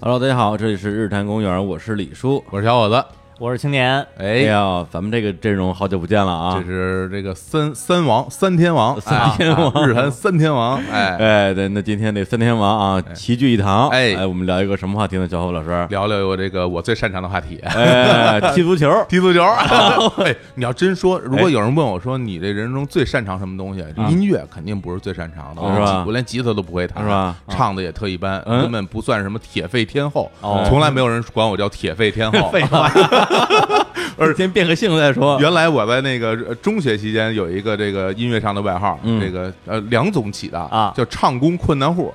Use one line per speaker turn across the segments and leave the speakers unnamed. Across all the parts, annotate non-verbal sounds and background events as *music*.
Hello，大家好，这里是日坛公园，我是李叔。
我是小伙子，
我是青年，
哎
哎，
呀，咱们这个阵容好久不见了啊
这！是这个三三王三天王，
三天
哎
王
啊日韩三天王，哎，
哎，对，那今天这三天王啊齐聚一堂，
哎
哎，我们聊一个什么话题呢？小侯老
*laughs*
师，
聊聊我这个我最擅长的话题。 *laughs*
哎，踢足球，*laughs*
踢足球，哎，你要真说，如果有人问我说你这人中最擅长什么东西，音乐肯定不是最擅长的，
啊是吧
我我连吉他都不会弹，
是吧
唱的也特一般，
嗯
根本不算什么铁肺天后，
哦
从来没有人管我叫铁肺天
*laughs*
后。
话，先变个性再说。
*laughs* 原来我在那个呃中学期间有一个这个音乐上的外号，
嗯
这个呃梁总起的
啊
叫唱功困难户。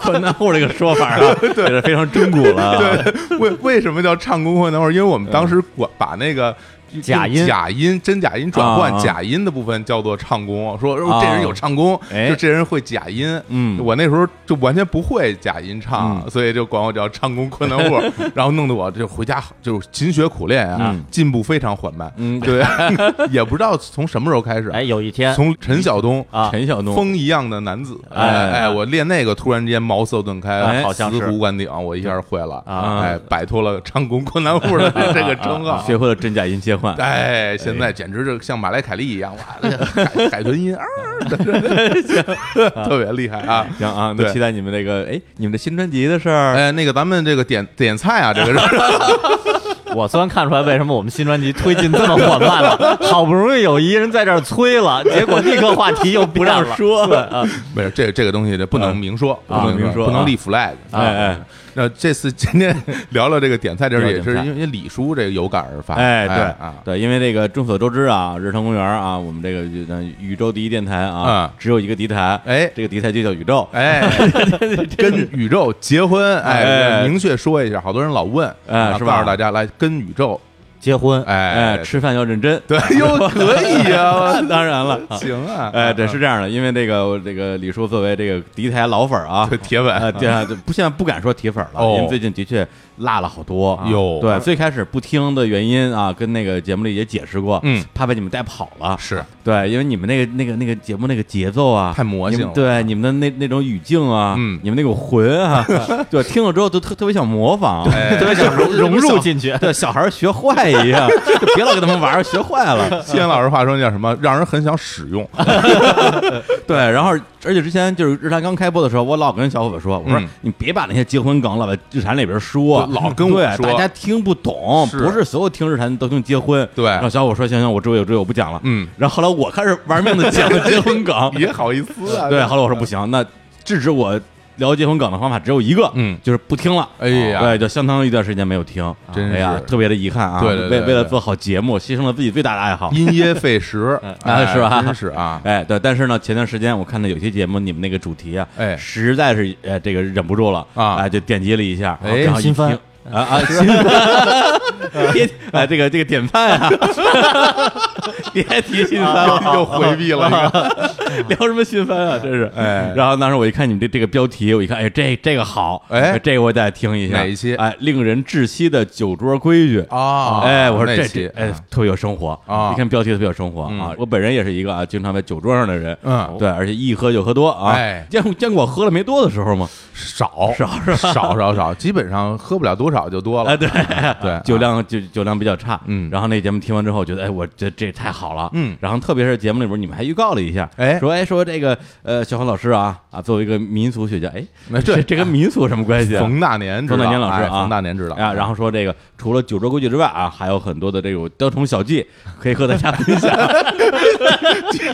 困难户这个说法
*laughs*
啊，对，是非常中古了啊。嗯
对，为为什么叫唱功困难户？因为我们当时管把那个。用
假音
假音、真假音转
啊
换
啊
假音的部分叫做唱功，说
啊
哦这人有唱功，
哎
就这人会假音。
嗯
我那时候就完全不会假音唱，所以就管我叫唱功困难
*laughs*
户，然后弄得我就回家就是勤学苦练啊，
嗯
进步非常缓慢。
嗯
对， *laughs* 也不知道从什么时候开始，
哎，有一天
从陈晓东
啊，
陈晓东，
风一样的男子，
哎
哎哎，我练那个突然间茅塞顿
哎
开，
好
像是
醍醐灌顶，我一下会了
啊
哎，摆脱了唱功困难户的这个
*laughs*
称号。
啊学会了真假音切换，
哎，现在简直就像马来凯莉一
*laughs*
样，哇，那个海海豚音啊， *laughs* 特别厉害啊！
行啊，那
对
期待你们那个哎，你们的新专辑的事儿。
哎，那个咱们这个点点菜啊，这个是 *laughs*
我虽然看出来为什么我们新专辑推 *laughs* 进这么缓
*laughs*
慢了，好不容易有一人在这儿催了，结果立刻话题又不让
*laughs*
说了。呃
不是这这个东西，这不能明说，不
啊
能
明说
不
啊
能立 flag。啊
哎哎，
那这次今天 *laughs* 聊聊这个点菜，这
聊
是也
点
是
菜
因为李叔这个有感而发，
哎，对
啊，
对，因为这个众所周知啊，日坛公园啊，我们这个就呃宇宙第一电台啊
嗯，
只有一个敌台，
哎
这个敌台就叫宇宙， *laughs*
哎，跟宇宙结婚，
哎
哎，明确说一下，好多人老问，
哎
啊
是吧
告诉大家来跟宇宙，
结婚，
哎
哎，，吃饭要认真，哎
对，哟，可
*laughs*
以呀，
当然了，啊
*laughs* 行啊，
哎，对，
啊
是这样的，因为这个这个李叔作为这个敌台老粉儿啊
啊，铁
啊，
粉，
对啊，就不现在不敢说铁粉了，
哦
因为最近的确落了好多啊。
哟
对，最开始不听的原因啊，跟那个节目里也解释过，
嗯，
怕被你们带跑了。
是
对，因为你们那个那个那个节目那个节奏啊，
太魔性
你
了
们对你们的那那种语境啊，
嗯
你们那股魂
*laughs*
啊，对，听了之后都特特别想模仿，
哎
特别想融
融
融
入
入
进
啊
去。
对，小孩儿学坏一样， *laughs* 就别老跟他们玩儿，学坏
*laughs*
了。
西安老师话说那叫什么？让人很想使
*laughs*
用，
对，然后而且之前就是日坛刚开播的时候，我老跟小伙伴说，我说
嗯
你别把那些结婚梗老在日坛里边说，
就老跟我
对
说
大家听不懂，
是
不是所有听日坛都听结婚。
对
然后小伙说行行，我追有追我不讲了。
嗯，
然后后来我开始玩命的讲结婚梗，
也好意思啊，
对，后来我说不行，那制止我聊结婚梗的方法只有一个，
嗯
就是不听了。
哎呀
对，就相当于一段时间没有听，
真
哎呀
是，
特别的遗憾啊。
对对对
为
对
为了做好节目，牺牲了自己最大的爱好。
因噎废食，
*laughs* 啊
哎
是吧
真是啊， *laughs*
哎，对，但是呢，前段时间我看到有些节目，你们那个主题啊，
哎
实在是呃，这个忍不住了
啊
哎就点击了一下，
哎
然后一
新番
听啊啊，新
*laughs*
番，别哎，这个这个点赞
*laughs*
啊，别提新番了，
又回
*laughs*
避了，你看
聊什么新番啊，真是
哎
然后当时我一看你们这这个标题，我一看，哎，这这个好，
哎
这个我得听一下，
哪一期
哎，令人窒息的酒桌规矩
啊
哎，我说
那
这
期
这哎，特别有生活
啊
一看标题特别有生活啊！我本人也是一个啊，经常在酒桌上的人，
嗯
对，而且一喝就喝多啊。
哎
见过见过我喝了没多的时候吗？
少
*laughs* 少
是少少少，基本上喝不了多少就多
哎，
了，
对
*laughs* 对啊
酒量酒酒量比较差，
嗯
然后那节目听完之后，觉得哎，我这这太好了，
嗯
然后特别是节目里边你们还预告了一下，
哎
说哎说这个呃，小黄老师啊啊，作为一个民俗学家，哎，
那
这
对
这跟
*laughs*
民俗有什么关系啊？
冯大年知
冯
道，
大年老师
哎
啊
冯大年知道
啊，然后说这个除了酒桌规矩之外啊，还有很多的这种雕虫小技可以和大家分
*laughs*
享。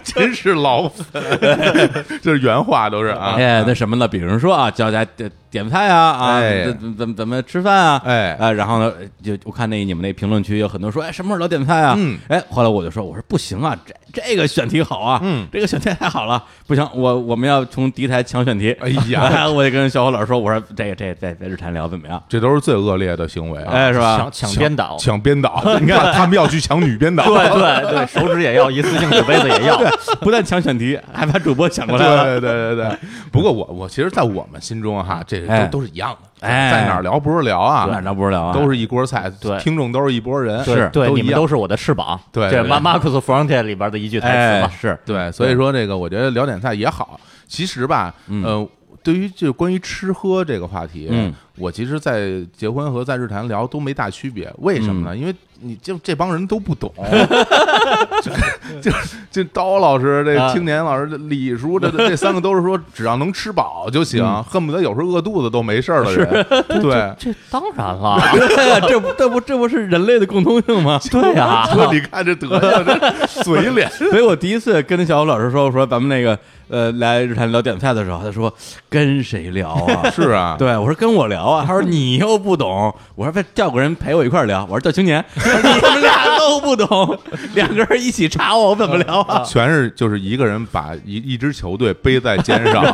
真是老粉， *laughs* 就是原话都是啊，
哎，那什么呢？比如说啊，教大家点点菜啊啊，
哎
怎怎怎怎么吃饭啊？
哎
啊，然后呢，就我看那你们那评论区有很多说，哎，什么时候聊点菜啊？
嗯，
哎，后来我就说，我说不行啊，这这个选题好啊，
嗯
这个选题太好了，不行，我我们要从敌台抢选题。
哎呀，
*laughs* 我得跟小伙老师说，我说这个这个在在日坛聊怎么样？ *laughs*
这都是最恶劣的行为啊！
哎，是吧
抢？抢编导，
抢编导， *laughs* 你看
*laughs*
他们要去抢女编导， *laughs*
对对对，手指也要，一次性纸杯子也要。
不但抢选题，还把主播抢过来了。啊
对对对对。不过我我其实，在我们心中哈，这
哎
都都是一样的，
哎
在哪儿聊不是聊
哪
啊，
着不是聊啊？
都是一锅菜，
对
听众都是一拨人，
是
对，
都
你
一
们
样
都。是我的翅膀。
对
对，
对
马马克思·弗朗特里边的一句台词
哎
嘛，。
是
对，所以说这个我觉得聊点菜也好，其实吧，
嗯
呃。对于这关于吃喝这个话题，
嗯，
我其实，在结婚和在日坛聊都没大区别。为什么呢？因为你就这帮人都不懂， *laughs* 就就这刀老师、这
啊
青年老师、这李叔，这这三个都是说只要能吃饱就行，恨不得有时候饿肚子都没事儿的人。对，
这当然了，
*laughs*
对呀， *laughs* 这不这不这不是人类的共通性吗？*laughs*
对呀，
*laughs* 说你看这德行，这嘴脸。
所以我第一次跟那小欧老师说，我说咱们那个呃来日坛聊点菜的时候，他说跟谁聊
*laughs*
啊？
是啊，
对，我说跟我聊啊，他说你又不懂，我说再叫个人陪我一块儿聊，我说叫青年， *laughs* 他说你们俩都不懂，两个人一起查我，我怎么聊啊？
全是就是一个人把一一支球队背在肩
*laughs*
上，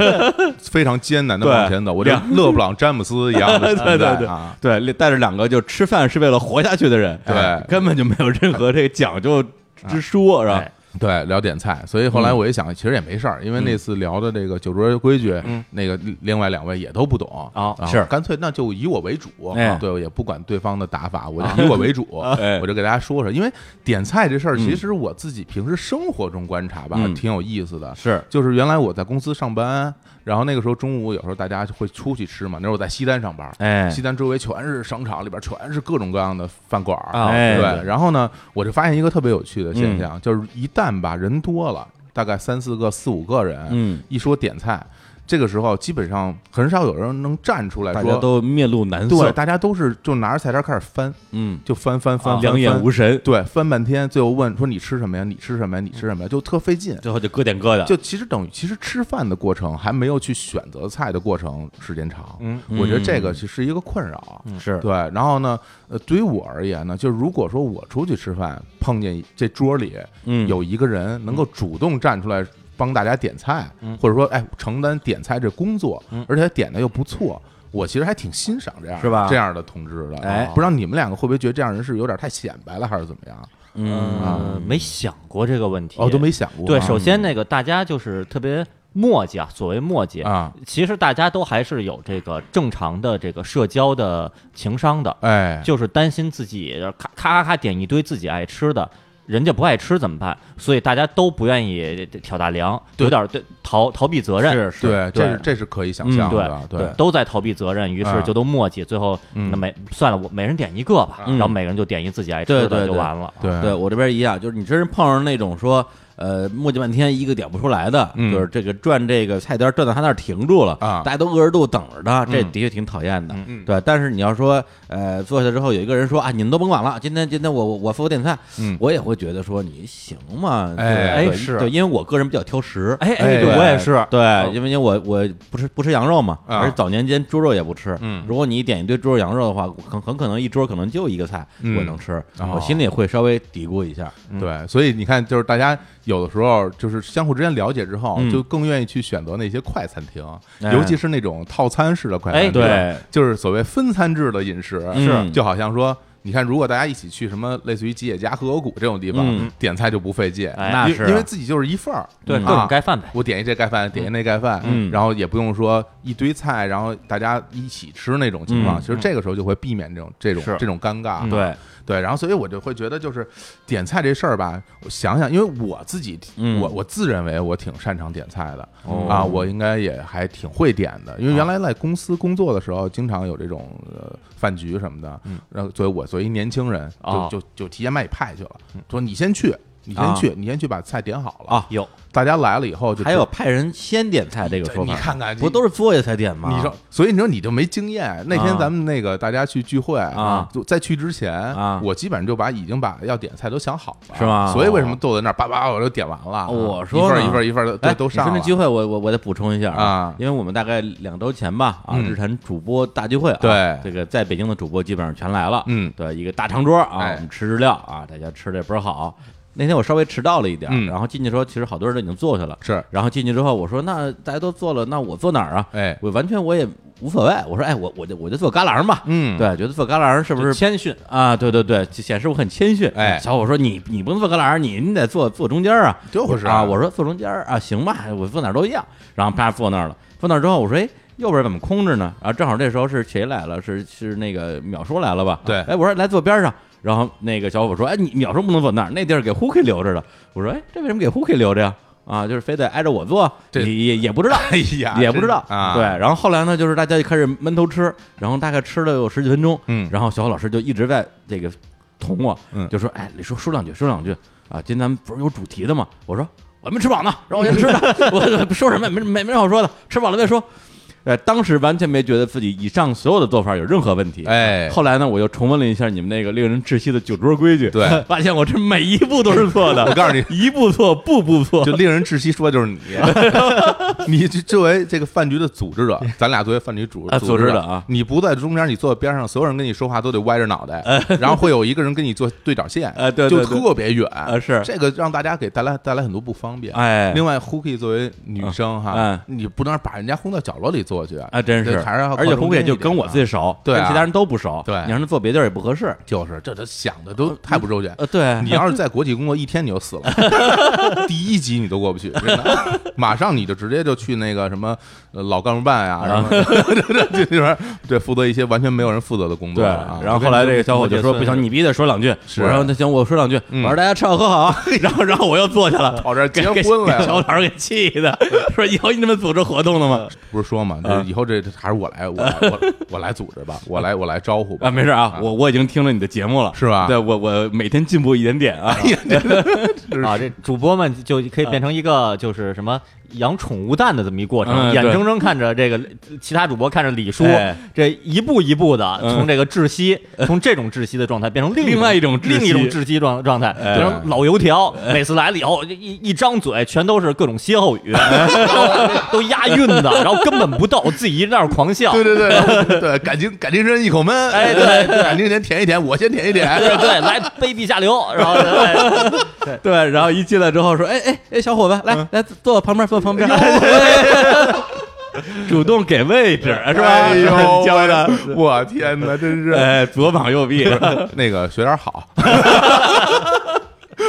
非常艰难的
对
往前走。我这
两
勒布朗詹姆斯一样的
对
存
对
在
对
啊，
*laughs* 对，带着两个就吃饭是为了活下去的人，
对嗯
哎根本就没有任何这个讲究之说，是
啊
吧
哎？
对，聊点菜。所以后来我一想，其实也没事儿，因为那次聊的这
嗯
个酒桌规矩，那个另外两位也都不懂
啊
然后
是
干脆那就以我为主啊
哎，啊
对，我也不管对方的打法，我就以我为主，
*laughs* 哎
我就给大家说说。因为点菜这事儿，其实我自己平时生活中观察吧，
嗯
挺有意思的。
是
就是原来我在公司上班，然后那个时候中午有时候大家就会出去吃嘛。那时候我在西单上班，
哎
西单周围全是商场，里边全是各种各样的饭馆儿
啊
哎嗯
对，然后呢，我就发现一个特别有趣的现象，就是一旦吧人多了，大概三四个、四五个人，
嗯，
一说点菜，这个时候基本上很少有人能站出来
大家
说，
都面露难
对，
色，
大家都是就拿着菜单开始翻，
嗯，
就翻翻翻，
啊
翻
两眼
翻
无神，
对，翻半天，最后问说你吃什么呀？你吃什么呀？你吃什么呀？就特费劲。
最后就各点各的，
就其实等于其实吃饭的过程还没有去选择菜的过程时间长，
嗯
我觉得这个其实是一个困扰，
是
对。然后呢，呃，对于我而言呢，就是如果说我出去吃饭碰见这桌里
嗯嗯
有一个人能够主动站出来帮大家点菜，或者说哎承担点菜这工作，而且点的又不错。我其实还挺欣赏这样
是吧
这样的同志的，啊
哎
不知道你们两个会不会觉得这样人是有点太显摆了，还是怎么样？
嗯，没想过这个问题，
哦，都没想过啊。
对，首先那个大家就是特别墨迹啊，所谓墨迹
啊，
其实大家都还是有这个正常的这个社交的情商的，
哎，
就是担心自己咔咔咔咔点一堆自己爱吃的，人家不爱吃怎么办？所以大家都不愿意挑大梁，有点儿对逃逃避责任，
是是，
对，这
对嗯
是这是可以想象
对
的，
都在逃避责任，于
啊
是就都墨迹，最后那每算了，我每人点一个吧，
嗯
然后每个人就点一自己爱吃
对对
的就
对
完了。
对
对我这边一样，就是你真是碰上那种说，呃，磨叽半天一个点不出来的，
嗯
就是这个转这个菜单转到他那儿停住了
啊
大家都饿着肚子等着他，这的确挺讨厌的，
嗯
对。但是你要说，呃，坐下之后有一个人说啊，你们都甭管了，今天今天我我我付我点菜，
嗯
我也会觉得说你行吗？
哎
对
哎
对
是
对，因为我个人比较挑食，
哎
哎
对我也是，
对，因为因为我我不吃不吃羊肉嘛，
哦啊
而且早年间猪肉也不吃。
嗯
如果你点一堆猪肉羊肉的话，很很可能一桌可能就一个菜
嗯
我能吃，
哦嗯
我心里会稍微嘀咕一下。
对，所以你看，就是大家有的时候就是相互之间了解之后，
嗯
就更愿意去选择那些快餐厅，
哎
尤其是那种套餐式的快餐
哎
厅，
对
就是所谓分餐制的饮食，
是
就好像说。你看，如果大家一起去什么类似于吉野家、和鹅谷这种地方、
嗯
点菜就不费劲，
哎
那
因
是
因为自己就是一份儿，
对
嗯
各种
啊
盖饭呗。
我点一这盖饭，点一那盖饭，
嗯
然后也不用说一堆菜，然后大家一起吃那种情况，
嗯
其实这个时候就会避免这种这种
是
这种尴尬，啊
嗯对
对，然后所以我就会觉得就是点菜这事儿吧，我想想，因为我自己，
嗯
我我自认为我挺擅长点菜的、
哦
啊，我应该也还挺会点的，因为原来在公司工作的时候，经常有这种呃饭局什么的，
嗯
然后所以我作为一年轻人，就、
哦
就就提前把你派去了，说你先去。你先
嗯啊
去，你先去把菜点好了
啊
有
大家来了以后就
还有派人先点菜这个说法，
你看看
不都是坐下才点吗？
你说，所以你说你就没经验。那天
啊
咱们那个大家去聚会
啊，
就在去之前
啊
我基本上就把已经把要点菜都想好了，
是吗哦
所以为什么坐在那儿叭叭我就点完了？啊
我说
一份
呢
儿一份儿一份儿的
哎
都都上
你
了。
说那聚会我，我我得补充一下
啊
因为我们大概两周前吧，啊，
嗯
日坛主播大聚会啊，
对
这个在北京的主播基本上全来了，
嗯
对，一个大长桌啊，
哎
我们吃日料啊，大家吃的也倍儿好。那天我稍微迟到了一点，
嗯
然后进去之后，其实好多人都已经坐下了，
是
然后进去之后，我说那大家都坐了，那我坐哪儿啊？
哎
我完全我也无所谓，我说哎，我我就我就坐旮旯吧，
嗯
对，觉得坐旮旯是不是
谦逊？
啊，对对对，就显示我很谦逊。
哎
小伙说你你不能坐旮旯，你你得坐坐中间啊。
就是啊
啊，我说坐中间儿啊，行吧，我坐哪儿都一样。然后啪坐那儿了，坐那儿之后我说哎。右边怎么空着呢？啊，正好这时候是谁来了？是是那个淼叔来了吧？
对
哎，我说来坐边上，然后那个小伙说，哎，你淼叔不能坐那儿，那地儿给 h o o k 留着的。我说，哎，这为什么给 h o o k 留着呀？啊，就是非得挨着我做，
这
也也也不知道。
哎呀，
也不知道
真啊，
对，，然后后来呢，就是大家就开始闷头吃，然后大概吃了有十几分钟，
嗯
然后小何老师就一直在这个捅我，
嗯
就说：“哎，你说说两句，说两句啊！今天咱们不是有主题的吗？”我说：“我还没吃饱呢，让我先吃呢， *laughs* 我我说什么也没没没什么好说的，吃饱了再说。”呃，当时完全没觉得自己以上所有的做法有任何问题。
哎，
后来呢，我又重温了一下你们那个令人窒息的酒桌规矩，
对，
发现我这每一步都是错的，
我告诉你，
一步错，步步错
*laughs* 就，令人窒息，说的就是你，
*laughs*
你这作为这个饭局的组织者，咱俩作为饭局组
啊
组
组织
者
者啊，
你不在中间，你坐在边上，所有人跟你说话都得歪着脑
*laughs*
袋，然后会有一个人跟你做对角线，
呃哎对
就
对对
特别远，
是
这个让大家给带来带来很多不方便。
哎，
另外，Hooky 作为女生哈
嗯，
你不能把人家轰到角落里坐去
啊，真是，
对还是要靠
而且
中
红姐
间
就
一点
跟我
啊
最熟，
对
跟
啊
其他人都不熟，
对
你让他坐别地儿也不合适，
就是这都想的都太不周全。
呃， *laughs* 对，
你要是在国企工作一天，你就死了。 *laughs* 第一集你都过不去，真的，马上你就直接就去那个什么呃老干部办
啊
呀，然后 *laughs* 这这边对负责一些完全没有人负责的工作
对，
啊。
然后后来这个小伙就说不行，你必须得说两句。
是
我说那行，我说两句。
嗯
我说大家吃好喝好啊。然后然后我又坐下 *laughs* 了，
跑这儿
给
结婚
给
来
给小
了，
老师给气 *laughs* 的，说以后你们组织活动了吗？
不是说嘛，这
啊
以后这这还是我来，我来我 *laughs* 我来组织吧，我来我来招呼吧。
啊，没事啊，我我已经听了你的节目了，
是吧
对我我每天进步一点点啊。
是
啊，这主播们就可以变成一个就是什么养宠物蛋的这么一过程，
嗯
眼
对
睁睁看着这个呃其他主播看着李叔
哎
这一步一步的
嗯
从这个窒息，从这种窒息的状态变成另
另外一种窒息哎
另一种窒息状状态，变成老油条，每次来了以后一一张嘴全都是各种歇后
*laughs*
语，然后都押韵的，然后根本不逗，自己一直在那儿狂笑，
对对对对，感情感情深一口闷，
哎对
*laughs*
对
感情深舔一舔，我先舔一舔，
*laughs*
对对，来卑鄙下流，然后哎
对，然后一进来之后说， *laughs* 哎哎哎，小伙子，来来坐我旁边，坐我旁边， *laughs* 主动给位置是吧？
哎呦
你 *laughs* 教的，
我天哪，真是。
哎，左膀右 *laughs* 臂，
*laughs* 那个学点好。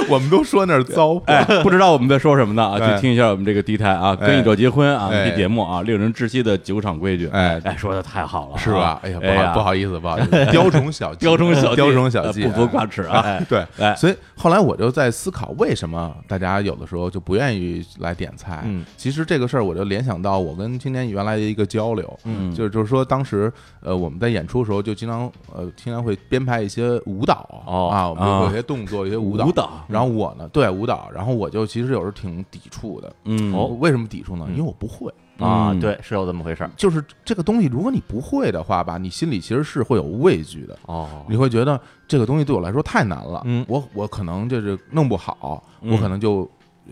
我们都说那是糟粕， *laughs*
哎，不知道我们在说什么呢啊？
对
去听一下我们这个第一台啊，
哎
跟一周结婚啊，
哎
那期节目啊，令人窒息的酒场规矩，
哎
哎，说的太好了啊，
是吧？哎呀，不
哎
好
呀，
不，好意思，不好意思，雕虫小技，
雕虫小技
雕虫小技，
呃不服
哎
挂齿啊哎
对，
哎
所以后来我就在思考，为什么大家有的时候就不愿意来点菜？
嗯，
其实这个事儿我就联想到我跟青年原来的一个交流，
嗯
就是就是说当时呃我们在演出的时候就经常呃经常会编排一些舞蹈
哦
啊，我们就会有
啊
些动作，有些
舞
蹈，舞
蹈
然后我呢，对舞蹈，然后我就其实有时候挺抵触的，
嗯
我哦为什么抵触呢？因为我不会。
啊
嗯，
对，是有这么回事儿
就是这个东西，如果你不会的话吧，你心里其实是会有畏惧的，
哦，
你会觉得这个东西对我来说太难了，
嗯
我我可能就是弄不好，
嗯
我可能就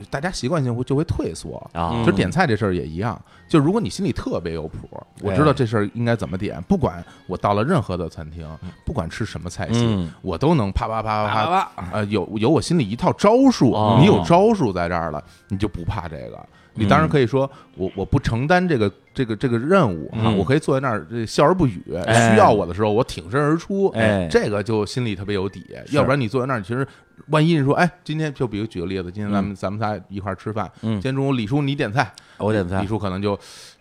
大家习惯性会就会退缩。
啊，
嗯
其实点菜这事儿也一样，就如果你心里特别有谱，我知道这事儿应该怎么点，不管我到了任何的餐厅，不管吃什么菜系，
嗯
我都能啪啪啪啪啪
啪啪
呃，有有我心里一套招数，
哦
你有招数在这儿了，你就不怕这个。你当然
嗯
可以说，我我不承担这个这个这个任务啊，
嗯
我可以坐在那儿这笑而不语，
哎
需要我的时候我挺身而出，
哎
这个就心里特别有底。要不然你坐在那儿，其实万一你说，哎，今天就比如举个例子，今天咱们、咱们仨一块儿吃饭，
嗯
今天中午李叔你点菜，
我点菜
李，叔可能就，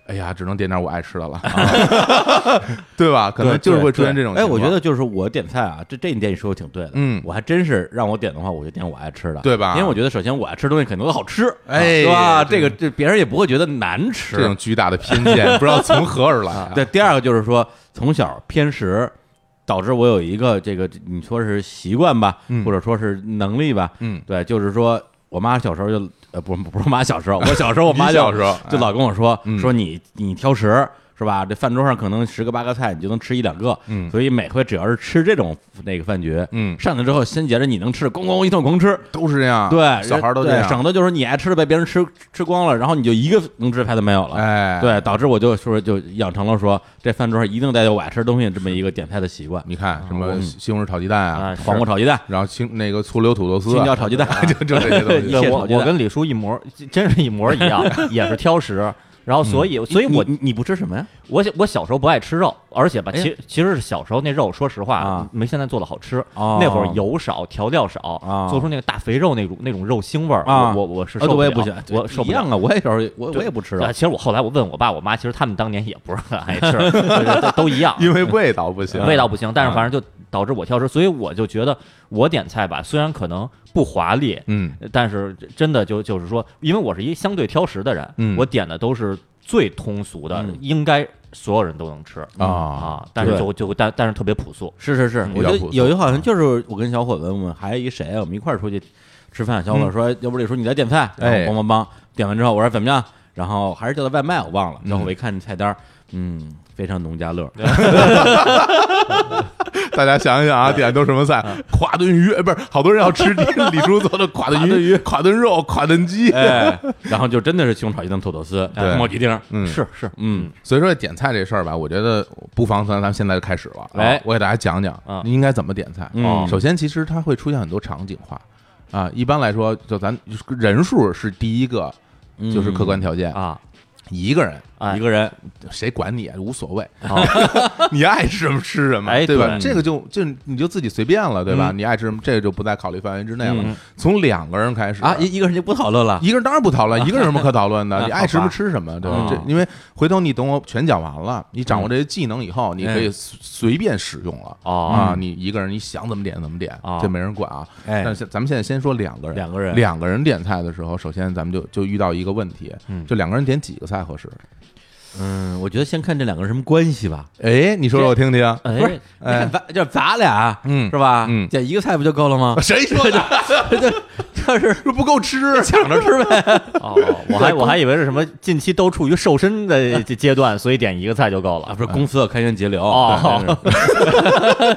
哎呀，只能点点我爱吃的了，啊 *laughs* 对吧？可能就是会出现这种情
哎，
况。
我觉得就是我点菜啊，这这一点你说的挺对的，
嗯
我还真是让我点的话，我就点我爱吃的，
对吧
因为我觉得首先我爱吃的东西肯定都好吃，
哎
对吧？
这
这个这别人也不会觉得难吃，
这种巨大的偏见，
*laughs*
不知道从何而来、啊。
对，第二个就是说，从小偏食导致我有一个这个，你说是习惯吧，
嗯
或者说是能力吧，
嗯，
对，就是说我妈小时候就呃，不是不是我妈小
*laughs*
时候，我小时候我妈
你
就
小时候
就老跟我说、
哎嗯
说你你挑食是吧？这饭桌上可能十个八个菜你就能吃一两个，
嗯
所以每回只要是吃这种那个饭局，
嗯
上去之后先觉着你能吃的，咣咣一通狂吃，
都是这样，
对，
啊小孩儿都这
对，
样，
省得就是你爱吃的被别人吃吃光了，然后你就一个能吃的菜都没有了，
哎，，
对，导致我就说就养成了说这饭桌上一定带有我爱吃东西这么一个点菜的习惯，
你看什么
嗯哎
西红柿炒鸡蛋啊
啊，
黄瓜炒鸡蛋、
然后青那个醋溜土豆丝
青
啊，
椒炒鸡蛋，
*laughs* 就就这些东
*laughs* 一
西
切
对，我
炒鸡
我
蛋
跟李叔一模，真是一模一
*laughs*
样，也是挑食。然后，所以，所以我
嗯你你你不吃什么呀？
我小我小时候不爱吃肉，而且吧，
哎呀
其其实是小时候那肉，说实话
啊，
没现在做的好吃。
哦
那会儿油少，调料少
啊，
做出那个大肥肉那种那种肉腥味儿，
啊
我我我是
啊
受
对我也
了
不行，
我
对
受
一
不了
样。啊，我也小时候我
对
我也不吃
啊
肉，
其实我后来我问我爸我
*laughs*
妈，其实他们当年也不是很爱吃，就是都一样，
因为味道不行，
啊
味道不行，但是反正就导致我挑食，所以我就觉得我点菜吧，虽然可能不华丽，
嗯
但是真的就就是说，因为我是一相对挑食的人，
嗯
我点的都是最通俗的，
嗯
应该所有人都能吃
啊
啊，但是
对
就就但但是特别朴素，
是是是，我
比较
觉得
朴素
有一好像就是我跟小伙子，我们还有一谁啊，我们一块儿出去吃饭，小伙子说，要不你说你来点菜，
哎
然后梆梆梆，点完之后我说怎么样，然后还是叫的外卖，我忘了，
嗯
小伙子一看菜单儿，嗯，非常农家乐，
大家想一想啊，点都什么菜？
嗯
垮炖鱼，哎，不是，好多人要吃
*laughs*
李叔做的垮炖鱼、垮炖肉、垮炖鸡。
哎，然后就真的是胸炒鸡蛋土豆丝，
对
冒鸡丁儿，
嗯，
*laughs* 是是，
嗯
所以说点菜这事儿吧，我觉得不妨咱咱们现在就开始了。啊
哎
我给大家讲讲
啊
应该怎么点菜。啊
嗯
首先，其实它会出现很多场景化啊。一般来说，就咱人数是第一个，
嗯
就是客观条件。
啊，
一个人
哎
一个人，
谁管你啊？无所谓，
啊
*laughs* 你爱吃什么吃什么，
哎
对吧？
对
这个就就你就自己随便了，对吧？
嗯
你爱吃什么，这个就不在考虑范围之内了。
嗯
从两个人开始
啊，一一个人就不讨论了，
一个人当然不讨 *laughs* 论，一个人有什么可讨论的？
啊
你爱吃什么吃什么，对吧
啊？
这因为回头你等我全讲完了，你掌握这些技能以后，你可以
哎
随随便使用了
哦
啊！你一个人你想怎么点怎么点
啊，
这没人管啊。
哎
但是咱们现在先说两个人，
两个人
两个人点菜的时候，首先咱们就就遇到一个问题，就两个人点几个菜合适？
嗯，我觉得先看这两个人什么关系吧，
哎，你说说我听听。
不是
哎，，
你看咱就咱俩，啊
嗯
是吧？
嗯？
点一个菜不就够了吗
*laughs* 谁说的？
这是
这不够吃，抢着吃呗。
哦，我还我还以为是什么近期都处于瘦身的阶阶段，所以点一个菜就够
啊，
了嗯
不是公司要开源节流
哦，
对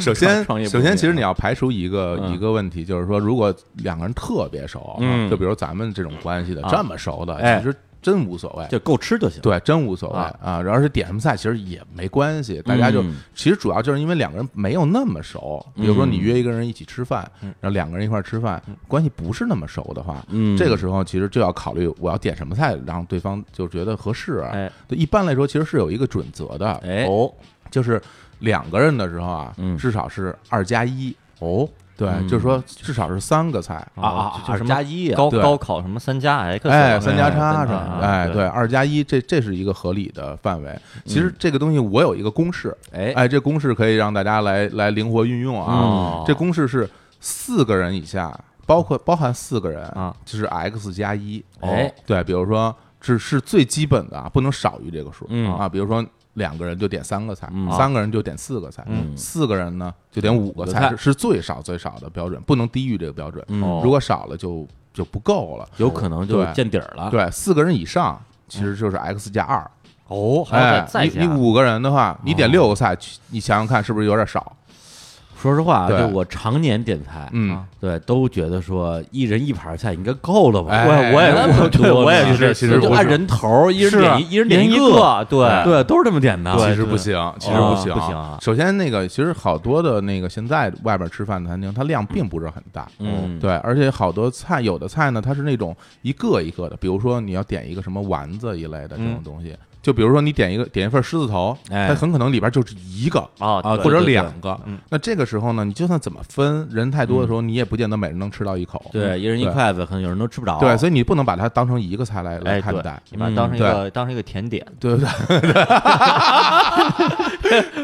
首先，
嗯创创业不
首
容
先，
易
其实
啊
你要排除一个、
嗯
一个问题，就是说，如果两个人特别熟啊，
嗯
就比如咱们这种关系的、
啊
这么熟的，
哎
其实真无所谓。
就够吃就行。
对，真无所谓
啊
啊。然后是点什么菜，其实也没关系，大家就、
嗯
其实主要就是因为两个人没有那么熟。比如说你约一个人一起吃饭，然后两个人一块儿吃饭，关系不是那么熟的话，
嗯
这个时候其实就要考虑我要点什么菜，让对方就觉得合适、啊。
哎
对，一般来说其实是有一个准则的，
哎
哦，
就是两个人的时候啊，
嗯
至少是二加一哦。对，
嗯
就是说至少是三个菜，
啊啊，
哦就
二
什
加
么
一啊，
高
对
高考什么三加 X，
哎，
什么
三
的
加
哎
叉
三
是
加
吧？
啊
哎，
对
对，二加一，这这是一个合理的范围。
嗯
其实这个东西我有一个公式，
哎
哎，这公式可以让大家来来灵活运用啊
哦。
这公式是四个人以下，包括包含四个人
啊，
就是 x 加一。哦
哎，
对，比如说这是最基本的啊，不能少于这个数
嗯
啊。比如说两个人就点三个菜
嗯，
三个人就点四个菜，
嗯
四个人呢就点五个
五个
菜，
菜
是最少最少的标准，不能低于这个标准。
嗯
哦
如果少了就就不够了。
有可能就
对
见底儿了。
对，四个人以上其实就是 x 加二。
哦，还要
哎
再，再
你
加
你五个人的话，你点六个菜，去你想想看是不是有点少？
说实话啊，
对
就我常年点菜，
嗯
啊，
对，都觉得说一人一盘菜应该够了吧？
哎
我我也
那么
对，
多
我也
呢
是
是，
其实
就
不
按
是
人头儿，一人点
是
啊一，一人
人
点
一
个，
个，对，
对，都是这么点的。
其
对
实
对
不行，其实
哦
行。
不行啊
首先，那个其实好多的那个现在外边吃饭的餐厅，它量并不是很大。
嗯
对，而且好多菜，有的菜呢，它是那种一个一个的，比如说你要点一个什么丸子一类的这种东西，就比如说你点一个点一份狮子头，
哎
它很可能里边就是一个。
啊
啊
对
或者
对对
两个
嗯，
那这个时候呢，你就算怎么分，人太多的时候，你也不见得每人能吃到一口。
对，一人一
对
筷子，可能有人都吃不着。
对，所以你不能把它当成一个菜来来
哎
看
对
待，
你把它当成一
嗯
个当成一个甜点，
对 *laughs* 不对？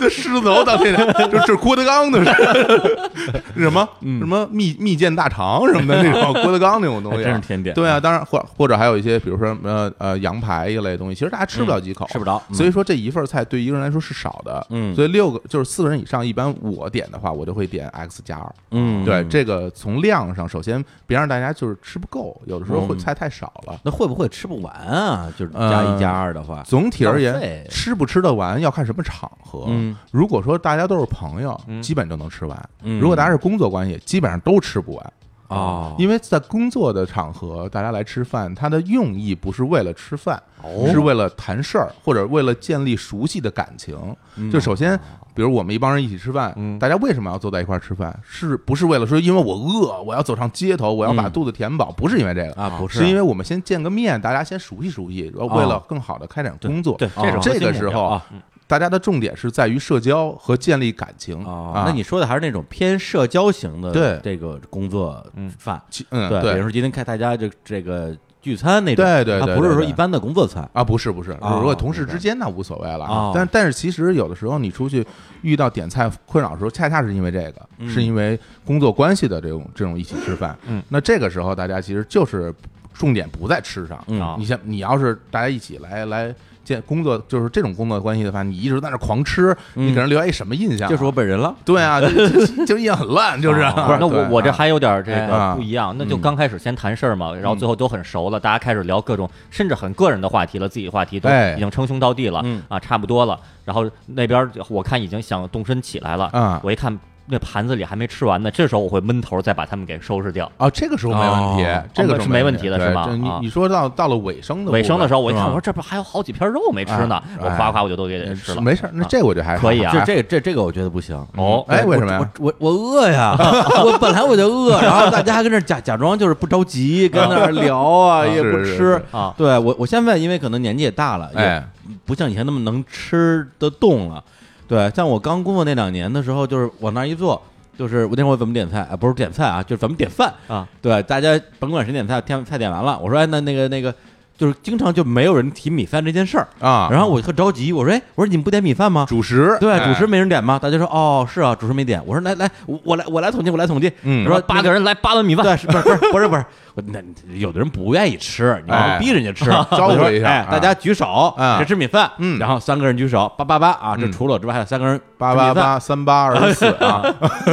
这狮子头当天就这是郭德纲的事 *laughs* 什么
嗯
什么蜜蜜饯大肠什么
*laughs*
的那种郭德纲那种东
还
西，
真是甜点
对啊，当然或或者还有一些，比如说呃呃羊排一类的东西，其实大家吃不了几口，啊
吃不着嗯
所以说这一份菜对一个人来说是少的，
嗯
所以六个就是四个人以上，一般我点的话，我就会点 x 加二。
嗯，
对，这个从量上，首先别让大家就是吃不够，有的时候会
嗯
菜太少了。
那会不会吃不完啊？就是
嗯
加一加二的话，
总体而
浪
言
费，
吃不吃得完要看什么场合。
嗯
如果说大家都是朋友，基本就能吃完；
嗯
如果大家是工作关系，基本上都吃不完。
哦
因为在工作的场合，大家来吃饭，它的用意不是为了吃饭，
哦
是为了谈事儿，或者为了建立熟悉的感情。
嗯
就首
哦
先，比如我们一帮人一起吃饭，大家为什么要坐在一块儿吃饭？是不是为了说因为我饿，我要走上街头，我要把肚子填饱？不是因为这个
啊嗯不是哦
是因为我们先见个面，大家先熟悉熟悉，然后为了更好的开展工作。
对对
啊
这是核心
这个
目
时
标
候
啊，
大家的重点是在于社交和建立感情
哦，
啊。
那你说的还是那种偏社交型的
对
这个工作饭，
其嗯
对，比
对
如说今天看大家这这个。聚餐那种，
对对
它
对
不是
对
说
对
一般的工作餐。
啊，不是不是，
哦
如果同事之间那无所谓了
哦
啊，但但是其实有的时候你出去遇到点菜困扰的时候，恰恰是因为这个，是因为工作关系的这种这种一起吃饭，
嗯，
那这个时候大家其实就是重点不在吃上，
嗯
你像你要是大家一起来来见工作，就是这种工作关系的话，你一直在那狂吃，你给人留下一什么印象啊？
就是我本人了，
对啊，就就就印象很烂，就是
啊
哦不是，那
对
我我这
啊
还有点这
哎
个
啊嗯
不一样，那就刚开始先谈事儿嘛，然后最后都很熟了，大家开始聊各种甚至很个人的话题了，自己话题都
哎
已经称兄道弟了
嗯
啊，差不多了。然后那边我看已经想动身起来了，
啊
我一看那盘子里还没吃完呢，这时候我会闷头再把他们给收拾掉。
啊，这个时候没问
哦
题，这个
哦
时
是
候
没问题
题
的是吧
对这你
啊
你说到到了尾声的
尾声的时
候
候，我一看，
是吧
我说这不还有好几片肉没吃呢
哎，
我夸夸我就都给给吃了。
没事儿，那这我觉得还
可以啊
这这这这个我觉得不行。
哦，
哎
我
为什么呀？
我我我饿呀！ *laughs* 我本来我就饿，然后大家还跟那儿假假装就是不着急，跟那儿聊啊，
是
也不
是是
吃
啊
对我我现在因为可能年纪也大了，也
哎
不像以前那么能吃得动了。对，像我刚工作那两年的时候，就是往那儿一坐，就是我那会儿怎么点菜啊？不是点菜啊，就是怎么点饭
啊？
对，大家甭管谁点菜，点菜点完了，我说哎，那那个那个，就是经常就没有人提米饭这件事儿，
啊，
然后我特着急，我说哎，我说你们不点米饭吗？
主食
对，
哎
主持没人点吗？大家说哦，是啊，主持没点。我说来来，我我来我来统计，我来统计。
嗯
我说
八个人来八碗米
那
饭，
个对，是不是不是不是不是，我那有的人不愿意吃，你
哎
要逼人家
*laughs*
吃，
招呼一下
哎，
啊
大家举手，
嗯
谁吃米饭？
嗯
然后三个人举手，八八八啊，这
嗯
除了我之外还有三个人
八
吃米饭
八八三
*laughs*
八二十 *laughs* 四啊，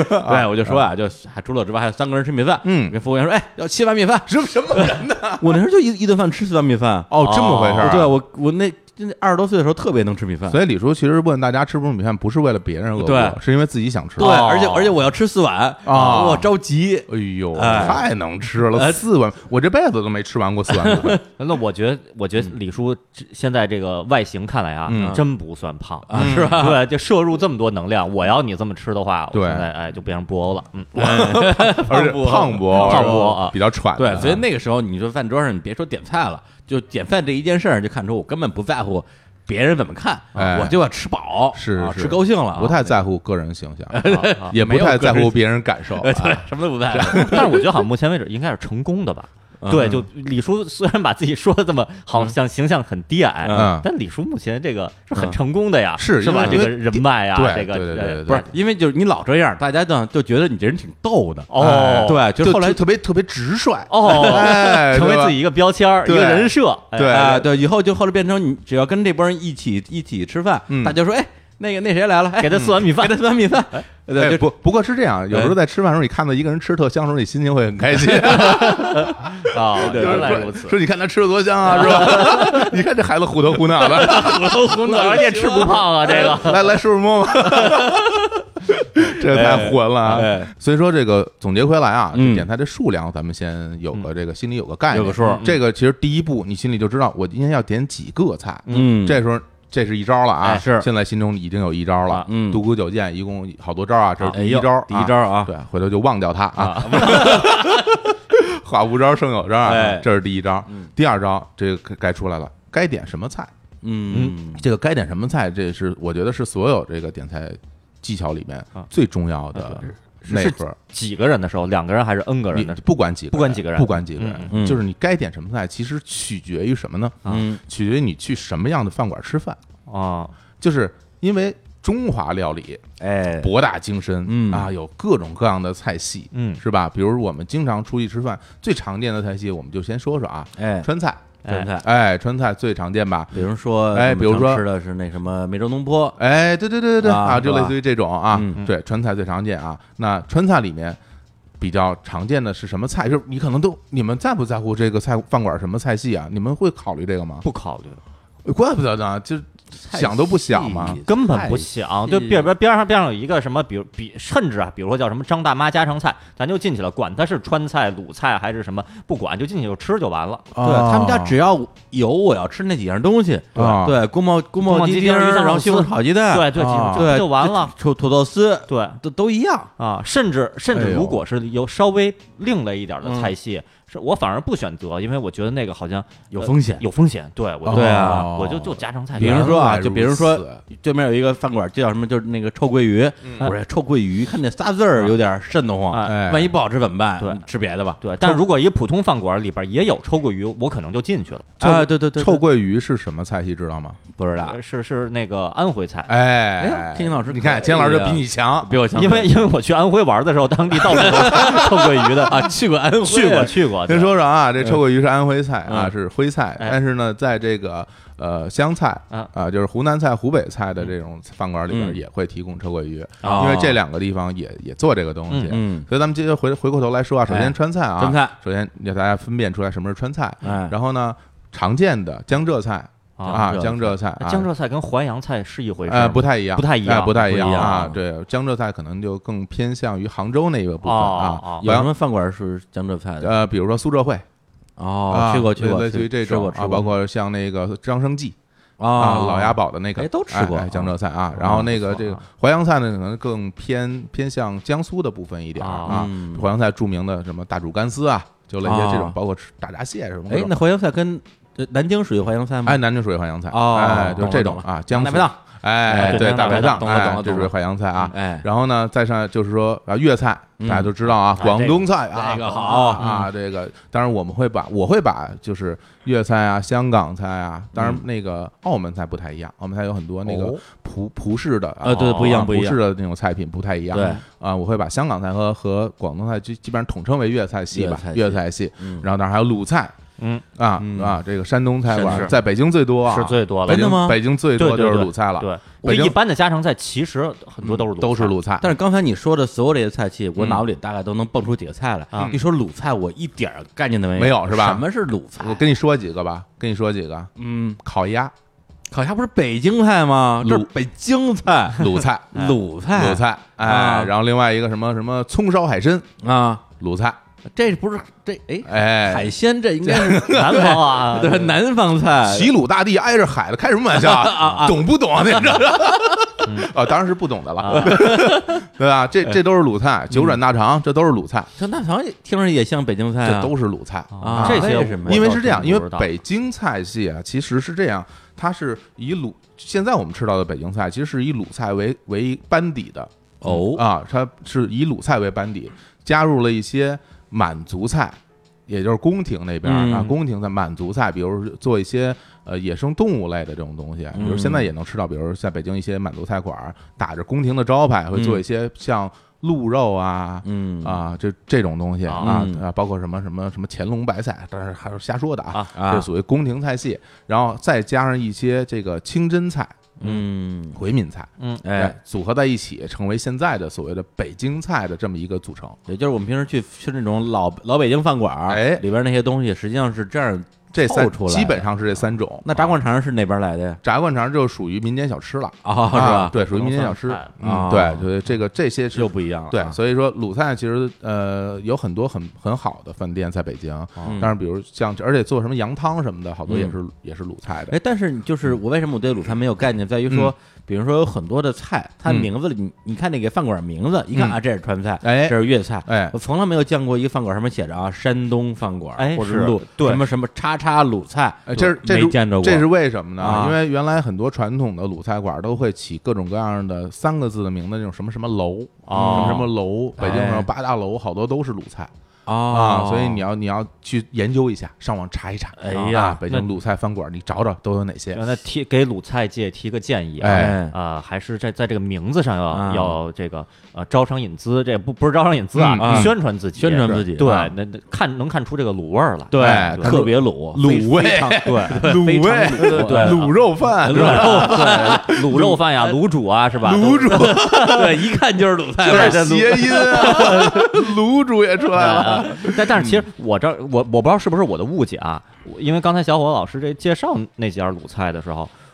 对，我就说啊，就还除了我之外还有三个人吃米饭。
嗯
那服务员说，哎，要七碗米
*laughs*
饭。
什么什么人呢？
我那时候就一一顿饭吃四碗米饭。
哦，这么回事儿啊。
对我我那真的二十多岁的时候特别能吃米饭。
所以李叔其实问大家吃不吃米饭，不是为了别人饿不饿
对
是因为自己想吃。
对，
哦
而且而且我要吃四碗
啊
我着急。
哎呦，
哎
太能吃了！四碗，我这辈子都没吃完过四碗米饭。
那我觉得，我觉得李叔这现在这个外形看来啊，
嗯
真不算胖
啊是吧
对，就摄入这么多能量，我要你这么吃的话，我
对
现在哎就变成布欧了。
*laughs*
嗯，
而且 *laughs* 胖不欧
胖不欧啊
比较喘的
对
啊。，
所以那个时候你说饭桌上，你别说点菜了，就点饭这一件事儿，就看出我根本不在乎别人怎么看，
哎
我就要吃饱，
是
啊
是
吃高兴了啊，
不太在乎个人形象， *laughs*
啊
也不太在
没有个
乎
人
别人感 *laughs* 受啊。
对，什么都不在乎。
但是我觉得好像目前为止应该是成功的吧。
嗯
嗯
对，就李叔虽然把自己说的这么好像形象很低矮，
嗯
但李叔目前这个是很成功的呀，
是
是吧？
因
这
为
个人脉呀，
对
这个哎
对对对对
不是，因为就是你老这样，大家呢就觉得你这人挺逗的。啊
哦，
对，就是后来
就特别特别直率，
哦，
哎，
成为
*laughs* 对吧
自己一个标签儿，一
对
个人设，哎
对
哎，对，以后就后来变成你只要跟这帮人一起一起吃饭，
嗯
大家说，哎，那个那谁来了，哎，
给他四碗米饭
给他四碗米饭，对，
哎，
就
不不过是这样，有时
哎
候在吃饭的时候，你看到一个人吃特香的时候，你心情会很开心，
啊，
*laughs* 就是
原来
说
如此。
说你看他吃的多香啊，是吧？ *laughs* 你看这孩子虎头虎脑的，
*laughs* 而且吃不胖啊，这个。
来来叔叔
*laughs*
摸摸，这个太混了啊！
哎，
所以说这个总结回来啊，
嗯
这点菜这数量，咱们先有个这个心里有个概念，
有个数嗯
这个其实第一步你心里就知道我今天要点几个菜，
嗯，
这时候这是一招了啊，
哎是
现在心中已经有一招了
啊，嗯
独孤九剑一共好多招啊，这是
哎
第一
呦
招，
第一招啊，
对，回头就忘掉它
*laughs*
啊。 *laughs* 话无招胜有招啊
哎，
这是第一招。第二招，这个该出来了，该点什么菜？
嗯，
这个该点什么菜，这是我觉得是所有这个点菜技巧里面
啊
最重要的
是
那
是
份儿。
几个人的时候，两个人还是 N 个
你
人的时候，
不管几个人，
不管几个人
不管几个
嗯
嗯
人，就是你该点什么菜，其实取决于什么呢？
嗯
取决于你去什么样的饭馆吃饭，
啊，
就是因为。中华料理
哎，
博大精深，
嗯
啊，有各种各样的菜系，
嗯
是吧？比如我们经常出去吃饭，最常见的菜系，我们就先说说啊，
哎，
川菜，
川菜，
哎，川菜最常见吧？
比如说，
哎
我们
比如
常
说
吃的是那什么梅州东坡，
哎，对对对对对
啊
啊，就
对吧
类似于这种啊
嗯，
对，川菜最常见啊。那川菜里面比较常见的是什么菜？就是你可能都你们在不在乎这个菜饭馆什么菜系啊？你们会考虑这个吗？
不考虑，
怪不得
啊
呢，就想都不想嘛。
根本不想。就边边边上边上有一个什么，比如比甚至啊，比如说叫什么张大妈家常菜，咱就进去了，管它是川菜、鲁菜还是什么，不管就进去就吃就完了。
对
对他们家只要有我要吃那几样东西，
啊
对，宫保宫
宫
保
保
鸡
鸡
丁，
丁鱼香
然后
肉
西红柿
丝
炒鸡蛋，
对对，
啊
就
哎对，
就就完了。
土土豆丝
对
都都一样，
啊，甚至甚
哎
至
呦
如果是有稍微另类一点的菜系，是我反而不选择，因为我觉得那个好像
有风险。
有风险。对，我就
对啊
我就就家常菜。
比如说啊，
呃原来
就比如
如
说
此
对面有一个饭馆，就叫什么，就是那个臭鳜鱼。
嗯
我说臭鳜鱼，看这仨字儿有点瘆得慌，
哎
哎，
万一不好吃怎么办？
对
吃别的吧。
对，但是如果一普通饭馆里边也有臭鳜鱼，我可能就进去了。
啊，对对对，
臭
鳜
鳜鱼是什么菜系，知道吗？
不知道，
是是那个安徽菜，
哎
哎，天津老师
你看
可以
天津老师
啊
比你强，
比我强。
因为因为我去安徽玩的时候，当地到处都 *laughs* 是臭鳜鱼的
啊，去过安徽，
*laughs* 去过去过。对
先说说啊，这臭鳜鱼是安徽菜啊，
嗯
是徽菜，
哎
但是呢，在这个呃湘菜
啊
啊，就是湖南菜、湖北菜的这种饭馆里边
嗯
也会提供臭鳜鱼，
哦
因为这两个地方也也做这个东西。
嗯，
所以咱们接着回回过头来说啊，首
哎
先川菜啊，
川菜
首先要大家分辨出来什么是川菜，
哎哦
然后呢，常见的江浙菜
啊，
啊，江浙菜啊，
江浙菜跟淮扬菜是一回事啊
呃
吗，
不太一样，
不太一样
哎不太一样
不一样
啊，对，江浙菜可能就更偏向于杭州那一个部分
哦
啊
哦，
有什
淮扬
么饭馆是江浙菜的？
呃，比如说苏浙烩，
哦，
啊
去过去过，
类似于
去
这
吃
种
过
啊，
吃
包
过
括像那个张生记啊，
啊
老鸭煲的那个，
哎都吃
哎
过
哎江浙菜啊
啊。
然后那个
不错
这个
啊
淮扬菜呢，可能更偏偏向江苏的部分一点
啊
啊
嗯。
淮扬菜著名的什么大煮干丝啊，就类似这种
啊，
包括吃大闸蟹什么各
哎
种。，
那淮扬菜跟呃南京属于淮扬菜吗？
哎，南京属于淮扬菜，
哦
哎，
懂
就
了
这种
懂
啊，江
大
苏
排档，
哎，
对
对，
江
大
大
排
排
档，
档懂了
哎
懂了
这
懂
属于
了
淮扬菜啊。
哎
然后呢，再上就是说啊，粤菜大
嗯
家都知道啊，
哎
广
这
东菜啊，
这个好
啊，这个当然我们会把我会把就是粤菜啊、香港菜啊，当然那个澳门菜不太一样，澳门菜有很多那个
哦
葡葡式的啊
呃，对，
哦
不一样，
葡
不一样
式。的那种菜品不太一样。
对
啊，我会把香港菜和和广东菜基基本上统称为粤菜系吧
粤菜，系
粤菜系
嗯。
然后当然还有鲁菜
嗯
啊
嗯
啊，这个山东菜馆
是
在北京最多啊，
是最多
北
了
哎。真的
京
吗
北京最
对
多
对
就是
对
鲁菜了，
对，
北京嗯
就一般的家常菜其实很多都是鲁
都是
菜 *laughs*
鲁菜。
但是刚才你说的所有这些菜系，
嗯
我脑子里大概都能蹦出几个菜来。
啊
一说鲁菜，我一点儿概念都没有，
没有是吧
什么是鲁菜？
我跟你说几个吧，跟你说几个，
嗯，
烤鸭、
烤鸭不是北京菜吗？这是
鲁
北京
*laughs*
菜，
鲁菜、
鲁菜，
鲁菜，哎
啊，
然后另外一个什么什么葱烧海参，
啊，
鲁菜，
这不是这哎，
哎，
海鲜这应该是
南方啊，
对南方菜，
齐鲁大地挨着海的，开什么玩笑啊？懂不懂啊？那 *laughs* 个啊，当然是不懂的了， *laughs* 对吧？这这都是鲁菜，九转大肠这都是鲁菜，
这那好像也听着也像北京菜
这
啊，
都是鲁菜
啊
这些
为什么呀
因为是这样，因
我
为
倒真不知道
北京菜系啊，其实是这样，它是以鲁现在我们吃到的北京菜，其实是以鲁菜为为班底的
哦
啊，它是以鲁菜为班底，加入了一些满族菜，也就是宫廷那边儿、啊
嗯，
宫廷的满族菜，比如做一些呃野生动物类的这种东西，比如
嗯
现在也能吃到，比如在北京一些满族菜馆儿打着宫廷的招牌，会做一些像鹿肉啊，
嗯
啊，这这种东西啊
嗯
啊，包括什么什么什么乾隆白菜，当然还是瞎说的啊，
啊
这属于宫廷菜系，然后再加上一些这个清真菜、
嗯，
回民菜，
哎，，
组合在一起成为现在的所谓的北京菜的这么一个组成。
也就是我们平时去吃那种老老北京饭馆儿，
哎
里边那些东西实际上是这样。
这三
凑出来的啊
基本上是这三种。
那炸灌肠是哪边来的呀？
炸灌肠就属于民间小吃了，
啊，是
啊
吧？，
对，属于民间小吃
不能算菜。
嗯，
啊
对，对，这个这些是
又不啊一样了。
对，所以说鲁菜其实呃有很多很很好的饭店在北京，
嗯
但是比如像而且做什么羊汤什么的，好多也是、也是鲁菜的
哎，但是你就是
嗯
我为什么我对鲁菜没有概念，在于说，比如说有很多的菜，它
嗯
名字里你你看那个饭馆名字，一看
嗯
啊，这是川菜，
哎
这是粤菜，
哎
我从来没有见过一个饭馆上面写着啊，山东饭馆，
哎
或者
是
鲁
对
什么什么叉叉鲁菜
哎，这是这
没
是
见着过，
这是为什么呢？
啊
因为原来很多传统的鲁菜馆都会起各种各样的三个字的名字，那种什么什么楼
哦
什么什么楼，北京什么
哎
八大楼，好多都是鲁菜、
啊
啊。所以你要你要去研究一下，上网查一查。
哎
啊
呀呃
北
那
京鲁菜饭馆你找找都有哪些？
让他提给鲁菜界提个建议啊，
哎
啊，还是在在这个名字上要、
嗯啊
要这个呃招商引资，这不不是招商引资啊，
嗯啊
宣传自己，
宣传自己
对，
啊
那那看能看出这个鲁味儿来，
哎
对
看
特别鲁
鲁味
非常 *laughs* 对
卤
非常
味
鲁对对
卤肉饭，
卤肉
对 *laughs* 卤肉饭呀，卤煮啊，是吧？
卤煮，
对，一看就是鲁菜
有
味儿，
点
这鲁
谐音啊， *laughs* 卤煮也出来
*laughs*
了。
啊，但但是其实我这儿我我不知道是不是我的误解啊，我因为刚才小伙老师这介绍那家鲁菜的时候，我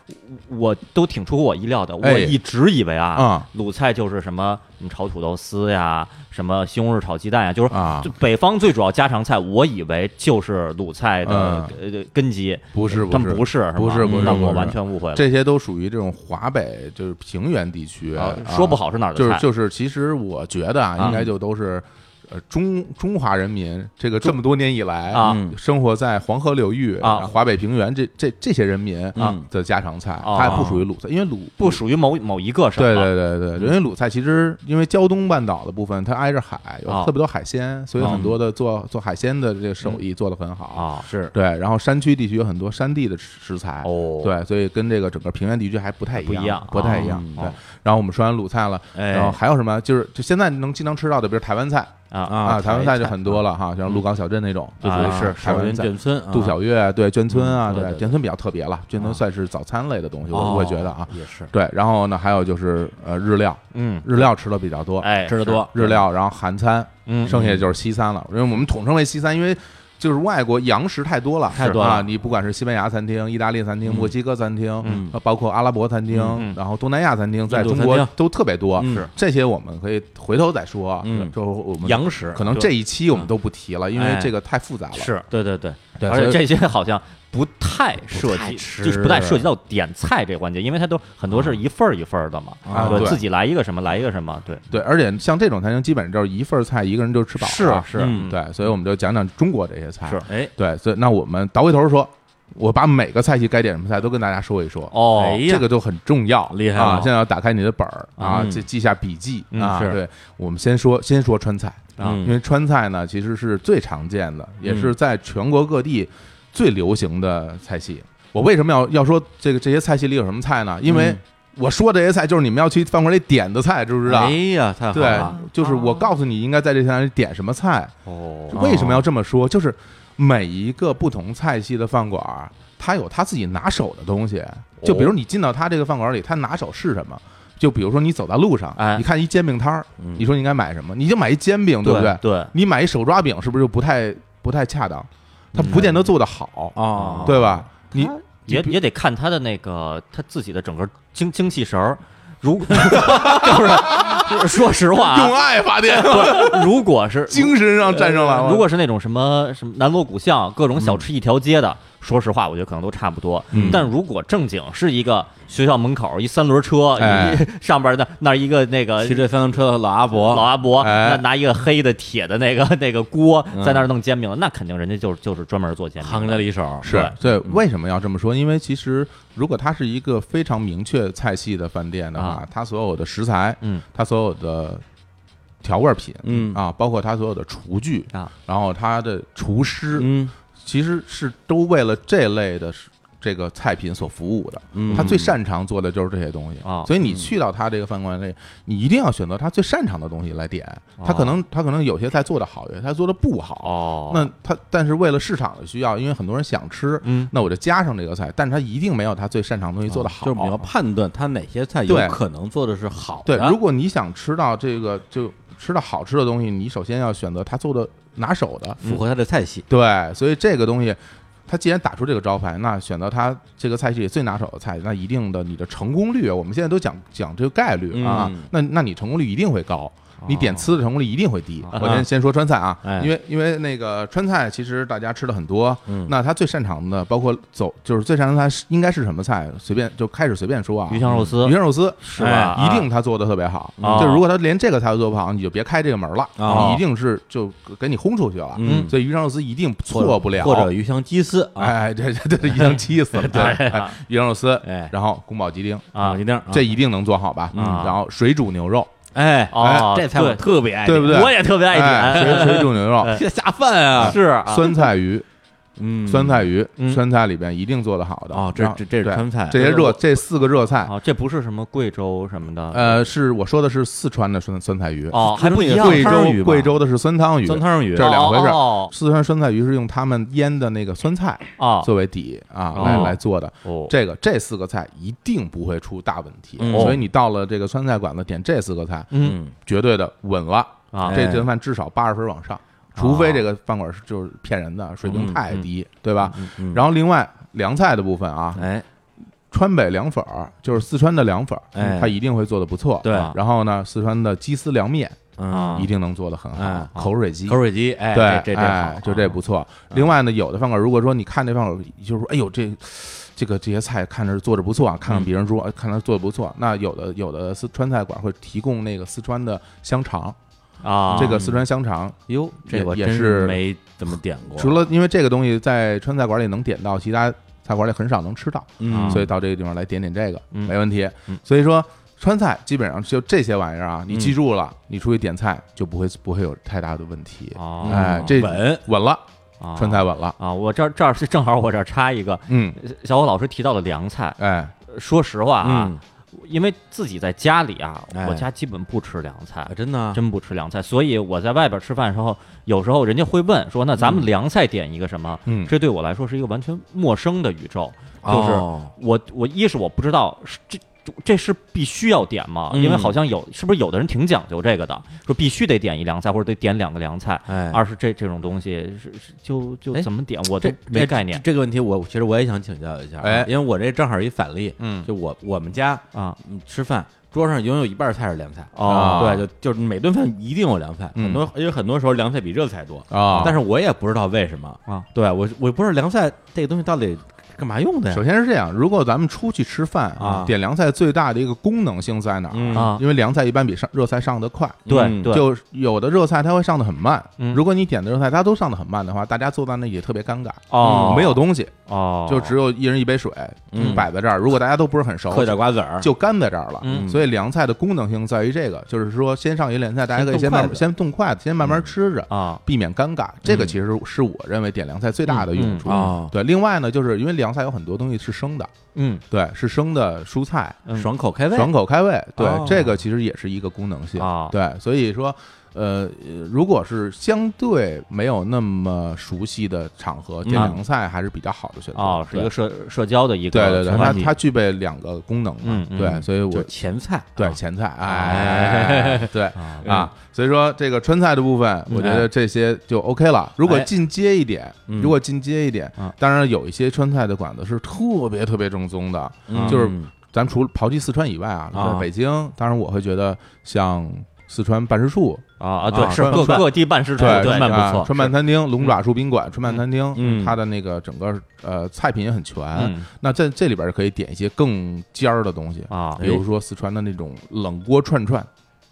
我都挺出乎我意料的，
哎
我一直以为啊，
啊
鲁菜就是什么嗯炒土豆丝呀，什么西红柿炒鸡蛋呀，就是
啊
就北方最主要家常菜，我以为就是鲁菜的呃根基，
嗯不是不
他们
是
不是吧
不是不是
那
不
我
是
完全误会了，
啊这些都属于这种华北就是平原地区，
啊
啊
说不好是哪儿
就
的
是
菜，
就是，其实我觉得啊，
啊
应该就都是呃中中华人民这个这么多年以来
啊
嗯
生活在黄河流域
啊
华北平原这这这些人民
嗯
的家常菜，
哦
它还不属于鲁菜，因为鲁
不属于啊某某一个省
对
吧
对对对，因为鲁菜其实因为胶东半岛的部分，它挨着海，有
啊嗯
特别多海鲜，所以很多的做做海鲜的这个手艺做得很好。
啊，
是
对，然后山区地区有很多山地的食食材，
哦
对，所以跟这个整个平原地区还不太
不一样
不太一样。
哦
对，然后我们说完鲁菜了，
哎
然后还有什么？就是就现在能经常吃到的，比如台湾菜
啊
啊，
台湾菜就很多了哈，像鹿港小镇那种，就
就属
属
于
于
是
台
少
湾
林
菜。
卷村啊，
杜小月对眷村啊，
嗯对对对啊
眷村比较特别了，眷村算是早餐类的东西，我我觉得啊
哦，也是
对，然后呢，还有就是呃日料，
嗯，
日料吃的比较多，
哎，
吃的多，
日料，然后韩餐，
嗯
剩下就是西餐了，因为我们统称为西餐，因为。就是外国洋食太多了，
太多
啊
了
你不管是西班牙餐厅、意大利餐厅、
嗯
墨西哥餐厅，
嗯
呃包括阿拉伯餐厅，
嗯嗯
然后东南亚餐厅，在中
印度餐
国
厅
都特别多。
嗯是
这些我们可以回头再说。
嗯
就我们
洋嗯食，
可能这一期我们都不提了，因为
哎
这个太复杂了。
是，
对对对，
对，
而
所
且
以
这些好像不太涉
不太
及，
吃
就是不太涉及
啊
到点菜这个环节，因为它都很多是一份儿一份儿的嘛，
啊
对，
对
自己来一个什么来一个什么，对，
对，而且像这种餐厅，基本上就是一份菜一个人就吃饱了。啊
是
嗯
对，所以我们就讲讲中国这些菜。啊
是
哎，
对，所以那我们倒回头说，我把每个菜系该点什么菜都跟大家说一说。
哦
哎呀
这个都很重要，
厉害了
啊！现在要打开你的本儿啊，
嗯
记记下笔记
嗯
啊。
是
对，我们先说先说川菜啊，
嗯
因为川菜呢其实是最常见的，也是在全国各地最流行的菜系。我为什么要要说这个这些菜系里有什么菜呢？因为
嗯
我说这些菜就是你们要去饭馆里点的菜，知不知道
哎？呀，太好
对
了，，
就是我告诉你应该在这菜里点什么菜，
哦
为什么要这么说？就是每一个不同菜系的饭馆儿，它有它自己拿手的东西。就比如你进到他这个饭馆里，他拿手是什么？就比如说你走在路上，
哎
你看一煎饼摊儿，
嗯
你说你应该买什么？你就买一煎饼，不对？
对，
你买一手抓饼，是不是就不太不太恰当？它不见得做得好，
啊，
哦对吧？你
也也得看他的那个他自己的整个精精气神儿，如 *laughs* 就是说实话
用
啊，
爱发电，
如果是呃
精神上战胜
呃
了。
如果是那种什么什么南锣鼓巷各种小吃一条街的，说实话，我觉得可能都差不多。
嗯
但如果正经是一个学校门口一三轮车，
哎
一 *laughs* 上边的那儿一个那个
骑这三轮车的老阿伯，
老阿伯，
哎
那拿一个黑的铁的那个 *laughs* 那个锅
嗯
在那儿弄煎饼，那肯定人家就是就是专门做煎
行
饼
家
的。
里一手，
是嗯
对，
所以为什么要这么说？因为其实如果它是一个非常明确菜系的饭店的话
啊，
它所有的食材，
嗯，
它所有的调味品，
嗯
啊，包括它所有的厨具
啊，
然后它的厨师，
嗯
其实是都为了这类的食这个菜品所服务的。
嗯，
他最擅长做的就是这些东西
啊
所以你去到他这个饭馆里，你一定要选择他最擅长的东西来点。
啊
他可能他可能有些菜做得好，有些菜做得不好，
哦，
那它但是为了市场的需要，因为很多人想吃，
嗯
那我就加上这个菜，但是它一定没有它最擅长的东西做的好。
啊
啊
就是我们要判断他哪些菜有
对
可能做的是好
对
的，，
如果你想吃到这个就吃到好吃的东西，你首先要选择他做的拿手的。
符合他的菜
嗯
系，
对，所以这个东西，它既然打出这个招牌，那选择它这个菜系里最拿手的菜，那一定的你的成功率，我们现在都讲讲这个概率啊，
嗯哦
那那你成功率一定会高。你点吃的成功率一定会低。我先先说川菜啊，
哎
因为因为那个川菜其实大家吃的很多，
嗯
那他最擅长的包括走就是最擅长的菜应该是什么菜？随便就开始随便说啊，
鱼香肉丝
鱼香肉丝
是吧
哎一
啊
定他做的特别好。
哦
就如果他连这个菜都做不好，你就别开这个门了，
哦
你一定是就给你轰出去了。
嗯
所以鱼香肉丝一定错不了，
或者鱼香鸡丝啊，
哎，这这这鱼香气死了，对，哎鱼香肉丝，
哎
然后宫保鸡丁，
啊
一定啊
这一定能做好吧？
嗯
然后水煮牛肉，
哎
哦，
这菜我
对
特别爱
对
点，
不对？
我也特别爱
哎
点，
水
*laughs*
水煮牛肉，
这下饭啊，
是啊
酸菜鱼，
嗯，
酸菜鱼
嗯，
川菜里边一定做的好的
哦这
然后
这这是
对
川菜哦
这些热这四个热菜，
啊，这不是什么贵州什么的，
呃，是我说的是四川的酸酸菜鱼，
哦，还不一样，
贵
酸汤鱼吧
州贵州的是酸汤鱼，
酸汤鱼
这，是两回事儿
哦
四川酸菜鱼是用他们腌的那个酸菜
哦
作为底啊来
哦
来做的，
哦，
这个这四个菜一定不会出大问题，
嗯
所以你到了这个川菜馆子点这四个菜，
嗯
嗯，哎
绝对的稳了，
啊
这顿饭至少八十分往上，
哦
除非这个饭馆是就是骗人的，水平太低，对吧？
嗯
然后另外凉菜的部分啊，
哎，
川北凉粉儿就是四川的凉粉儿，
哎
它一定会做的不错。
对
然后呢，四川的鸡丝凉面
嗯，
一定能做的很好
哎，
口水鸡
口。水鸡，哎，
对，
这这这
哎
好，嗯
就这不错。另外呢，有的饭馆如果说你看这饭馆，就是说，哎呦，这这个这些菜看着做着不错啊，
嗯
看看别人说，哎看他做的不错。那有的有的四川菜馆会提供那个四川的香肠，
啊，
这个四川香肠，
哟，嗯这
也
我
也
真
是
没怎么点过，
除了因为这个东西在川菜馆里能点到，其他菜馆里很少能吃到，
嗯
所以到这个地方来点点这个
嗯
没问题
嗯。
所以说川菜基本上就这些玩意儿啊，你
嗯
记住了，你出去点菜就不会不会有太大的问题。
啊
哦
哎，这
稳
稳了，
啊
川菜稳了。
啊，我这儿这儿是正好，我这儿插一个，
嗯，
小伙老师提到的凉菜，
哎，
说实话
嗯
啊，
啊，
因为自己在家里啊，
哎
我家基本不吃凉菜
啊，真的啊
真不吃凉菜，所以我在外边吃饭的时候，有时候人家会问说，那咱们
嗯
凉菜点一个什么？
嗯
这对我来说是一个完全陌生的宇宙，就是
哦
我我一是我不知道是这。这是必须要点吗？
嗯
因为好像有，是不是有的人挺讲究这个的，说必须得点一凉菜或者得点两个凉菜。
哎，
二是这这种东西是是就就
哎
怎么点我都
这
没概念
这这个问题我其实我也想请教一下啊，
哎
因为我这正好一反例，
嗯
就我我们家
啊。
嗯吃饭桌上永远有一半菜是凉菜。
哦，
对，就就是每顿饭一定有凉菜，
嗯
很多因为很多时候凉菜比热菜多，
啊，
但是我也不知道为什么
啊。
对我我不知道凉菜这个东西到底干嘛用的呀
首？先是这样，如果咱们出去吃饭
啊
点凉菜最大的一个功能性在哪儿？
嗯
啊
因为凉菜一般比上热菜上的快，
嗯
对对，
就有的热菜它会上的很慢。
嗯
如果你点的热菜它都上的很慢的话，大家坐在那也特别尴尬，嗯
哦
没有东西，
哦，
就只有一人一杯水
嗯
摆在这儿。如果大家都不是很熟，
嗑点瓜子儿，
就干在这儿了。
嗯
所以凉菜的功能性在于这个，就是说先上一凉菜，大家可以先慢慢先动筷子，先慢慢吃着。
啊
避免尴尬，这个其实是我认为点凉菜最大的用处
嗯嗯嗯
啊
哦
对，另外呢，就是因为凉菜有很多东西是生的，
嗯
对，是生的蔬菜，
嗯
爽口开胃，
爽口开胃。对，
哦
这个其实也是一个功能性。
哦
对，所以说，呃，如果是相对没有那么熟悉的场合，点
嗯
凉菜还是比较好的选择。
哦，是一个
对
社社交的一个
对对对，
存
它
换器
它具备两个功能嘛
嗯。嗯
对，
嗯
所以
就
我
是前菜，
对
啊
前菜，哎，对。
啊
啊，所以说这个川菜的部分，我觉得这些就 OK 了。如果进阶一点，
嗯
如果进阶一点
啊，
当然有一些川菜的馆子是特别特别正宗的，
嗯
就是咱除了刨去四川以外啊，
啊
在北京，当然我会觉得像四川办事处，
啊啊，对，
啊
是
涮
各
涮
各地办事处
对，
真蛮
啊
不错，
川办餐厅、龙爪树宾馆、川办餐厅，
嗯
它的那个整个呃菜品也很全。
嗯
那在这里边可以点一些更尖儿的东西，
啊
比如说四川的那种冷锅串串，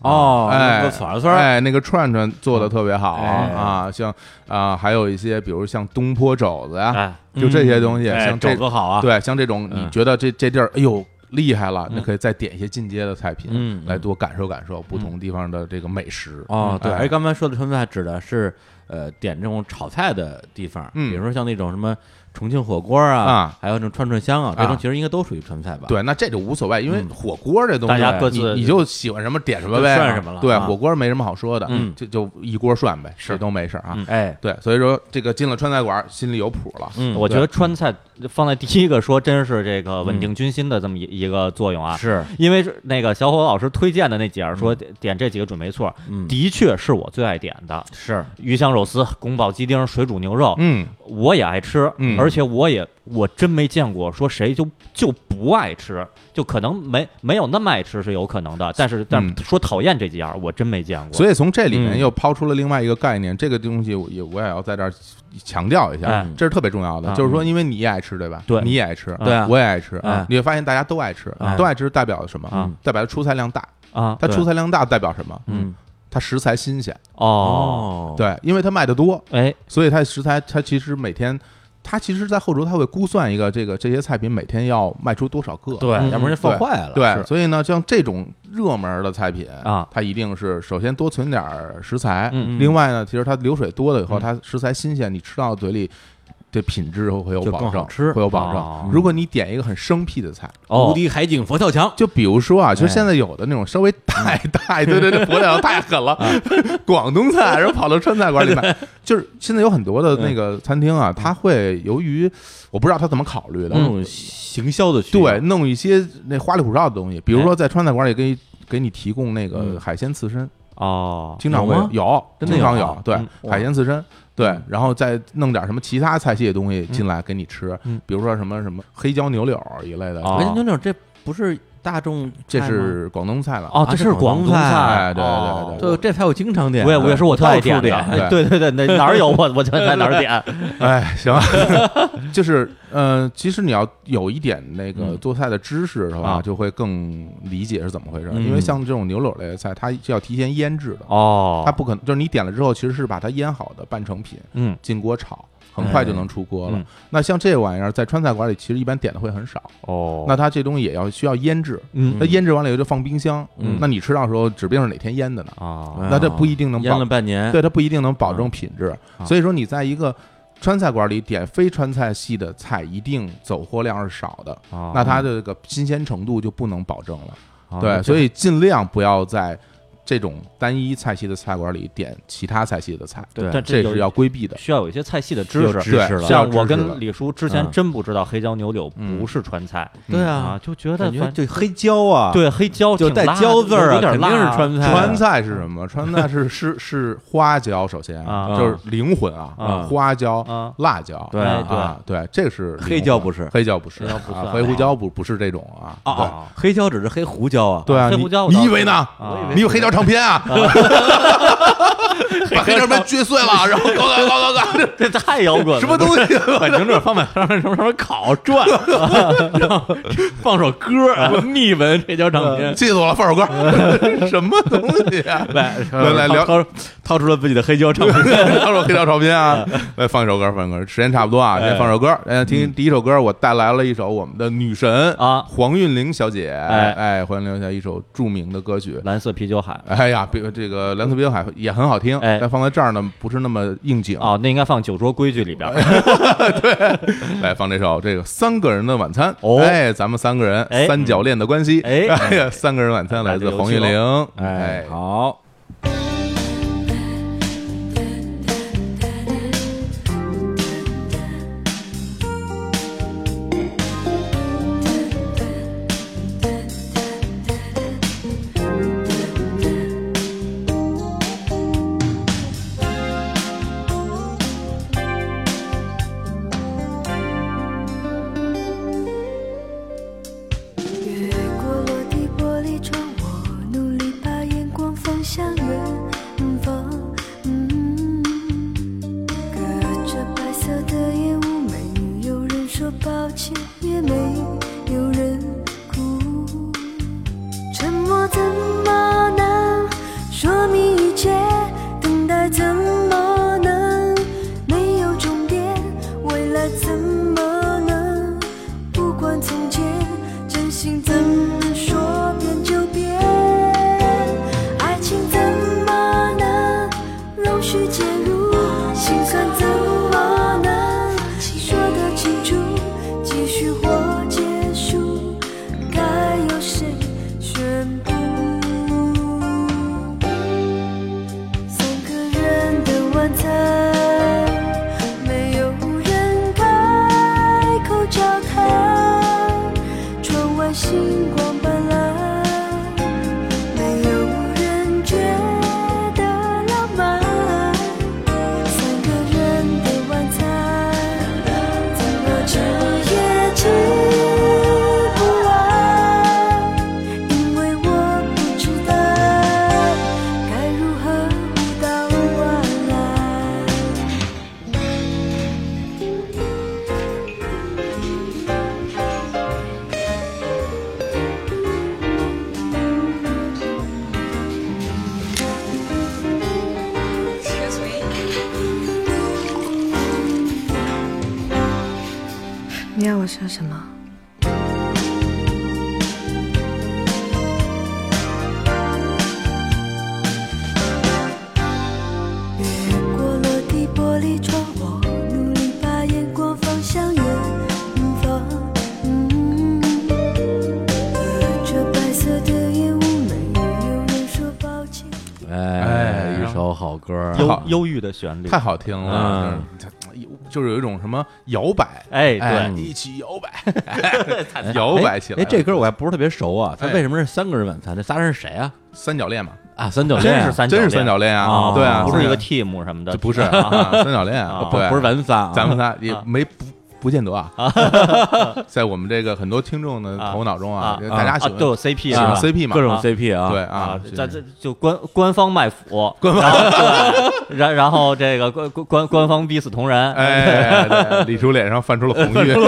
哦，
哎
那个串串儿，
哎，那个串串做的特别好
哎
啊，像啊还有一些比如像东坡肘子呀，
哎
就这些东西，
哎
像
肘
这
子好啊，
对，像这种
嗯
你觉得这这地儿，哎呦厉害了，
嗯
那可以再点一些进阶的菜品，
嗯
来多感受感受不同地方的这个美食。
哦，对，
哎
而且刚才说的川菜指的是呃点这种炒菜的地方，
嗯
比如说像那种什么重庆火锅啊，
啊
还有那种串串香啊，这种
啊
其实应该都属于川菜吧？，
对，那这就无所谓，因为
嗯
火锅这东西，
大家各自
你你就喜欢什么点什么呗，
就涮什么了
对，
啊
火锅没什么好说的，
嗯
就就一锅涮呗，谁都没事啊。
嗯
哎，
对，所以说这个进了川菜馆，心里有谱了。
嗯，
我觉得川菜放在第一个说，真是这个
嗯
稳定军心的这么一一个作用啊。
是，
因为是那个小伙老师推荐的那几样，
嗯
说点这几个准没错，
嗯，
的确是我最爱点的
是，
鱼香肉丝、宫保鸡丁、水煮牛肉，
嗯，
我也爱吃，
嗯
而且我也我真没见过说谁就就不爱吃，就可能没没有那么爱吃是有可能的，但是但是说讨厌这几样，我真没见过。
所以从这里面
嗯
又抛出了另外一个概念，这个东西我也我也要在这儿强调一下
哎，
这是特别重要的，
啊
就是说，因为你也爱吃，对吧？
对
你也爱吃，
对啊
我也爱吃
哎，
你会发现大家都爱吃
哎，
都爱吃代表什
啊
么？代表出菜量大，
啊，
它
对
出菜量大代表什么？
嗯，
它食材新鲜，
哦，，
对，因为它卖的多，
哎，
所以它食材它其实每天。它其实，在后厨，它会估算一个这个这些菜品每天要卖出多少个，
对，
嗯
要不然就放坏了，
对，
是，
所以呢，像这种热门的菜品
啊
它一定是首先多存点儿食材，
嗯
另外呢，其实它流水多了以后，
嗯
它食材新鲜，你吃到嘴里这品质会有
就
保
更
证
好，吃
会有保证。
哦
如果你点一个很生僻的菜，
哦
无敌海景佛跳墙，
就比如说啊，就
哎
现在有的那种
嗯
稍微太太，对
*laughs*
对对，佛跳墙太狠了，广东菜，然后跑到川菜馆里买，就是现在有很多的
嗯
那个餐厅啊，它会由于我不知道他怎么考虑的，
某
嗯
种行销的需要
对，，弄一些那花里胡哨的东西，比如说在川菜馆里给你给你提供那个
哎嗯
海鲜刺身，
哦，
经常
有
会
吗
有，
真的
经常
有啊
有，对
嗯，
哇嗯
海鲜刺身，对，然后再弄点什么其他菜系的东西进来给你吃
嗯，
啊
比如说什么什么黑椒牛柳一类的，
哦
哎，牛柳这不是大众
这
菜吗
是广东菜了
哦，
这
是
是
广
广
东
东
菜对对
哦
对
对，这菜我经常点，啊
我也我也是我特爱点
到处
的，
点
对对对，那哪儿有我我就在哪儿点，
哎，行， *laughs* 就是呃，其实你要有一点那个
嗯
做菜的知识的话，
啊
就会更理解是怎么回事。
嗯
因为像这种牛柳类的菜，它是要提前腌制的，
哦
它不可能就是你点了之后，其实是把它腌好的半成品
嗯
进锅炒，很快就能出锅
嗯
了。那像这玩意儿在川菜馆里，其实一般点的会很少。
哦
那它这东西也要需要腌制，
嗯
那腌制完了以后就放冰箱
嗯。
那你吃到的时候，指不定是哪天腌的呢。
啊
嗯
那这不一定能保
腌了哎半年，
对，它不一定能保证品质。
啊
所以说，你在一个川菜馆里点非川菜系的菜，一定走货量是少的，
啊
那它的这个新鲜程度就不能保证了。
啊
对，
这
所以尽量不要在这种单一菜系的菜馆里点其他菜系的菜，
对
但
这
有
是要规避的。
需要有一些菜系的
需
知
要
识。
知识
对，
了
需要
像我
知识
跟
的
李叔之前
嗯
真不知道黑椒牛柳
嗯
不是川菜
对
啊
啊，，
就觉得
感觉
反
就黑椒啊，，
对黑椒
就
挺
带
辣的
椒字儿
有
啊，
点
肯
辣
定是川菜啊，
川菜是什么？川菜是是是花椒，首先
啊
就是灵魂啊
啊，
花椒
啊、
辣椒，
对
啊
对
啊对，这个是灵魂
黑椒不是
黑椒不是
黑椒不
啊
算
黑胡
啊
椒不不是这种啊
啊
对
啊，黑椒只是黑胡椒啊，
对啊，
黑
你
胡椒我倒
你以
是
为呢？
啊
你以为黑椒唱片
*laughs*
啊？把黑椒片撅碎
*laughs*
了，然后搞搞搞搞搞，
*laughs* 这太摇滚了，
什么
*laughs*
东西？
反正这放在上面什么什么烤转， *laughs* 然后放首歌啊，嗯逆闻黑椒唱片。
气死我了！放首歌，
*laughs*
什么东西啊？
来
*laughs* 来
呃
来聊
掏掏出了自己的黑椒唱
*laughs*
片，
放首黑椒唱片啊！来放一首歌，放一首歌，时间差不多啊，
哎
先放首歌。大家听第一首歌，我带来了一首我们的女神
嗯啊
黄韵玲小姐。
哎
哎，黄韵玲小姐一首著名的歌曲。
蓝色啤酒海
哎呀，别这个《蓝色啤酒海》也很好听，
哎
但放在这儿呢，不是那么应景
哦，那应该放酒桌规矩里边儿。
来哎放这首这个三个人的晚餐
哦
哎，咱们三个人、
哎
三角恋的关系， *laughs*
哎
呀，三个人晚餐来自黄韵玲，哎，
好，
越过落地玻璃窗，我努力把眼光放向远方。嗯，隔着白色的夜雾，没有人说抱歉，也没有人哭。沉默怎么能说明一切？等待怎么能没有终点？未来怎么能不管从前？真心怎能说变就变？爱情怎么能容许介入？心酸怎么能说得清楚？继续或结束，该由谁宣布？三个人的晚餐，没有人开口交谈，窗外星光斑斓，没有人觉得浪漫。三个人的晚餐，怎么吃也吃不完。因为我不知道该如何舞蹈晚来。
Excuse me.
你要我说什么？越过落地玻璃窗，我努力把眼光放向远方。嗯隔着白色的夜雾，没有人说抱歉。
哎
哎
一首好歌儿，
忧
好
忧郁的旋律
太，好听了
嗯，
就是就是有一种什么摇摆，
哎
哎，
对，
一起摇摆，摇摆起来。
哎，这歌我还不是特别熟啊，他
哎
为什么是三个人晚餐？这仨人是谁啊？
三角恋嘛，
啊，三角恋
真
啊，
是三
真是三角恋啊，
啊
对啊，
不是一个
三角
team 什么的，
不是啊，三角恋啊
啊，
对，
哦不是咱仨啊，
咱们仨也没不不见得啊，在我们这个很多听众的
啊
头脑中啊，
啊
大家喜
啊
欢
都有 CP
喜
啊
欢 CP 嘛，
各种
啊
CP 啊，
对
啊
啊，，
这这就官官方卖腐，官方然然后这个官官官官方逼死同人，
哎，
*laughs*
对李叔脸上泛出了红晕。 *laughs*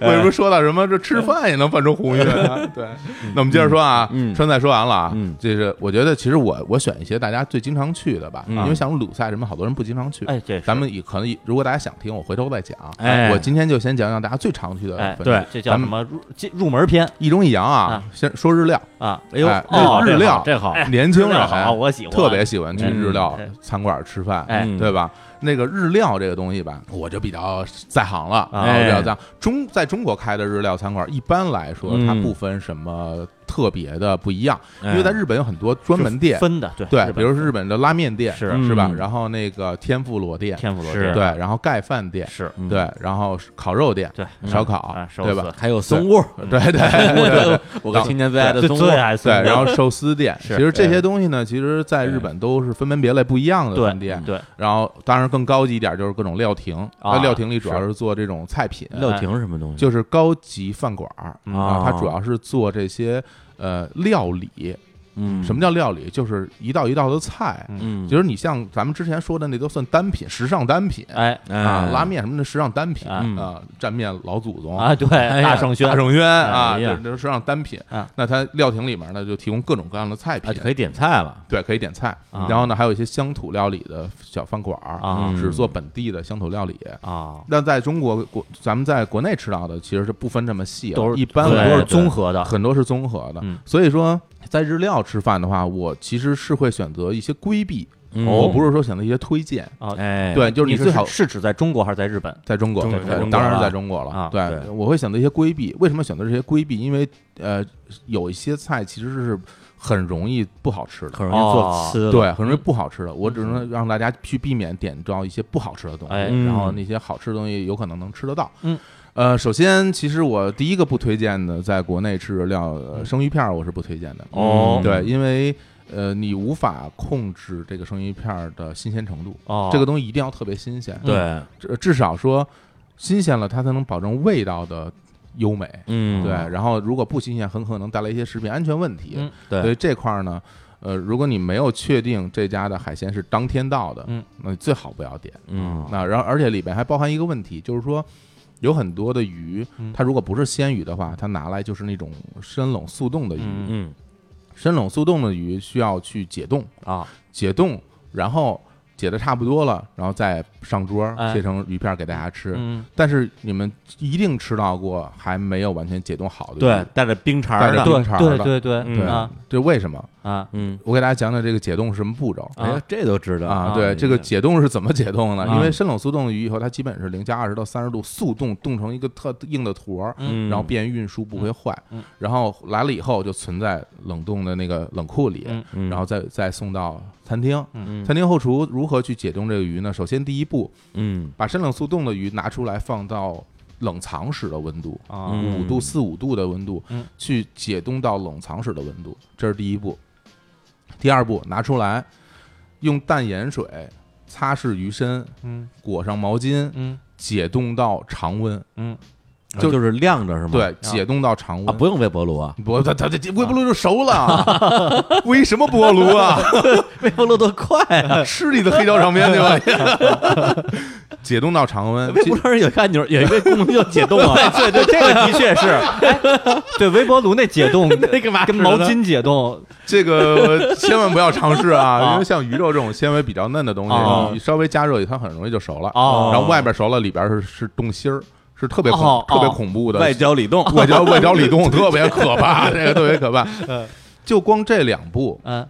为什么说到什么这吃饭也能泛出红晕
哎
啊？对，那我们接着说啊，
嗯
川菜说完了啊
嗯，
就是我觉得其实我我选一些大家最经常去的吧，
嗯
因为像鲁菜什么，好多人不经常去。
哎这是
咱们也可能也如果大家想听，我回头再讲。啊
哎
我今天就先讲讲大家最常去的
哎
分支。
对
这叫什么入进入门篇
一中一阳啊
啊，
先说日料，
啊？哎呦，
哎
哦，
日
这
料
好这好，
年轻
日料
人哎
好我喜欢
特别喜欢去
嗯
日料
嗯
餐馆吃饭，
哎
嗯
对吧？那个日料这个东西吧，我就比较在行了，
啊
我比较
哎
在行中在中国开的日料餐馆，一般来说它
嗯
不分什么特别的不一样，因
哎
为在日本有很多专门店，
分的，对
对，
日本
比如说日本的拉面店
是
是吧
嗯？
然后那个天妇罗店，
天妇罗
是
店
对，然后盖饭店，
是
嗯
对，然后烤肉店，
对
烧烤
啊，，嗯烧
对
死
吧？？
还有松屋，
对
*laughs*
对对，
我跟青年最爱的
最
松屋
最，爱
对，
松
然后
屋
寿司店，其
是
实这些东西呢，其实在日本都是分门别类不一样的
对
饭店。
对
然后，当然更高级一点就是各种料亭，
啊
那料亭里主要是做这种菜品，
料亭是什么东西？
哎就是高级饭馆儿
嗯
啊，它
哦
主要是做这些呃料理。
嗯
什么叫料理？就是一道一道的菜。
嗯，
其实你像咱们之前说的那都算单品，时尚单品
哎
啊，
哎
拉面什么的时尚单品
嗯
啊，蘸面老祖宗
啊对
呀
大圣轩
大圣轩啊，
哎呀
这这时尚单品
啊。
那它料亭里面呢，就提供各种各样的菜品
啊，，可以点菜了，
对，可以点菜。
啊
然后呢，还有一些乡土料理的小饭馆儿
啊
只做本地的乡土料理。
啊，
那在中国国，咱们在国内吃到的其实是不分这么细了，
都是
一般
很
来
多
说
是综合的，
很多是综合的
嗯。
所以说，在日料吃饭的话，我其实是会选择一些规避，
嗯
我不是说选择一些推荐。
啊
哎，
对，就是
你
最好
是指在中国还是在日本？
在中国，
中国
对
在中国
当然是
啊
在中国了。
啊
对，
对
我会选择一些规避。为什么选择这些规避？因为呃，有一些菜其实是很容易不好吃的，
很容易做吃的，
哦
嗯
对，很容易不好吃的。我只能让大家去避免点到一些不好吃的东西，
哎
然后
嗯
那些好吃的东西有可能能吃得到。
嗯。
呃，首先，其实我第一个不推荐的，在国内吃日料，呃生鱼片儿我是不推荐的。
嗯哦
对，因为呃，你无法控制这个生鱼片儿的新鲜程度，
哦，
这个东西一定要特别新鲜，
对，
至至少说新鲜了，它才能保证味道的优美。
嗯，
对，然后如果不新鲜，很可能带来一些食品安全问题。
嗯
所
对
以，这块儿呢，呃，如果你没有确定这家的海鲜是当天到的，
嗯，
那你最好不要点。
嗯
那然后而且里边还包含一个问题，就是说有很多的鱼，
嗯
它如果不是鲜鱼的话，它拿来就是那种深冷速冻的鱼，
嗯
嗯
深冷速冻的鱼需要去解冻，
啊
解冻，然后。解的差不多了，然后再上桌儿
哎
切成鱼片儿给大家吃。
嗯
但是你们一定吃到过还没有完全解冻好的鱼。
对，带着冰碴
带
儿
着
的，
冰
对
碴儿
对
的
对对
嗯
对
啊
这为什么？
啊
嗯，
我给大家讲讲这个解冻是什么步骤。
哎呀，这都知道
啊，
啊
对，
嗯
这个解冻是怎么解冻呢？
啊
因为深冷速冻鱼以后，它基本是零下二十到三十度速冻，冻成一个特硬的坨儿，
嗯
然后便于运输不会坏
嗯嗯。
然后来了以后就存在冷冻的那个冷库里，
嗯
嗯
然后再再送到餐厅。
嗯
餐厅后厨如何去解冻这个鱼呢？首先第一步，
嗯
把深冷速冻的鱼拿出来放到冷藏室的温度，
啊
嗯
五度四五度的温度
嗯，
去解冻到冷藏室的温度，这是第一步。第二步，拿出来，用淡盐水擦拭鱼身，
嗯
裹上毛巾，
嗯
解冻到常温。
嗯
啊就就是晾着是吗？
对，解冻到常
嗯啊，
温。
不用微波炉啊，
不，它它这微波炉就熟了，
*laughs*
微什么波炉啊？
微波炉多快啊！
吃你的黑椒长边去吧！ *laughs* 解冻到常温，
*laughs* 微波炉上有个按钮， *laughs* 有一个功能叫解冻啊，
*laughs* 对对，这个的确是，哎对微波 *laughs* 炉那解冻
那干嘛
跟
使的
毛
呢
巾解冻
这个千万不要尝试啊，
啊
因为像鱼肉这种纤维比较嫩的东
哦
啊
西，你稍微加热它很容易就熟了。
哦
然后外边熟了，里边是是冻心儿，是特别恐
哦
特别
哦
恐怖的
啊外焦里冻，
*laughs* *laughs* 外焦外焦里冻，特别可
*laughs*
怕，这个特别可怕。
嗯
就光这两步，
嗯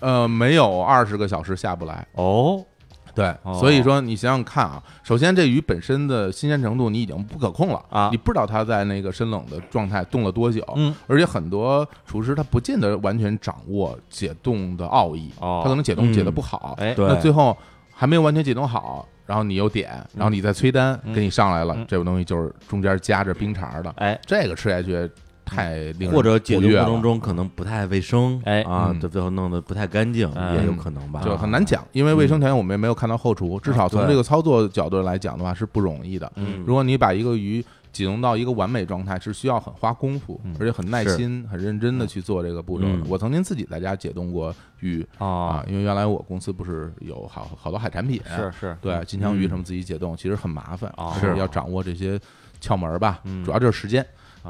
呃，没有二十个小时下不来。
哦
对，
哦
所以说你想想看啊，首先这鱼本身的新鲜程度你已经不可控了
啊
你不知道它在那个深冷的状态冻了多久，
嗯，
而且很多厨师他不见得完全掌握解冻的奥义，
哦
他可能解冻
嗯
解的不好，
哎
对
那最后还没有完全解冻好，然后你又点，然后你再催单，
嗯
给你上来了，
嗯
这个东西就是中间夹着冰碴儿的，
哎
这个吃下去。太
*laughs*
令人
或者解
不
读
悦
过
了
程中可能不太卫生，
哎
啊
嗯，
这最后弄得不太干净，
嗯
也有可能吧，
就很难讲，因为卫生条件我们也没有看到后厨，至少从这个操作角度来讲的话是不容易的。
嗯
如果你把一个鱼解冻到一个完美状态，是需要很花功夫，而且很耐心、很认真的去做这个步骤的
嗯。
我曾经自己在家解冻过鱼啊，因为原来我公司不是有好好多海产品，啊
哎是是，
对金枪鱼什么自己解冻，其实很麻烦
哦，
而且要掌握这些窍门儿吧，主要就是时间。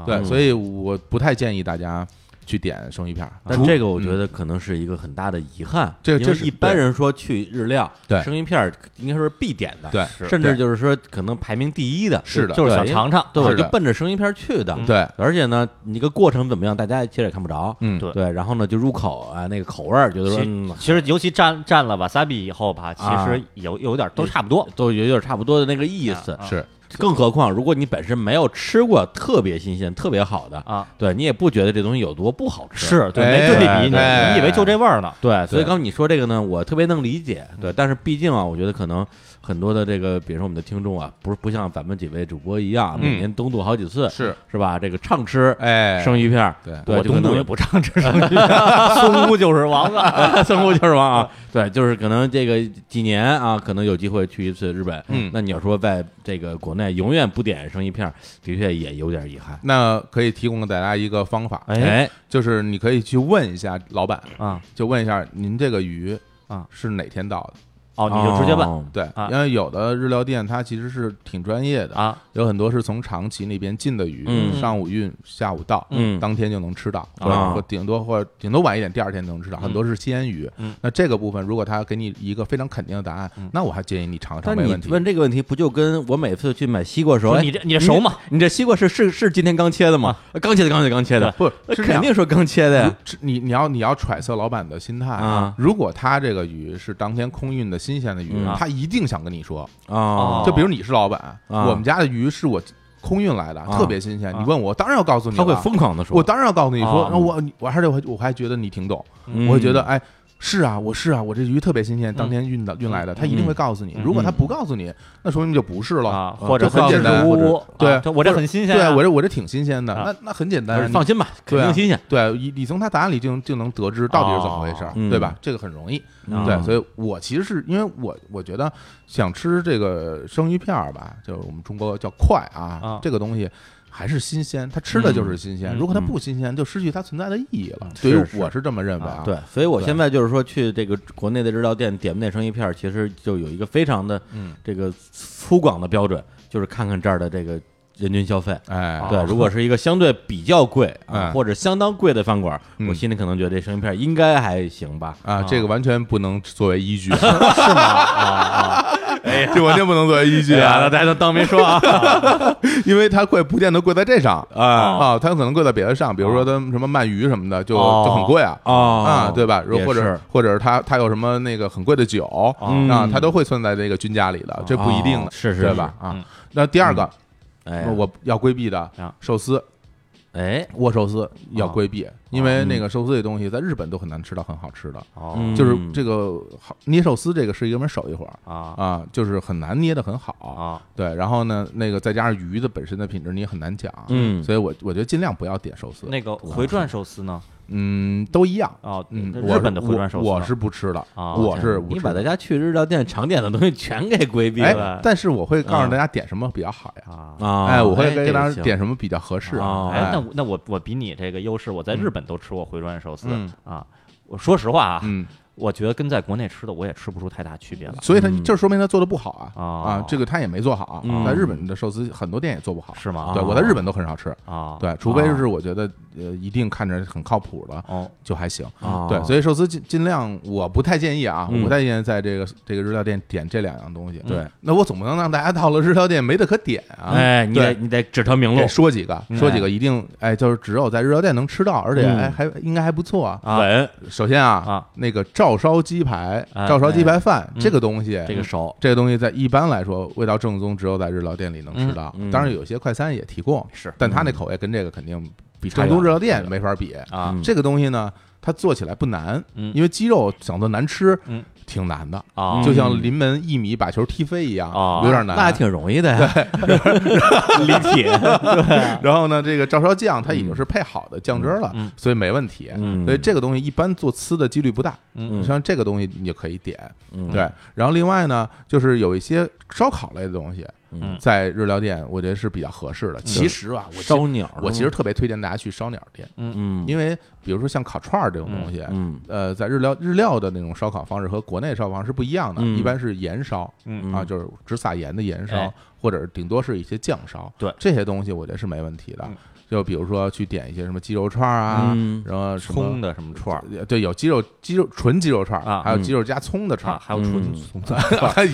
对，所以我不太建议大家去点生鱼片儿，
但这个我觉得可能是一个很大的遗憾，
嗯这
因为
这是
一般人说去日料，
对
生鱼片儿应该说是必点的，
对
甚至
对
就是说可能排名第一的，
是的
就
就是是想尝尝，
对，我
是
就
的嗯
奔着生鱼片儿去的，
对，
而且呢，你个过程怎么样，大家其实也看不着，
嗯，
对
对，然后呢就入口啊，那个口味儿觉得说嗯
其其实尤其蘸蘸了瓦萨比以后吧，其实有有点都差不多。
都有点差不多的那个意思
啊，
是。
更何况如果你本身没有吃过特别新鲜、特别好的
啊，
对你也不觉得这东西有多不好吃，
是对，没
哎
对比，你
哎
你以为就这味儿呢？
对，所以
对
刚你说这个呢，我特别能理解。对，但是毕竟啊，我觉得可能很多的这个，比如说我们的听众啊，不是不像咱们几位主播一样，每
嗯
年东渡好几次，
是
是吧？这个畅吃
哎，
生鱼片儿，
对
对，
我
就可
东
能
部也不唱这 *laughs* 生鱼片，松屋就是王啊。
三姑就是王啊，对，就是可能这个几年啊，可能有机会去一次日本。
嗯
那你要说在这个国内永远不点生鱼片儿，的确也有点遗憾。
那可以提供给大家一个方法，
哎，
就是你可以去问一下老板，
啊，
就问一下您这个鱼
啊
是哪天到的？
哦，你就直接问
哦，
对，
啊
因为有的日料店它其实是挺专业的，
啊，
有很多是从长崎那边进的鱼，
嗯
上午运，下午到，
嗯
当天就能吃到，
啊
或者或顶多或者顶多晚一点，第二天能吃到，很多是鲜鱼。
嗯
那这个部分如果他给你一个非常肯定的答案，那我还建议你尝尝，
但
没
嗯你
问题。
问这个问题，不就跟我每次去买西瓜的时候，
说
哎
你这你这熟吗？
你这西瓜是是是今天刚切的吗？刚切的，刚切的，刚切的，
不
那
是这
呃肯
样
定说刚切的
如
呀。
这你你要你要揣测老板的心态
哎啊
如果他这个鱼是当天空运的新鲜的鱼，
嗯
他一定想跟你说。
啊
就比如你是老板，
啊
我们家的鱼是我空运来的，
啊
特别新鲜。
啊
你问我，当然要告诉你
他
了。
会疯狂的说，
我当然要告诉你说，
啊
那我我还是我我还觉得你挺懂，
嗯
我会觉得哎。是啊，我是啊，我这鱼特别新鲜，当天运
嗯
的运来的，他一定会告诉你。如果他不告诉你，那说明就不是了
啊，，或者
就很
很
简单
支支。
或者
吾吾，
对
啊我这很新鲜
对
啊，
我这我这挺新鲜的，
啊
那那很简
但
单
是，放心吧，肯
对啊
定新鲜。
对你，你从他答案里就能就能得知到底是怎么回事儿，
哦嗯
对吧？这个很容易。
嗯
对，所以我其实是因为我我觉得想吃这个生鱼片儿吧，就是我们中国叫快啊，
啊
这个东西还是新鲜，它吃的就是新鲜。
嗯
如果它不新鲜，就失去它存在的意义了。
是
对
是
于我是这么认为啊。
对，所以我
对
现在就是说去这个国内的日料店点不点生鱼片儿，其实就有一个非常的
嗯，
这个粗犷的标准，就是看看这儿的这个人均消费。
哎，
啊
对，如果是一个相对比较贵啊，
嗯
或者相当贵的饭馆，
嗯
我心里可能觉得这生鱼片儿应该还行吧。
啊，这个完全不能作为依据，是吗？ *laughs* 哎呀，这完全不能作为依
哎
据
啊，那
啊，
大家当没说
*laughs*
啊。
因为它贵不见得贵在这上
啊
啊，它可能贵在别的上，比如说它什么鳗鱼什么的，就
哦
就很贵啊
哦
啊，对吧？如
也
或者
是
或者是它它有什么那个很贵的酒
哦
嗯
啊，它都会算在这个均价里的，这不一定
哦
的，
是是
对
是
吧？啊
嗯，
那第二个
哎，
我要规避的
啊
寿司，
哎，
握寿司要
哦
规避，因为
嗯
那个寿司这东西在日本都很难吃到很好吃的。
哦
就是
嗯
这个好捏寿司这个是一个门手艺活儿
啊
啊，就是很难捏的很好。
啊
对，然后呢，那个再加上鱼的本身的品质你也很难讲，
嗯
所以我我觉得尽量不要点寿司，
那个回转寿司呢？
嗯，都一样。
哦，
嗯，
日
我
本的
是
回转寿司呢，
我我是不吃的，
啊
我是不
哎你
吃
把
的
大家去日料店常点的东西全给规避了
哎，但是我会告诉大家点什么比较好呀，
啊。
啊！
哎，我会
这
给
个
大家
行
点什么比较合适，
哦
哎，
哎，
那我那我我比你这个优势，我在日本都吃过回转寿司
嗯
啊。我说实话啊，
嗯，
我觉得跟在国内吃的我也吃不出太大区别来，
所以他
嗯
这说明他做的不好啊
哦
啊，这个他也没做好
嗯，哦
在日本的寿司很多店也做不好，
是吗？
对我在日本都很少吃，
啊，
对，除非是我觉得呃一定看着很靠谱的
哦，
就还行。
哦
对，所以寿司尽尽量我不太建议啊，
嗯
我不太建议在这个这个日料店点这两样东西。
对，
那我总不能让大家到了日料店没得可点啊。
哎，你得
对。
你得指条明路
得说几个，
嗯
说几个一定，哎，就是只有在日料店能吃到，而且
嗯
还还应该还不错啊。
啊
稳，
首先啊
啊，
那个照烧鸡排、
哎
照烧鸡排饭
嗯
这个东西，
这个熟
这个东西在一般来说，味道正宗只有在日料店里能吃到
嗯嗯。
当然，有些快餐也提供，
是
但它那口味跟这个肯定比
差远
正宗日料店没法比。
啊
嗯
这个东西呢，它做起来不难
嗯，
因为鸡肉想做难吃
嗯，
挺难的，
啊，
就像临门一米把球踢飞一样
啊，
有点难。
那还挺容易的呀，嗯
离体，
*laughs* 然后呢，这个照烧酱它已经是配好的酱汁儿了，
嗯嗯
所以没问题。
嗯
所以这个东西一般做呲的几率不大，
嗯
像这个东西你就可以点。
嗯
对，然后另外呢，就是有一些烧烤类的东西，
嗯
在日料店我觉得是比较合适的。其实啊，我
烧鸟，
我其实特别推荐大家去烧鸟店，
嗯
因为比如说像烤串儿这种东西。
嗯
呃，在日料日料的那种烧烤方式和国内烧烤方式是不一样的，
嗯
一般是盐烧，
嗯
啊，
嗯
就是只撒盐的盐烧
哎，
或者顶多是一些酱烧，
对
这些东西我觉得是没问题的
嗯。
就比如说去点一些什么鸡肉串儿啊，
嗯
然后什么
葱的什么串儿
呃对，有鸡肉鸡肉纯鸡肉串儿
啊
还有
嗯
鸡肉加葱的串儿。
啊，还有纯
嗯
葱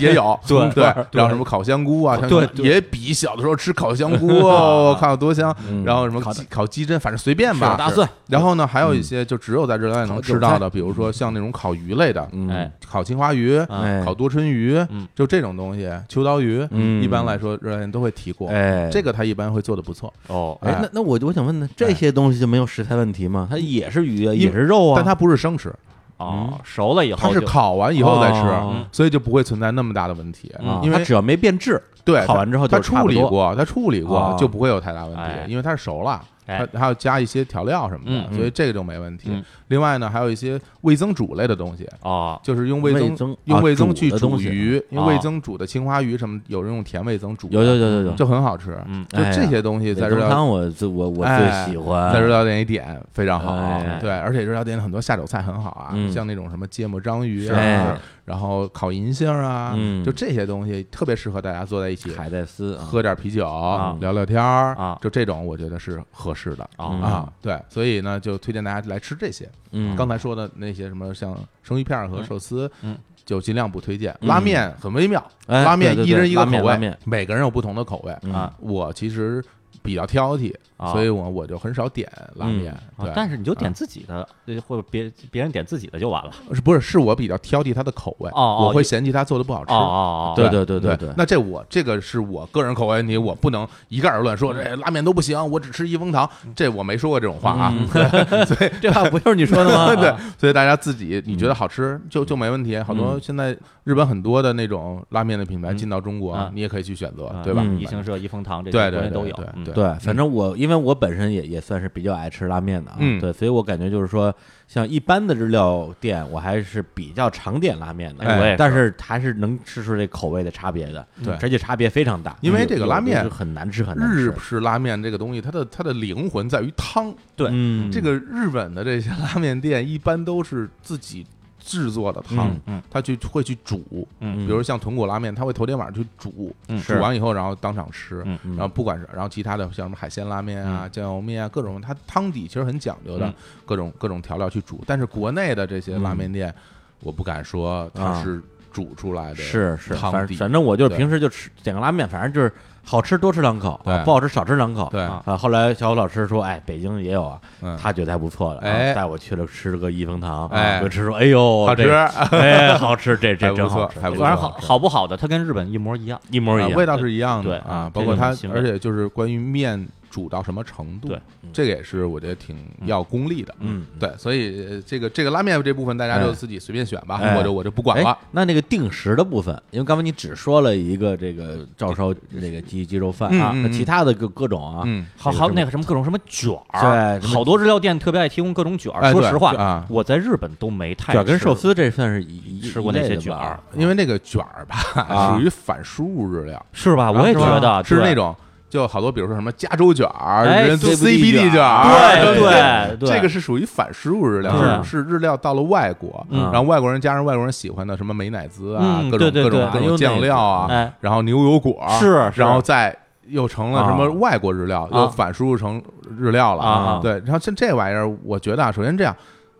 *laughs* 也有，
对
对，
对
然后什么烤香菇啊，像
对对
也比小的时候吃烤香菇，哦我靠，多香！
嗯
然后什么鸡烤鸡胗，反正随便
啊
吧。
大蒜，
然后呢，还有一些就只有在热带能
烤
吃
韭
到
菜
的，比如说像那种烤鱼类的，
嗯
哎
烤青花鱼，
啊
哎
烤多春鱼
嗯，
就这种东西，秋刀鱼，
嗯
一般来说热量都会提过。
哎
这个他一般会做的不错，
哦，
哎，那那我我想问呢，这些东西就没有食材问题吗？它也是鱼啊，
因
也是肉啊，
但它不是生吃，
哦，熟了以
嗯它
后
是
就
烤完以后再
哦
吃
嗯，
所以就不会存在那么大的问题
嗯，
因
啊它
为
只要没变质，
对
烤完之后就
它
是差
处
不
理
多
过，它处理过
哦
就不会有太大问
哎
题，因为它是熟了，
哎
它还要加一些调料什么
嗯
的，
嗯
所以这个就没问题
嗯。
另外呢，还有一些味增煮类的东西，
哦，
就是用味
味增
增用
啊
味增
煮
去
的东
煮
西啊
鱼，因为
哦
味增煮的青花鱼什么有那种甜味增煮的，
有有有有有，
就很好吃。
嗯
就这些东西在
味
热
增
料
汤我最我我
哎
最喜欢，
在热料店一点非常好
啊哎。
对，而且热料店很多下酒菜很好啊，
嗯
像那种什么芥末章鱼
哎
啊，然后烤银杏啊
嗯，
就这些东西特别适合大家坐在一起。
海带丝啊，
喝点啤酒，
啊
聊聊天儿
啊
就这种我觉得是合适的
哦
啊。对，所以呢，就推荐大家来吃这些。
嗯，
刚才说的那些什么，像生鱼片儿和寿司，
嗯嗯
就尽量不推荐。
嗯
拉面很微妙，
哎
拉面
对对
一
对
人一个
拉
口
面拉
味
面，
每个人有不同的口味。
嗯
啊
我其实比较挑剔，
啊
所以我我就很少点拉面。
啊
对，嗯
但是你就点自己的，呃或者别别人点自己的就完了。
呃是不是是我比较挑剔它的口味？
哦哦
我会嫌弃它做的不好吃。
哦哦哦，
对
对
对对
对
对
那这我这个是我个人口味问题，我不能一概而论说这拉面都不行，我只吃一风堂，这我没说过这种话啊。 *laughs* 所以
嗯这话不就是你说的
*laughs*
吗？
对，所以大家自己你觉得好吃就就没问题。好多现在日本很多的那种拉面的品牌进到中国
啊，
你也可以去选择
啊，
对吧？
嗯
一行社、一风堂这
对
些
对对
国内都
对
有。嗯
对，
对，反正我因为我本身也也算是比较爱吃拉面的啊，
嗯
对，所以我感觉就是说，像一般的日料店，我还是比较常点拉面的，
哎我也是
但是还是能吃出这口味的差别的，
嗯对
而且差别非常大，嗯
因为
有
这个拉面
有的是很难吃，很难
日
吃，
式拉面这个东西，它的它的灵魂在于汤。
对
嗯，
这个日本的这些拉面店一般都是自己制作的汤
嗯，
嗯
他去会去煮，
嗯
比如像豚骨拉面，他会头天晚上去煮，
嗯
煮完以后然后当场吃，
嗯
然后不管是然后其他的像什么海鲜拉面啊、
嗯
酱油面啊各种，它汤底其实很讲究的
嗯，
各种各种调料去煮。但是国内的这些拉面店，我不敢说它
嗯啊
是煮出来的，
是是，
汤
反
底
反正我就是
对
平时就吃点个拉面，反正就是好吃多吃两口，
对
啊不好吃少吃两口，
对
啊。后来小虎老师说，哎，北京也有啊，
嗯
他觉得还不错的，然后
哎
带我去了吃了个一风堂，
哎
我吃说，哎呦，
好吃
这个 *laughs* 哎，好吃，这这
还不
真
错
好吃，
还不错
反正好好不好的，它跟日本一模一样。
一模
啊
一样，
味道是一样的
对
啊
嗯，
包括它
这种，腥味
而且就是关于面煮到什么程度
对，
这个也是我觉得挺要功力的。
嗯，
对，所以呃这个这个拉面这部分大家就自己随便选吧，
哎
我就我就不管了啊
哎。那那个定时的部分，因为刚才你只说了一个这个照烧这个鸡鸡肉饭啊，
嗯嗯
那
嗯
其他的各各种啊，
嗯，
好
这个
好
是
那个什么各种什么卷儿，
对什么
好多日料店特别爱提供各种卷
哎
儿。说
对
实话
啊
我在日本都没太
卷儿跟
吃
寿司这算是一一
吃过那
一类
些
的
卷儿
吧，
因为那个卷儿吧，
啊
属于反输入日料。
是吧？我
啊
也
是
觉
吧
得啊
是那
对
种就好多，比如说什么加州卷儿、
哎
人
CBD
CBD 卷
对
儿， *laughs*
对对
这个是属于反输入日料，
对
是是日料到了外国，
嗯
然后外国人加上外国人喜欢的什么美乃滋啊，
嗯
各种
对对
各种
对
各
还有
种酱料
那个
啊
哎，
然后牛油果
是是
然后再。又成了什么
啊
外国日料，
啊
又反输入成日料了
啊
对，然后像这玩意儿，我觉得啊，首先这样，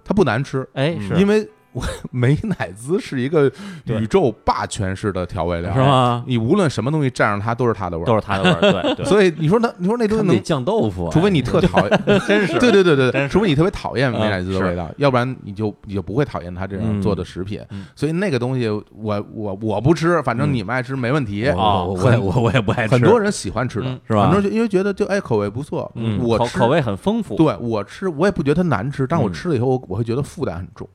它不难吃，
哎是
因为我美乃滋是一个
对
宇宙霸权式的调味料，
是吗？
你无论什么东西蘸上它，都是它的味儿，
都是它的味儿，对对。
所以你说那你说那东西
你得
能，
酱豆腐啊，
除非你特讨厌，真 *laughs* 是对对对对对，除非你特别讨厌美乃滋的
嗯
味道，要不然你就你就不会讨厌它这样做的食品。所以那个东西我我我不吃，反正你们爱吃没问题。
嗯我我我也
哦很
我我也不爱吃，
很多人喜欢吃的
嗯
是吧
很多人就因为觉得就哎口味不错，
嗯，
我
口
吃
口味很丰富，
对我吃我也不觉得它难吃，但我
嗯
吃了以后我我会觉得负担很重。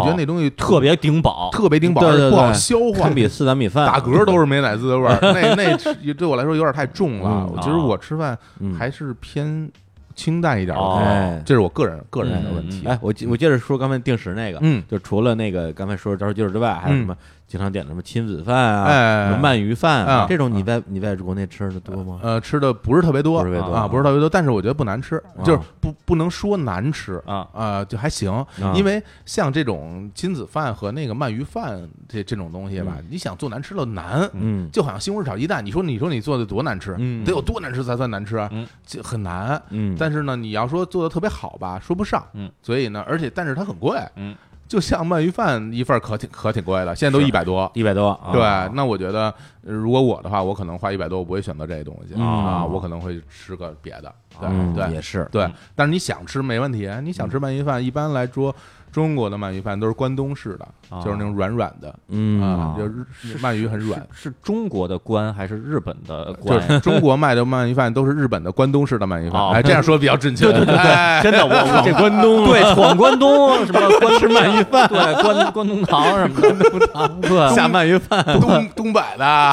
我觉得那东西
特别顶饱，
特别顶饱，
对对
而且不好
对
消化 *laughs*
堪，比四碗米饭，
打嗝都是美乃滋的味儿。那那吃对我来说有点太重了
嗯。
我其实
啊
我吃饭
嗯
还是偏清淡一点
哦
的，
哎
这是我个人个人的问题。
哎，我接我接着说刚才定时那个，
嗯
就除了那个刚才说的照烧鸡儿之外，还有什么经常点的什么亲子饭啊，
哎
什么鳗鱼饭啊
嗯
这种，你在你在国内吃的多吗？
呃，吃的不是特别多，
不是特别多
啊，不是特别多，但是我觉得不难吃，
啊
就是不不能说难吃
啊
啊，就还行。因为像这种亲子饭和那个鳗鱼饭这这种东西吧，你想做难吃了难，
嗯
就好像西红柿炒鸡蛋，你说你说你做的多难吃，
嗯
得有多难吃才算难吃啊
嗯，
这很难。
嗯，
但是呢，你要说做的特别好吧，说不上，
嗯，
所以呢，而且但是它很贵，
嗯，
就像鳗鱼饭一份儿可挺可挺贵的，现在都
是
一百多，
一百多，啊
对，那我觉得呃如果我的话，我可能花一百多，我不会选择这些东西
嗯
啊，我可能会吃个别的。
嗯
对对
也是，
对，但是你想吃没问题，啊你想吃鳗鱼饭，一般来说，中国的鳗鱼饭都是关东式的，
啊
就是那种软软的
嗯
啊，就是鳗鱼很软。
是是中国的官还是日本的
就 *laughs*
官？
是中国卖的鳗鱼饭都是日本的关东式的鳗鱼饭，
哦
哎，这样说比较准确。哎对对对
真的，我我这关东对闯关东什么关吃鳗鱼饭，对关关东堂什么的，关东堂对
下鳗鱼饭，
东东北的，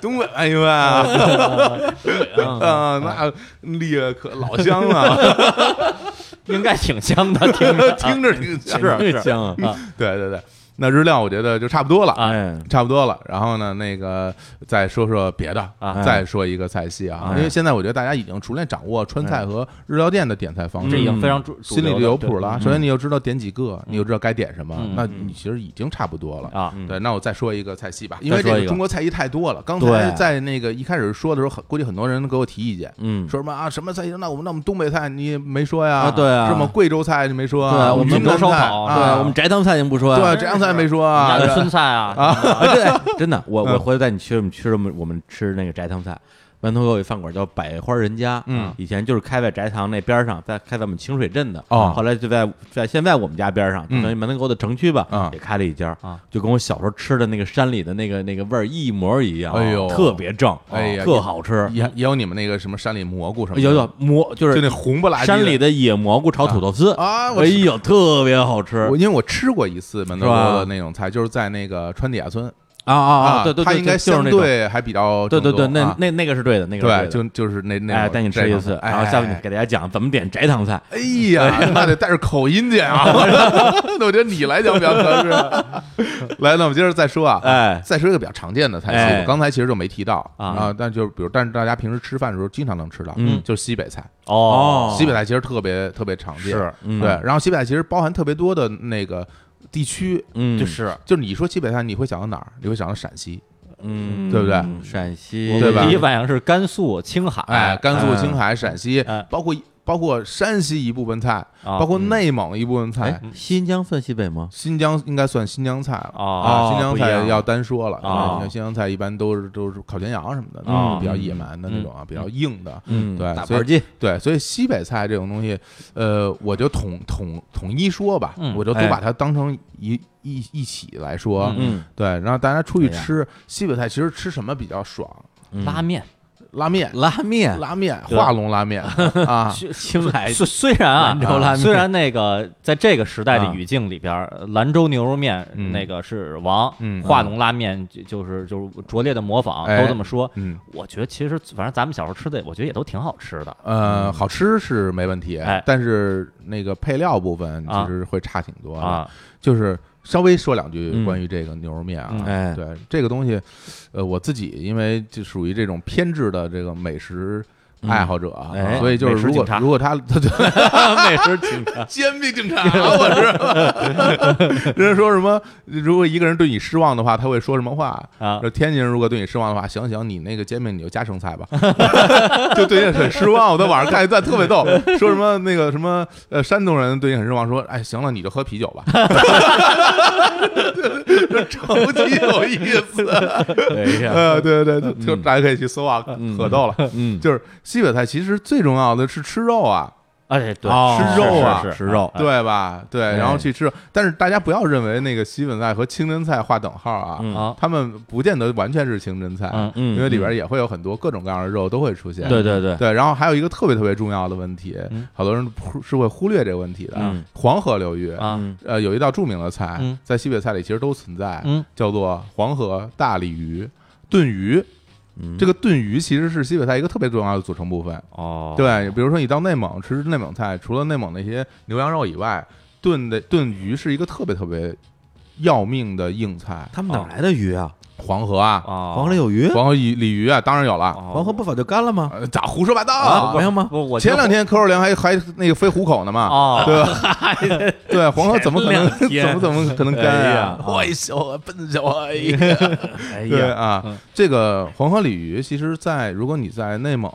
东北鳗鱼饭啊， *laughs* 啊，那厉害可老啊香了，
应该挺香的，听着
*laughs* 听着挺香。
是
真香啊！
对对对，那日料我觉得就差不多了，
哎，
差不多了。然后呢，那个再说说别的
啊
再说一个菜系啊，
哎
因为现在我觉得大家已经逐渐掌握川菜和日料店的点菜方
这
式。
已经非常主
嗯心里就有谱了。首
以
先，你就知道点几个，你就知道该点什么，
嗯
那你其实已经差不多了。
啊，
嗯
对，那我再说一个菜系吧，因为这
说一
个
个
中国菜系太多了。刚才
对
在那个一开始说的时候，很估计很多人给我提意见，
嗯，
说什么啊什么菜系？那我们那我们东北菜你也没说呀，
啊对啊
什么贵州菜你没说
对
啊，
我们
云南
州烧
菜
烤
对
啊
我们翟汤菜您不说呀，
对，这样菜没说
你
啊
家，的春菜啊，
啊，
*laughs*
对， *laughs* 真的，我我
嗯
回头带你去我们吃我们我们吃那个斋堂菜。湾头有一饭馆叫百花人家，
嗯
以前就是开在斋堂那边上，在开在我们清水镇的，
哦
后来就在在现在我们家边上，就
嗯
等于门头沟的城区吧，
啊
也开了一家，
啊
就跟我小时候吃的那个山里的那个那个味儿一模一样，
哎呦
特别正，
哎呀
特好吃，
也也有你们那个什么山里蘑菇什么的，
有有蘑就
就是那红不拉几
山里的野蘑菇炒土豆丝
啊我
哎呦，特别好吃
我因为我吃过一次门头沟
是吧
的那种菜，就是在那个川底亚村
啊啊对对，
它
对
应该
就是
相
那种，
对还比较
对对对，
正宗
那
啊
那那个是对的，那个是
对
的
就就是那那
哎，
种
带你吃一次，
哎
然后下回你给大家讲怎么点宅堂菜。
哎呀，那得带着口音去 *laughs* 啊！那我觉得你来讲比较合适。来，那我们接着再说啊，
哎
再说一个比较常见的菜系，
哎
我刚才其实就没提到
啊
啊，但就是比如，但是大家平时吃饭的时候经常能吃到，
嗯
就是西北菜。
哦
西北菜其实特别特别常见，
是
嗯
对。然后西北菜其实包含特别多的那个地区，
嗯，
就是
就是你说西北菜，你会想到哪儿？你会想到陕西，
嗯，
对不对？
陕
我
西
对吧
第一反应是甘肃、青海，
哎，嗯甘肃、青海、陕西
哎，
包括包括山西一部分菜，
啊
包括内蒙一部分菜
哎，，新疆算西北吗？
新疆应该算新疆菜了
哦
啊，新疆
不一
菜
样
要单说了
哦
对新疆菜一般都是都是烤全羊什么的，那
哦
种比较野蛮的那种啊，比较硬的，
嗯
对
大
所以
盘鸡，
对，所以西北菜这种东西，呃，我就统统统一说吧，
嗯
我就都
哎
把它当成一一一起来说，
嗯，
对，然后大家出去
哎呀
吃西北菜，其实吃什么比较爽？
嗯
拉面。
拉面，
拉面，
拉面，
对
化龙拉面
*laughs*
啊，
虽
青海
虽虽然啊
兰州拉，面
虽然那个在这个时代的语境里边儿，呃兰州牛肉面
嗯
那个是王
嗯，
化龙拉面就就是就是拙劣的模仿，
哎
都这么说。
嗯，
我觉得其实反正咱们小时候吃的，我觉得也都挺好吃的。
呃，好吃是没问题
哎，
但是那个配料部分其
啊
实会差挺多的，
啊，
就是稍微说两句
嗯
关于这个牛肉面啊，
嗯
哎
对这个东西，呃，我自己因为就属于这种偏执的这个美食。爱好者啊，
嗯哎
所以就是
美食
如果
警察
如果他
*laughs*
他就
美食警察，
煎饼警察，我是 *laughs* 人家说什么？如果一个人对你失望的话，他会说什么话
啊
说天津人如果对你失望的话，想想你那个煎饼你就加生菜吧， *laughs* 就对你很失望。我在网上看一段特别逗，说什么那个什么呃山东人对你很失望，说哎行了你就喝啤酒吧， *laughs* 这超级有意思。
哎呀，
呃，对对对， *laughs*
*laughs*
就就大家可以去搜啊，可逗了。
嗯
就是西北菜其实最重要的是吃肉啊。
哎，对，
哦
吃肉啊
是是
吃肉
对吧？对，
哎
然后去吃肉，但是大家不要认为那个西粉菜和清真菜划等号啊，
嗯
啊，
他们不见得完全是清真菜，
嗯
嗯
因为里边也会有很多各种各样的肉都会出现。
对对对，
*laughs* 对，然后还有一个特别特别重要的问题，
嗯
好多人忽是会忽略这个问题的。啊
嗯
黄河流域
啊
嗯
呃，有一道著名的菜，
嗯
在西北菜里其实都存在，
嗯
叫做黄河大鲤鱼炖鱼。
嗯
这个炖鱼其实是西北菜一个特别重要的组成部分。
哦，
对，比如说你到内蒙吃内蒙菜，除了内蒙那些牛羊肉以外，炖的炖鱼是一个特别特别要命的硬菜。
他们哪儿来的鱼啊？
黄河啊，
啊，
黄河里有鱼，
哦黄河鲤鲤鱼啊，当然有了。
黄河不早就干了吗？
呃咋胡说八道
哦
啊，没有吗？
哦不，我
前两天柯受良还还那个飞虎口呢嘛，
啊，
*laughs*
对 *laughs* 吧？对，黄河怎么可能
哦前两天
*laughs* 怎么怎么可能干
哎
呀
呀？
哎呦，笨小哎呀！
哎
*laughs* 对，啊，这个黄河鲤鱼，其实在如果你在内蒙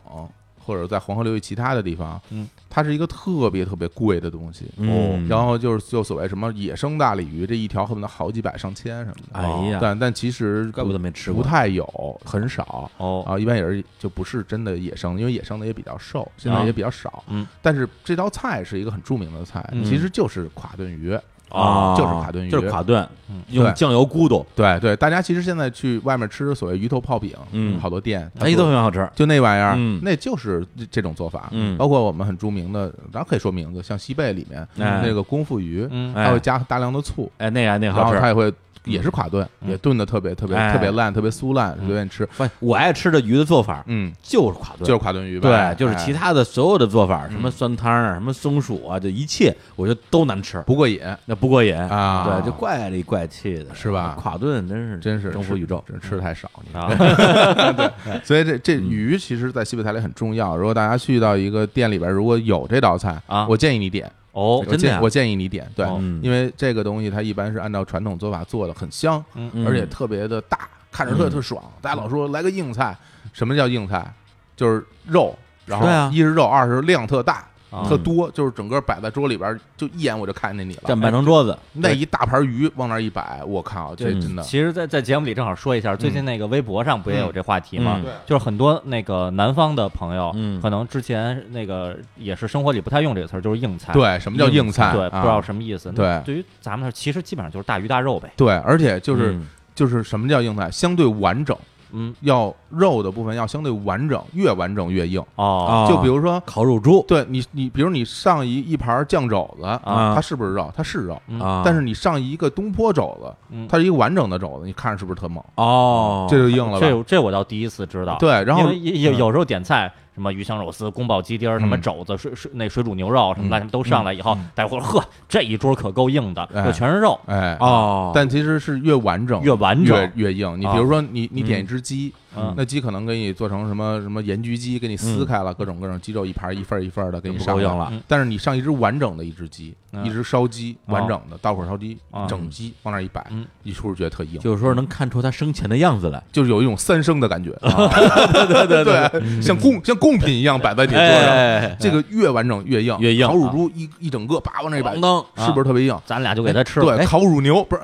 或者在黄河流域其他的地方，
嗯，
它是一个特别特别贵的东西。
嗯
然后就是就所谓什么野生大鲤鱼，这一条恨不得好几百上千什么的。
哎呀，
但但其实
怪不得没吃
不
过，
太有，很少
哦，
啊，一般也是就不是真的野生的，因为野生的也比较瘦，现在
啊
也比较少。
嗯，
但是这道菜是一个很著名的菜，
嗯
其实就是垮炖鱼
啊
就是垮炖鱼，
就是垮炖
嗯，
用
对
酱油咕嘟，
对对，大家其实现在去外面吃所谓鱼头泡饼，
嗯
好多店，它
哎，
做
都很好吃，
就那玩意儿，
嗯
那就是这这种做法。
嗯
包括我们很著名的，当然可以说名字，像西贝里面、
哎
那个功夫鱼，
嗯
它
哎
会加大量的醋，
哎，那个那个
然
好
后
吃。
它
嗯
也会也是垮炖，也炖的特别特别、
哎嗯
特别烂，特别酥烂，随便吃。
不，我爱吃的鱼的做法
嗯，
就是垮炖，
就是垮炖鱼吧。
对，就是其
哎嗯
他的所有的做法，什么酸汤啊，什么松鼠啊，这一切我觉得都难吃，
不过瘾，
那不过瘾
啊
对，就怪里怪气的，
是吧
垮炖真是
真是
征服
吃
宇宙，
真吃太少。你
啊，
嗯所以这这鱼其实，在西北菜里很重要。如果大家去到一个店里边，如果有这道菜
啊
我建议你点。
哦
我，
真的
建
呀
我建议你点，对
哦，嗯
因为这个东西它一般是按照传统做法做的，很香，
嗯
而且特别的大，看着特
嗯
特爽。大家老说来个硬菜，什么叫硬菜？就是肉，然后
对啊
一是肉，二是量特大
啊。
特多，就是整个摆在桌里边，就一眼我就看见你
占
了。
半张桌子，
那一大盘鱼往那儿一摆，我靠，这
嗯
真的，
其实在，在节目里正好说一下，最近那个微博上不也有这话题吗？
嗯对
就是很多那个南方的朋友，
嗯
可能之前那个也是生活里不太用这个词儿，就是硬哎菜。
对，什么叫硬菜？
对，不
啊
知道什么意思。那
对
对于咱们那儿其实基本上就是大鱼大肉呗。
对，而且就是
嗯
就是什么叫硬菜？相对完整，
嗯，
要肉的部分要相对完整，越完整越硬。
嗯
哦，
就比如说，
烤乳猪
对你你比如你上一一盘酱肘子
啊
它是不是肉？它是肉，
嗯
啊，
但是你上一个东坡肘子
嗯，
它是一个完整的肘子，你看着是不是特猛？
哦，
这就硬了吧？
这这我倒第一次知道。
对，然
因
后
为有有有时候点菜，什么鱼香肉丝、宫保鸡丁儿、什么
嗯
肘子、水水那水煮牛肉什么乱七八糟都上来以后，大家伙儿呵，这一桌可够硬的，
哎
这全是肉
哎，
哦，
但其实是越完整
越完整
越越硬。你比如说你你点一只鸡，
嗯
那鸡可能给你做成什么什么盐焗鸡，给你撕开了各种各种鸡肉一盘一份儿一份儿的给你
不
上
够
来
硬了
嗯
但是你上一只完整的一只鸡，
嗯
一只烧鸡
哦
完整的大火烧鸡
啊，
整鸡往那儿一摆
嗯，
你是不是觉得特硬？
就是说能看出它生前的样子来，
就是有一种三生的感觉， *laughs* 对对对，像贡像贡品一样摆在你桌上。
哎，
这个越完整越硬，
越硬
烤乳猪一一整个叭往那一摆，
咣当
是不是特别硬？
咱俩就给他吃了。哎
对，烤乳牛不是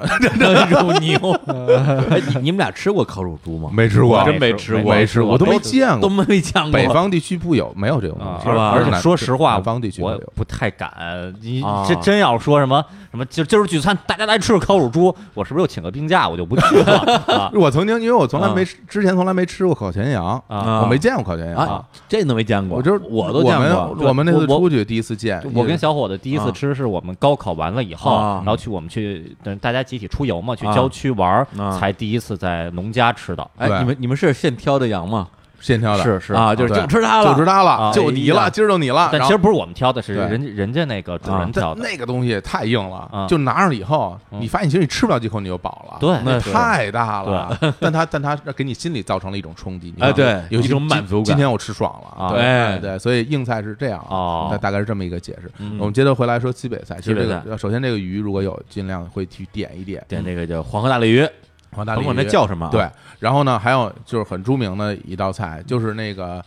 肉牛，哎，你你们俩吃过烤乳猪吗？
没吃
啊
过，
真没吃过，
没吃过，我都没见
都
过。
没见过，
北方地区不有没有这种东
啊，
西，
嗯是吧
而
而
且
且
南
说实话，
南方地区没
我
有。
不太敢。你
啊
这真要说什么什么，今今儿聚餐，大家来吃烤乳猪，我是不是又请个病假，我就不去了
*laughs*
*laughs* 啊？
我曾经因为我从来没
啊
吃之前从来没吃过烤全羊，
啊
我没见过烤全羊，
啊，这都没见过，
我就是
我都见
们
过，
我们那次
我
出去第一次见，
我跟小伙子第一
啊
次吃是我们高考完了以后，
啊
然后去我们去等大家集体出游嘛，去
啊
郊区玩儿，
啊
才第一次在农家吃的。
哎，
对
你们你们是现挑的羊吗？
现挑的，
是是
啊，就是
对
就吃它了，
就知道了，
啊
就你
哎
了，
呀
今儿就你了。
但
然
其
后
实不是我们挑的，是
对
人人家那个主人挑
但
的。
那个东西太硬了
啊，
就拿上了以后，
嗯
你发现其实你吃不了几口你就饱了，
对
那
对
太大了。 *laughs* 但它但它给你心里造成了一种冲击，你知道
哎
吗
对
有
一种满足感
今天我吃爽了，
啊
对
哎
对，所以硬菜是这样啊，
哦
大大概是这么一个解释。我们接着回来说西北菜，其实
嗯
这呃
西北
个首先这个鱼如果有，尽量会去点一点，
点那个叫黄河大鲤鱼，
黄大鲤
甭管
鱼
它叫啊什么，
对，，然后呢，还有就是很著名的一道菜，就是那个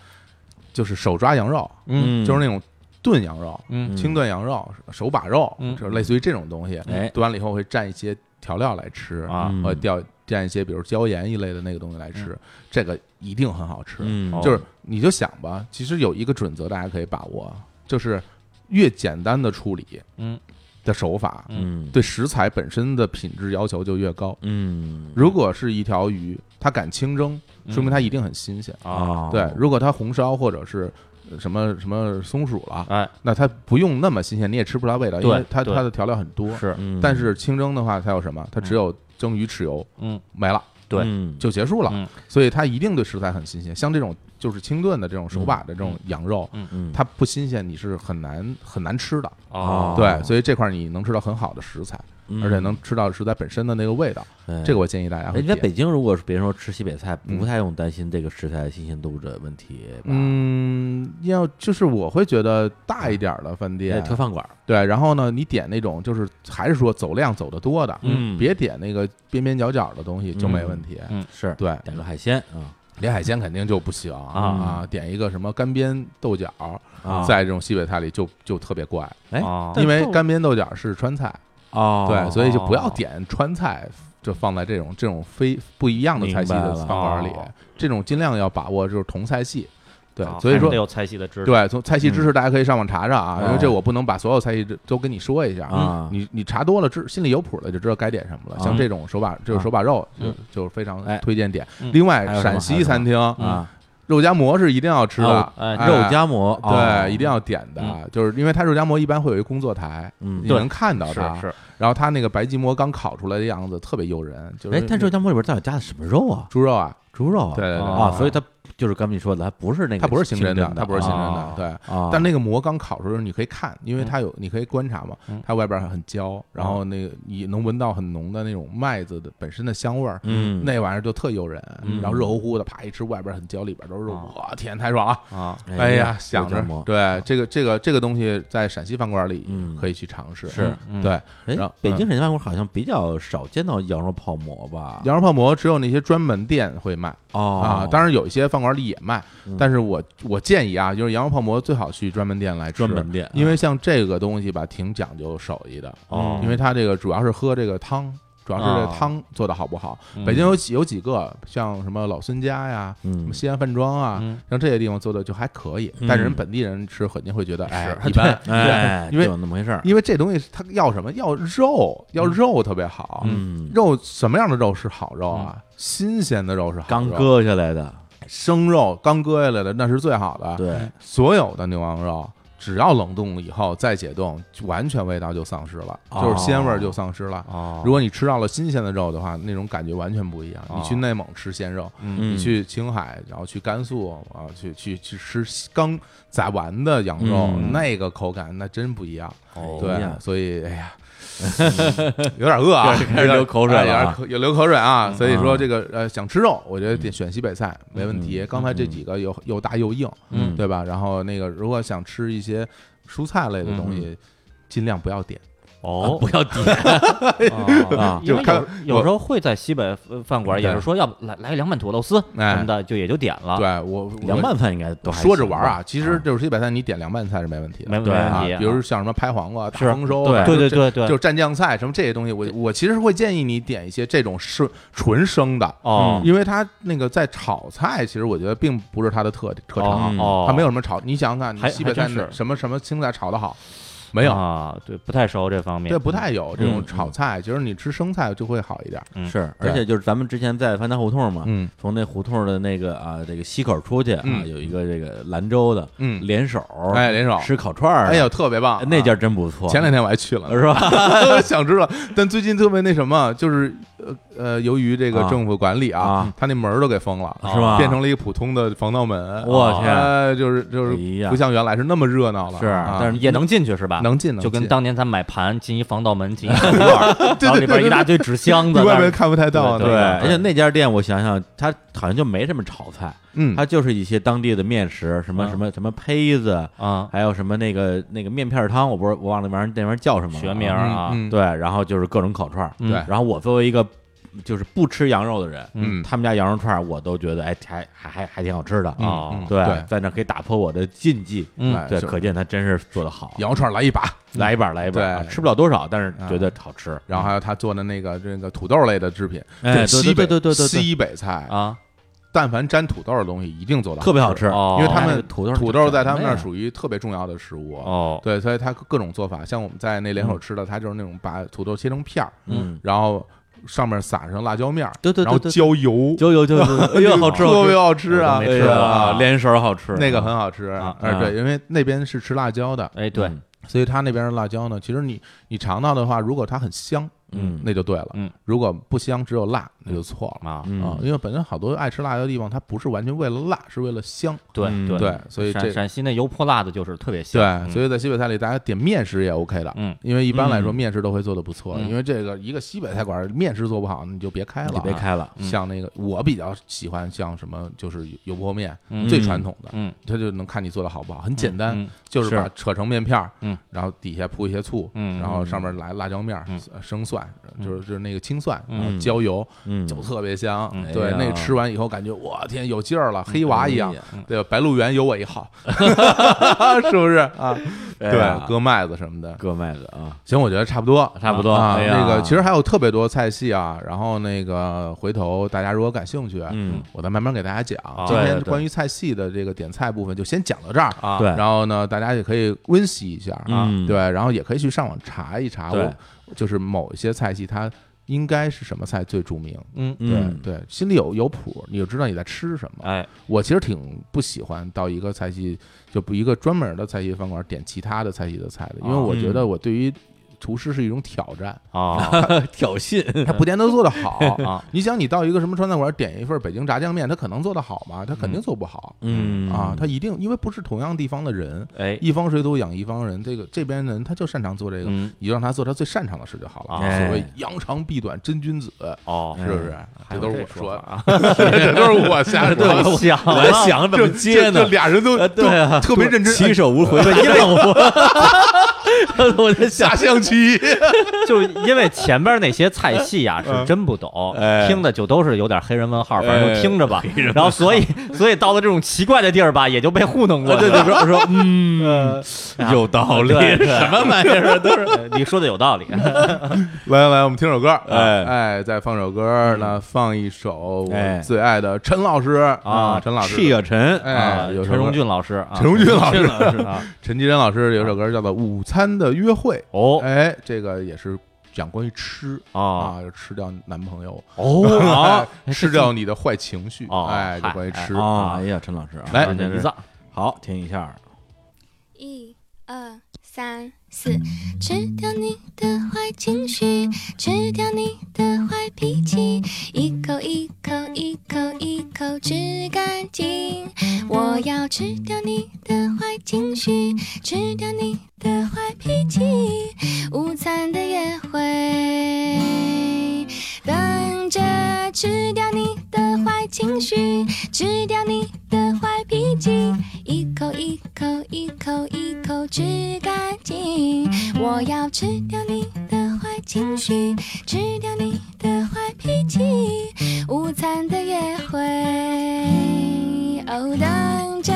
就是手抓羊肉，
嗯，
就是那种炖羊肉，
嗯
清炖羊肉、手把肉，
嗯
就是类似于这种东西。
哎
炖完了以后会蘸一些调料来吃
啊
嗯
呃，调蘸一些比如椒盐一类的那个东西来吃，这个一定很好吃。
嗯，
哦
就是你就想吧，其实有一个准则大家可以把握，就是越简单的处理，
嗯，
的手法，
嗯
对食材本身的品质要求就越高。
嗯
如果是一条鱼，它敢清蒸，
嗯
说明它一定很新鲜。
啊，
对，如果它红烧或者是呃什么什么松鼠了，
哎，
那它不用那么新鲜，你也吃不出来味道，因为
对
它
对
它的调料很多。
是，
嗯，
但是清蒸的话，它有什么？它只有蒸鱼、豉油，
嗯，
没了。
对
嗯
就结束了，
嗯
所以它一定对食材很新鲜。像这种就是清炖的这种手把的这种羊肉，
嗯
它不新鲜你是很难很难吃的。
啊
哦嗯
对，所以这块儿你能吃到很好的食材，而且能吃到食材本身的那个味道。
哎
这个我建议大家
哎
会
你在
点。
北京，如果是别人说吃西北菜，
嗯
不太用担心这个食材的新鲜度的问题吧？
嗯，要就是我会觉得大一点儿的饭
哎，
店，
挑饭馆儿，
对，啊然后呢，你点那种就是还是说走量走的多的，
嗯
别点那个边边角角的东西就没问题。
嗯
是
对，
点个海鲜啊
连海鲜肯定就不行啊
啊
点一个什么干煸豆角，
啊，
在这种西北菜里就就特别怪，
哎
哦
因为干煸豆角是川菜，
哦，
对，所以就不要点川菜，就放在这种这种非不一样的菜系的
明白了
饭馆里
哦，
这种尽量要把握就是同菜系，对
啊，
所
还
以
是
说
得有菜系的知识，
对，从菜系知识大家可以上网查查啊，
嗯
因为这我不能把所有菜系知都跟你说一下
啊
你你查多了知心里有谱了，就知道该点什么了。
啊
像这种手把这种手把肉，就就是非常
哎
推荐点。
嗯
另
还
外
有，什么
陕西餐厅
啊，
肉夹馍是一定要吃的
啊，
哎
哎
肉夹馍，哦
对，一定要点的，就是因为它肉夹馍一般会有一工作台，
嗯
你
对
能看到它
是。是，
然后它那个白吉馍刚烤出来的样子特别诱人，就是
哎，但肉夹馍里边到底加的什么肉啊？
猪肉啊，
猪肉啊，
对对对
啊，所以它就是刚才你说的，它不是那个，
它不是清
清
真
的
的，，它不是清真的
啊，
对。
啊，嗯
但那个馍刚烤出来的时候，你可以看，因为它有，你可以观察嘛，它外边很焦，然后那个你能闻到很浓的那种麦子的本身的香味儿，
嗯
那玩意儿就特诱人，然后热乎乎的，啪一吃，外边很焦，里边都是肉，
哦
哇，天，太爽了！
啊，
哎呀，想
肉夹
着
馍，
对这个这个这个东西在陕西饭馆里
嗯
可以去尝试，
是
嗯
对。
哎
然后，嗯
北京陕西饭馆好像比较少见到羊肉泡馍吧？
羊肉泡馍只有那些专门店会卖
哦嗯
啊，当然有一些饭馆里也卖，但是我我建议啊，就是羊肉泡馍最好去专门店来吃，
专门店
因为像这个东西吧，挺讲究手艺的，
哦
因为它这个主要是喝这个汤，主要是
哦
这个汤做的好不好。
嗯
北京有几有几个像什么老孙家呀，
嗯
什么西安饭庄啊，
嗯
像这些地方做的就还可以，
嗯
但是人本地人吃肯定会觉得哎
是
一般，
哎，
因为
就有那么回事儿，
因为这东西它要什么？要肉，要肉特别好，
嗯，
肉什么样的肉是好肉啊？新鲜的肉是好肉，
刚割下来的，
生肉刚割下来的那是最好的。，
对，
所有的牛羊肉只要冷冻了以后再解冻，完全味道就丧失了，
哦
就是鲜味儿就丧失了。
啊
哦，
啊如果你吃到了新鲜的肉的话，那种感觉完全不一样。
哦
你去内蒙吃鲜肉，
嗯
你去青海，然后去甘肃啊，去去去吃刚宰完的羊肉，
嗯
那个口感那真不一样。 *laughs*
哦哎呀
对，所以哎呀， *laughs* 有点饿
*laughs*
啊，
开始流口水了
哎有点
啊嗯
口有流口水啊。所以说这个呃，想吃肉，我觉得得选西北菜没问题。刚才这几个又又大又硬，
嗯
对吧？然后那个如果想吃一些蔬菜类的东
嗯
西，尽量不要点。
哦，
不要点啊
*laughs*
啊因为
就看
有有时候会在西北呃饭馆，也
对
是说要不来来个凉拌土豆丝
哎
什么的，就也就点了，，
对我
啊凉。
我
拌饭应该都还
说着玩儿啊
行，
其实就是西北菜，你点凉拌菜是没问题的，
没没
对
问
啊
题，，
比如像什么拍黄瓜、大
是
丰收
对
啊，
对对
这
对对
就是蘸酱菜什么这些东西，我我其实会建议你点一些这种是纯生的，
哦
因为它那个在炒菜，其实我觉得并不是它的特特长，
嗯
哦，
它没有什么炒。你想想看，
还
你西北菜
还真是
什么什么青菜炒的好，没有，
啊，对，不太熟这方面，啊
这不太有这种
嗯
炒菜。其实你吃生菜就会好一点。
嗯
是，
对
而且就是咱们之前在番台胡同嘛，
嗯
从那胡同的那个啊，这个西口出去啊，
嗯
有一个这个兰州的，
嗯
联手，
哎，联手，
吃烤串儿的，
哎呦，特别棒
哎，那家
啊
真不错，
前两天我还去了呢，
是吧？
*laughs* 想知道，但最近特别那什么，就是呃呃，由于这个
啊
政府管理啊
啊，
他那门儿都给封了，
是吧
变成了一个普通的防盗门。
我天
哎就是就是
哎呀
不像原来是那么热闹了，
是
啊
但是也能进去是吧？
能进能
就跟
进 *laughs*
当年咱买盘进一防盗门，进一小院儿，然后里边一大堆纸箱子
你，外面
但是
看不太到，啊
对
对，
对
而且那家店我想想，它好像就没什么炒菜，
嗯，
它就是一些当地的面食，什么
嗯
什么什么胚子，
啊，
还有什么那个那个面片儿汤，我不是我忘了那玩意儿那玩意儿叫什么了啊
学名儿啊，
嗯嗯
对，然后就是各种烤串儿，
嗯
对
然后我作为一个就是不吃羊肉的人，
嗯
他们家羊肉串儿我都觉得哎还还还还挺好吃的
嗯
啊，
哦
嗯
对，
对
在那可以打破我的禁忌，
嗯
哎
对，
就
可见他真是做的好，
羊肉串来一把，
来一半儿来一半儿，啊
对
吃不了多少，但是觉得好吃，
然后还有他做的那个这个土豆类的制品，
哎
这西北
对对对对对对
西北菜
啊，
但凡沾土豆的东西一定做到，
特别好吃，
哦
因为他
那
们
个土豆
土豆在他们那儿
属
属于特别重要的食物。
哦，
对，所以它各种做法，像我们在那联手吃的，它就是那种把土豆切成片儿，
嗯，
然后上面撒上辣椒面儿，
对对对
然后
对对
浇油，
就有就有，哎呦，好吃，
特
好
别
吃，
好吃啊！
我没
哎
吃
呦
过
啊，连勺好吃，嗯
那个很好吃，
啊
哎，对，因为那边是吃辣椒的，
哎，
嗯
对，
所以它那边的辣椒呢，其实你你尝到的话，如果它很香，
嗯
那就对了，
嗯，
如果不香只有辣，那就错了。
啊，
嗯
啊，因为本身好多爱吃辣椒的地方，它不是完全为了辣，是为了香。
对
嗯
对
对，所以这
陕陕西那油泼辣子就是特别香，
对，所以在西北菜里，大家点面食也 OK 的，
嗯
因为一般来说
嗯
面食都会做的不错，
嗯
因为这个一个西北菜馆面食做不好，你就别开了、啊
就别。开了，
嗯
像那个我比较喜欢像什么就是油油泼面，
嗯
最传统的，
嗯，
它就能看你做的好不好，很简单，
嗯
就是
是
把扯成面片儿，
嗯，
然后底下铺一些醋，
嗯
然后上面来辣椒面儿、
嗯
呃生蒜，就是就是那个青蒜，
嗯
然后浇油，
嗯，
就特别香。
嗯
对，
哎呀
那吃完以后感觉我天有劲儿了，黑娃一样
哎呀，
嗯
对吧？白鹿原有我一
*laughs*
号， *laughs* 是不是啊？
哎呀
对，割麦子什么的。
割麦子啊，
行，我觉得差不多，
差不多
啊。
哎呀
那个其实还有特别多菜系啊，然后那个回头大家如果感兴趣，
嗯，
我再慢慢给大家讲。今
哦对
天
对
关于菜系的这个点菜部分就先讲到这儿
啊
对，
然后呢，大家也可以温习一下啊，
嗯
对，然后也可以去上网查一查，
对
我就是某一些菜系它应该是什么菜最著名，
嗯，
嗯
对对，心里有有谱，你就知道你在吃什么。
哎，
我其实挺不喜欢到一个菜系，就不一个专门的菜系饭馆点其他的菜系的菜的，因为
啊
我觉得
嗯
我对于厨师是一种挑战， *laughs*
啊，
挑衅，
他不见得做得好
啊。
你想，你到一个什么川菜馆点一份北京炸酱面，他可能做得好吗？他肯定做不好。
嗯
啊，他一定因为不是同样地方的人，
哎，
一方水土养一方人，这个这边人他就擅长做这个，
嗯
你就让他做他最擅长的事就好了。
哎
所谓扬长避短，真君子，
哦，
是不是？哎这都是我
说
说
法
的，*laughs*
啊，
这都是我瞎
对，
说的。
我 *laughs* 想
我还想着怎么接呢
这，俩人都
呃对啊
都特别认真，
起手无回
*laughs*
的，因为
我我在想
哎下，象
*laughs*
棋。
就因为前边那些菜系啊
嗯
是真不懂，
哎
听的就都是有点黑人问号，反正
哎
就听着吧。然后所以所以到了这种奇怪的地儿吧，也就被糊弄过去
对
呃
了。
对说说
*laughs*
嗯，
哎
有道理，
对对
什么玩意
啊
*laughs*
儿都是，
呃你说的有道理，
来来，我们听首歌，
哎
哎，再放首歌，那放一首
哎
我最爱的陈老师
啊
陈老师，
气啊陈，
*laughs*
哎
啊
有什
陈
么
荣俊老师啊，
陈荣俊老师，
*laughs*
老师
*laughs*
啊，
陈绮贞老师有首歌叫做《午餐的约会》，
哦
哎，这个也是讲关于吃
啊
啊，就吃掉男朋友，
哦
哎 *laughs* 吃掉你的坏情绪，
哦
哎，就
嗨
关于吃，
啊，哎呀，陈老师啊，
来
关键
一
是
藏
好听一下，
一二三四，吃掉你的坏情绪，吃掉你的坏脾气，一口一口一口一口吃干净。我要吃掉你的坏情绪，吃掉你的坏脾气，午餐的约会，等着吃掉你的坏情绪，吃掉你的坏脾气。一口一口一口一口吃干净。我要吃掉你的坏情绪，吃掉你的坏脾气。午餐的约会，哦，等着。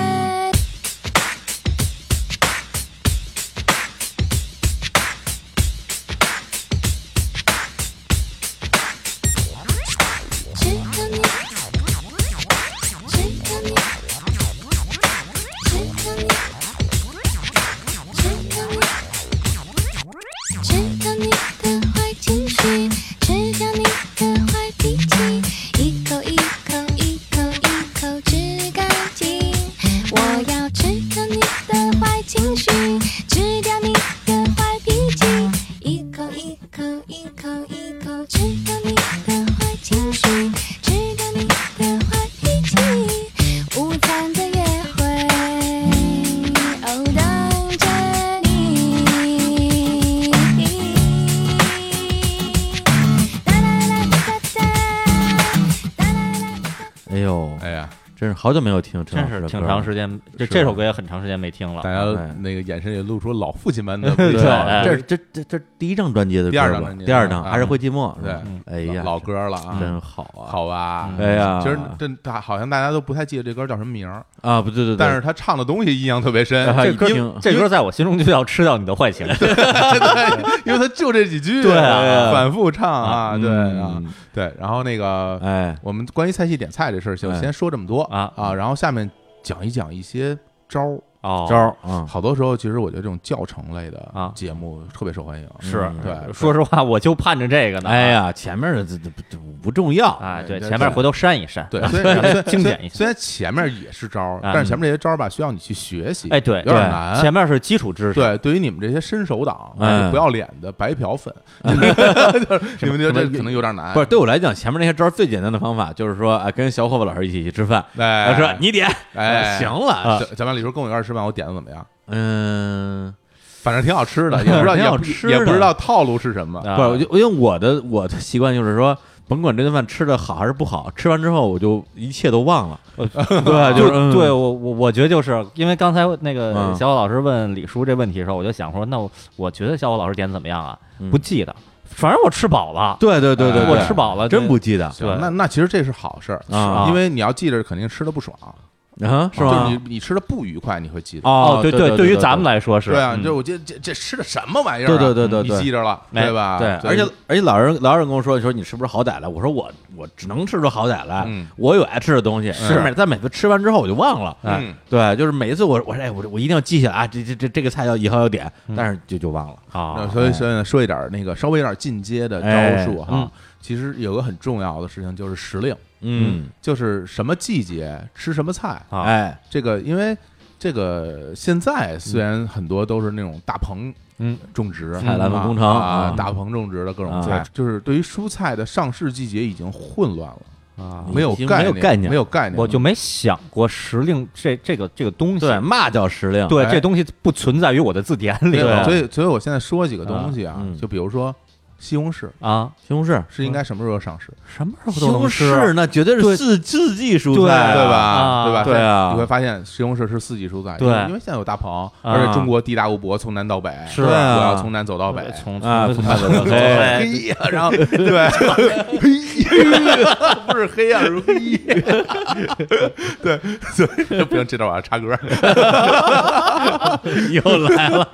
吃掉你，吃掉你。吃掉你，吃掉你，吃掉你的坏情绪，吃掉你的坏脾气，一口一口一口一口吃干净。我要吃掉你的坏情绪，吃掉你的坏脾气，一口一口一口一口吃掉你的坏情绪，吃掉你的坏脾气。午餐的约会，哦，等着你。哒啦啦哒哒，哒啦啦哒哒。
哎呦，
哎呀，
真是好久没有听陈老
真
师
是
的
挺
歌
长
了
时间，这
是
这首歌也很长时间没听了
大。家
哎
那个眼神也露出老父亲般的
*laughs*
微
对，
笑
哎
了，
这是这这这第一张专辑的歌吧
第二张专辑
第二张
啊
还是会寂寞，是
对
吧哎呀，
老歌了啊，
真好啊，
好吧？
哎呀，
啊
其实这大好像大家都不太记得这歌叫什么名儿，
啊，不对对对，
但是他唱的东西印象特别
*laughs*
深， *laughs*
啊
这
一听
歌这歌在我心中就叫吃掉你的坏情 *laughs* 绪。
对，因为他就这几句，
对啊
反复唱啊，对啊
嗯，
对。然后那个，
哎，
我们关于菜系点菜这事儿，就
哎
先说这么多
啊
啊，然后下面讲一讲一些招儿。
哦
招，儿啊，
好多时候，其实我觉得这种教程类的
啊
节目特别受欢迎，
是
嗯
对，
说实话，我就盼着这个呢。
哎，呀，前面的这这不不重要，
哎，对，
对
前面回头删一删。
对，虽然
*laughs*
虽然
精简一下
虽然前面也是招儿，
啊
但是前面这些招儿吧，需要你去学习，
哎，对，
有点难
对前面是基础知识，
对，对于你们这些新手党、
嗯
不要脸的白
*laughs*
嫖粉，你们觉得这可能有点难。
不是，对我来讲，前面那些招儿最简单的方法就是说，哎，跟小伙伴老师一起去吃饭，
哎，
他说你点，*laughs*
哎，
行了，
小，小马，你说跟我一块儿吃饭，我点的怎么样？
嗯，
反正挺好
*laughs*
吃的，也不知道
挺
也
好
不
吃
也不
的
知道套路是什么。
啊
不是，我就因为我的我的习惯就是说。甭管这顿饭吃的好还是不好，吃完之后我就一切都忘了。
*laughs*
对
就
就是嗯
对我我我觉得就是因为刚才那个
嗯
小伙老师问李叔这问题的时候，我就想说，那我我觉得小伙老师点怎么样啊？
嗯
不记得，反正我吃饱了，
对对对对，
哎
对
我吃饱了，
真不记得
行
对
那那其实这是好事儿
啊
因为你要记着，肯定吃的不爽，
啊，是
就是
吗？
你你吃的不愉快，你会记得。
哦
对
对，
对于咱们来说是
对啊，
嗯
就我记得这这吃的什么玩意儿啊？
对对对对对
你记着了，
哎
对吧？
对，
啊所
而
以
且而且老人老有人跟我说，说你是不是好歹了？我说我我只能吃出好歹来，
嗯
我有爱吃的东西，
是
每但每次吃完之后我就忘了。
嗯
哎对，就是每一次我我哎我我一定要记下来啊，这这这这个菜要以后要点，
嗯
但是就就忘了。
那
啊，
呃所
哎
以所以呢，说一点儿那个稍微有点进阶的招数
哎
哈
嗯。
其实有个很重要的事情就是时令，
嗯，
就是什么季节吃什么菜。
啊
哎，
这个因为这个现在虽然很多都是那种大棚。
嗯，
种植
菜篮子
啊
工程
啊
啊，
大棚种植的各种
啊
菜，就是对于蔬菜的上市季节已经混乱了，
啊
嗯
没有
已经
概
没有
念，
概念
没有概念，
我就没想过时令这这个这个东西，
对，嘛叫时令？
对
哎
这东西不存在于我的字典里
没有
对
所以，所以我现在说几个东西啊
啊，嗯
就比如说西红柿
啊，
西红柿，
是应该什么时候上市，
什么时候
西
都
红
能吃啊
柿那啊绝对是
对
四四季蔬
对
菜
对
啊，
吧？
啊
对吧？
对啊
你会发现西红柿是四季蔬菜，
对
因为因为现在有大棚，而且中国地大物博，从南到北，
是
我
啊
要从南走到北
对。从
啊
哎
从
从
麦当劳
从
哎
嘿呀， *laughs* 然后对，嘿呀， *laughs* 不是黑呀，啊是嘿呀，对，所以不行，这段我要插歌。
又
*laughs*
来了。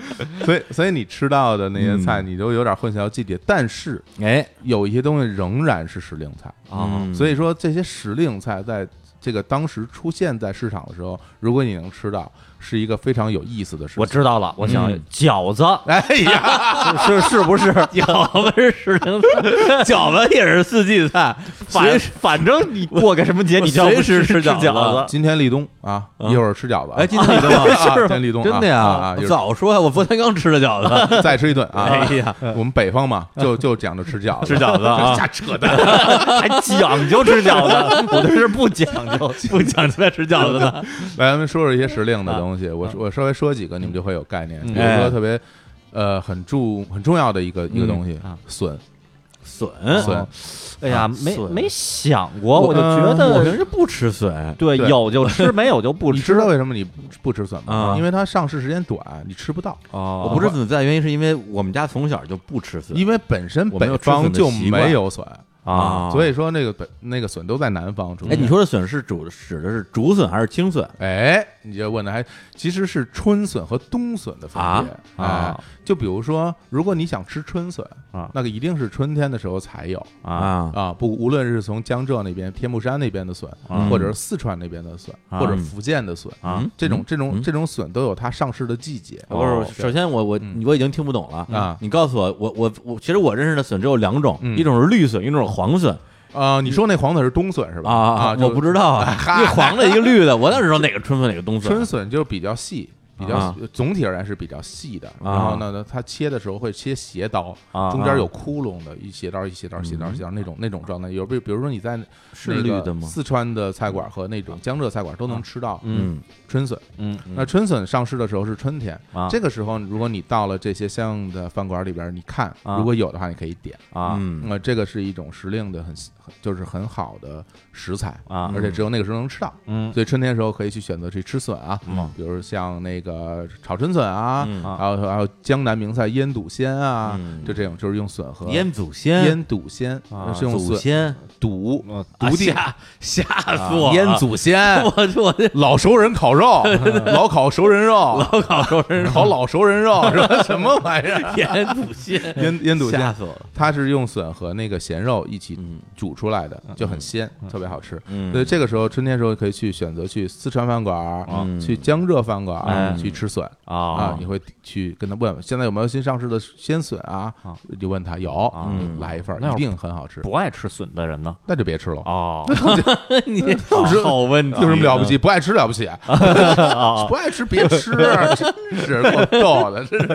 所以，所以你吃到的那些菜，你都有点混淆季节，但是
哎，
有一些东西仍然是时令菜。
啊
*laughs* 嗯
所以说这些时令菜在这个当时出现在市场的时候，如果你能吃到，是一个非常有意思的事情。
我知道了，我想
嗯
饺子
哎呀，
是是不 *laughs* 是
饺子是时令
*laughs*
菜，饺子也是四季菜，
反反正你过个什么节，你就要
随时
吃
吃饺
饺
子
子。
今天立冬啊，
嗯
一会儿吃饺子啊，
哎，今天立冬
*laughs*
啊
啊今天立冬啊，
真的呀！
啊，一会儿
早说 *laughs* 呀，我昨天刚吃的饺子。
再吃一顿 *laughs* 啊
哎！呀，
我们北方
呃
嘛，就就讲究吃饺子，
*laughs* 吃饺子啊
*laughs* 瞎扯淡。
*laughs*
还讲究吃饺 *laughs* 子，我这是不讲 *laughs* 究，不讲究在吃饺子的。
哎来，咱们说说一些时令的
啊
东西，我我稍微说几个，你们就会有概念。比如
哎
说特别呃很注很重要的一个
嗯
一个东西
啊，
笋
笋，
笋
哎呀，
啊
没
笋
没想过，我就
嗯
觉
我平
得
时不吃笋，
对，
对
有就吃，没有就不
你
吃
知道为什么你不吃笋吗
啊？
因为它上市时间短，你吃不到。
哦
我不吃笋的原因是因为我们家从小就不吃笋
因为本身
我
北
没有吃
方
笋的
就
习惯
没有笋，
啊，
所
以，
以说那个北那个笋都在南方种。
哎，你，说的笋是煮指的是竹笋还是青笋？
哎，你这问的还其实是春笋和冬笋的分别
啊
哎
啊，
就比如说，如果你想吃春笋
啊
那个一定是春天的时候才有
啊
啊，
啊。不，无论是从江浙那边、天目山那边的笋，
嗯
或者是四川那边的笋，
啊
或者福建的笋，
啊
嗯
这种这
嗯
种这种笋都有它上市的季节。
不
哦
是，首先我我
嗯
我已经听不懂了
啊
你告诉我，我我我，其实我认识的笋只有两种，
嗯
一种是绿笋，一种是黄笋
啊，你说那黄笋是冬笋是吧？啊，就
我不知道啊，一个黄的，一个绿的，我哪知道哪个春笋哪个冬笋？
春笋就比较细，比较、
啊
总体而言是比较细的。
啊
然后呢，它切的时候会切斜刀，
啊嗯
中间有窟窿的，一斜刀一斜刀斜刀斜刀那种那种状态。有比比如说你在
是
那个
绿的吗
四川的菜馆和那种江浙菜馆都能吃到
嗯
春笋。
嗯，
那春笋上市的时候是春天
啊，
这个时候如果你到了这些相应的饭馆里边，你看
啊
如果有的话，你可以点。
啊
那这个是一种时令的很很就是很好的食材
啊
而且只有那个时候能吃到。
嗯
所以春天的时候可以去选择去吃笋啊，比如像那个炒春笋啊，
嗯
还有还有江南名菜腌笃鲜啊，
嗯
就这种就是用笋和
腌祖先，
腌笃鲜，
啊
是用
祖
笋
先，
笃
啊
笃定
吓吓死我了！
腌祖先，
我 *laughs* 我这
老熟人烤肉，老烤熟人肉，
我靠，说真是
烤老熟人肉，什么什么玩意儿？
腌笃鲜，
腌腌笃
吓
鲜，
死我了！
它是用笋和那个咸肉一起
嗯
煮出来的，就很鲜，特别好吃。
嗯
所以这个时候春天时候可以去选择去四川饭馆儿、
嗯
去江浙饭馆儿、
哎
去吃笋。啊，
啊
你会去跟他问现在有没有新上市的鲜笋啊？你就问他有，
嗯
来一份儿，
那要
一定很好吃，
不爱吃笋的人
*laughs*
呢？
那就别吃了，
哦，
你
是
好问题，
有什么了不起？
嗯
不爱吃了不
*laughs*
起，不爱吃别吃，啊真是够逗的，真是。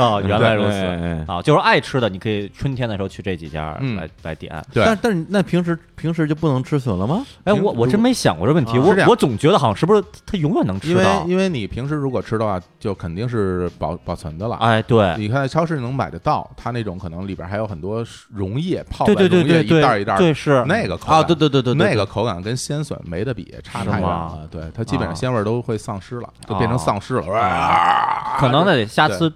啊？原来如
哎哎哎
此啊，就是爱吃的，你可以春天的时候去这几家
嗯
来来点。
对
但但是那平时平时就不能吃笋了吗？
哎，
平
我我真没想过这问题，
啊
我
是这样
我总觉得好像是不是它永远能
因
吃
为
到？
因为你平时如果吃的话，就肯定是保保存的了。
哎，对，
你看超市能买得到，它那种可能里边还有很多溶液泡在
对对对
溶液
对
一
对，
袋儿一袋儿
对是
那个口感
啊，对对对对，对
那个口感跟鲜笋没得比，差太
是
远
吗
了。对，它基本
啊
上鲜味儿都会丧失了，都变成丧尸了。哇
可能得下次。呃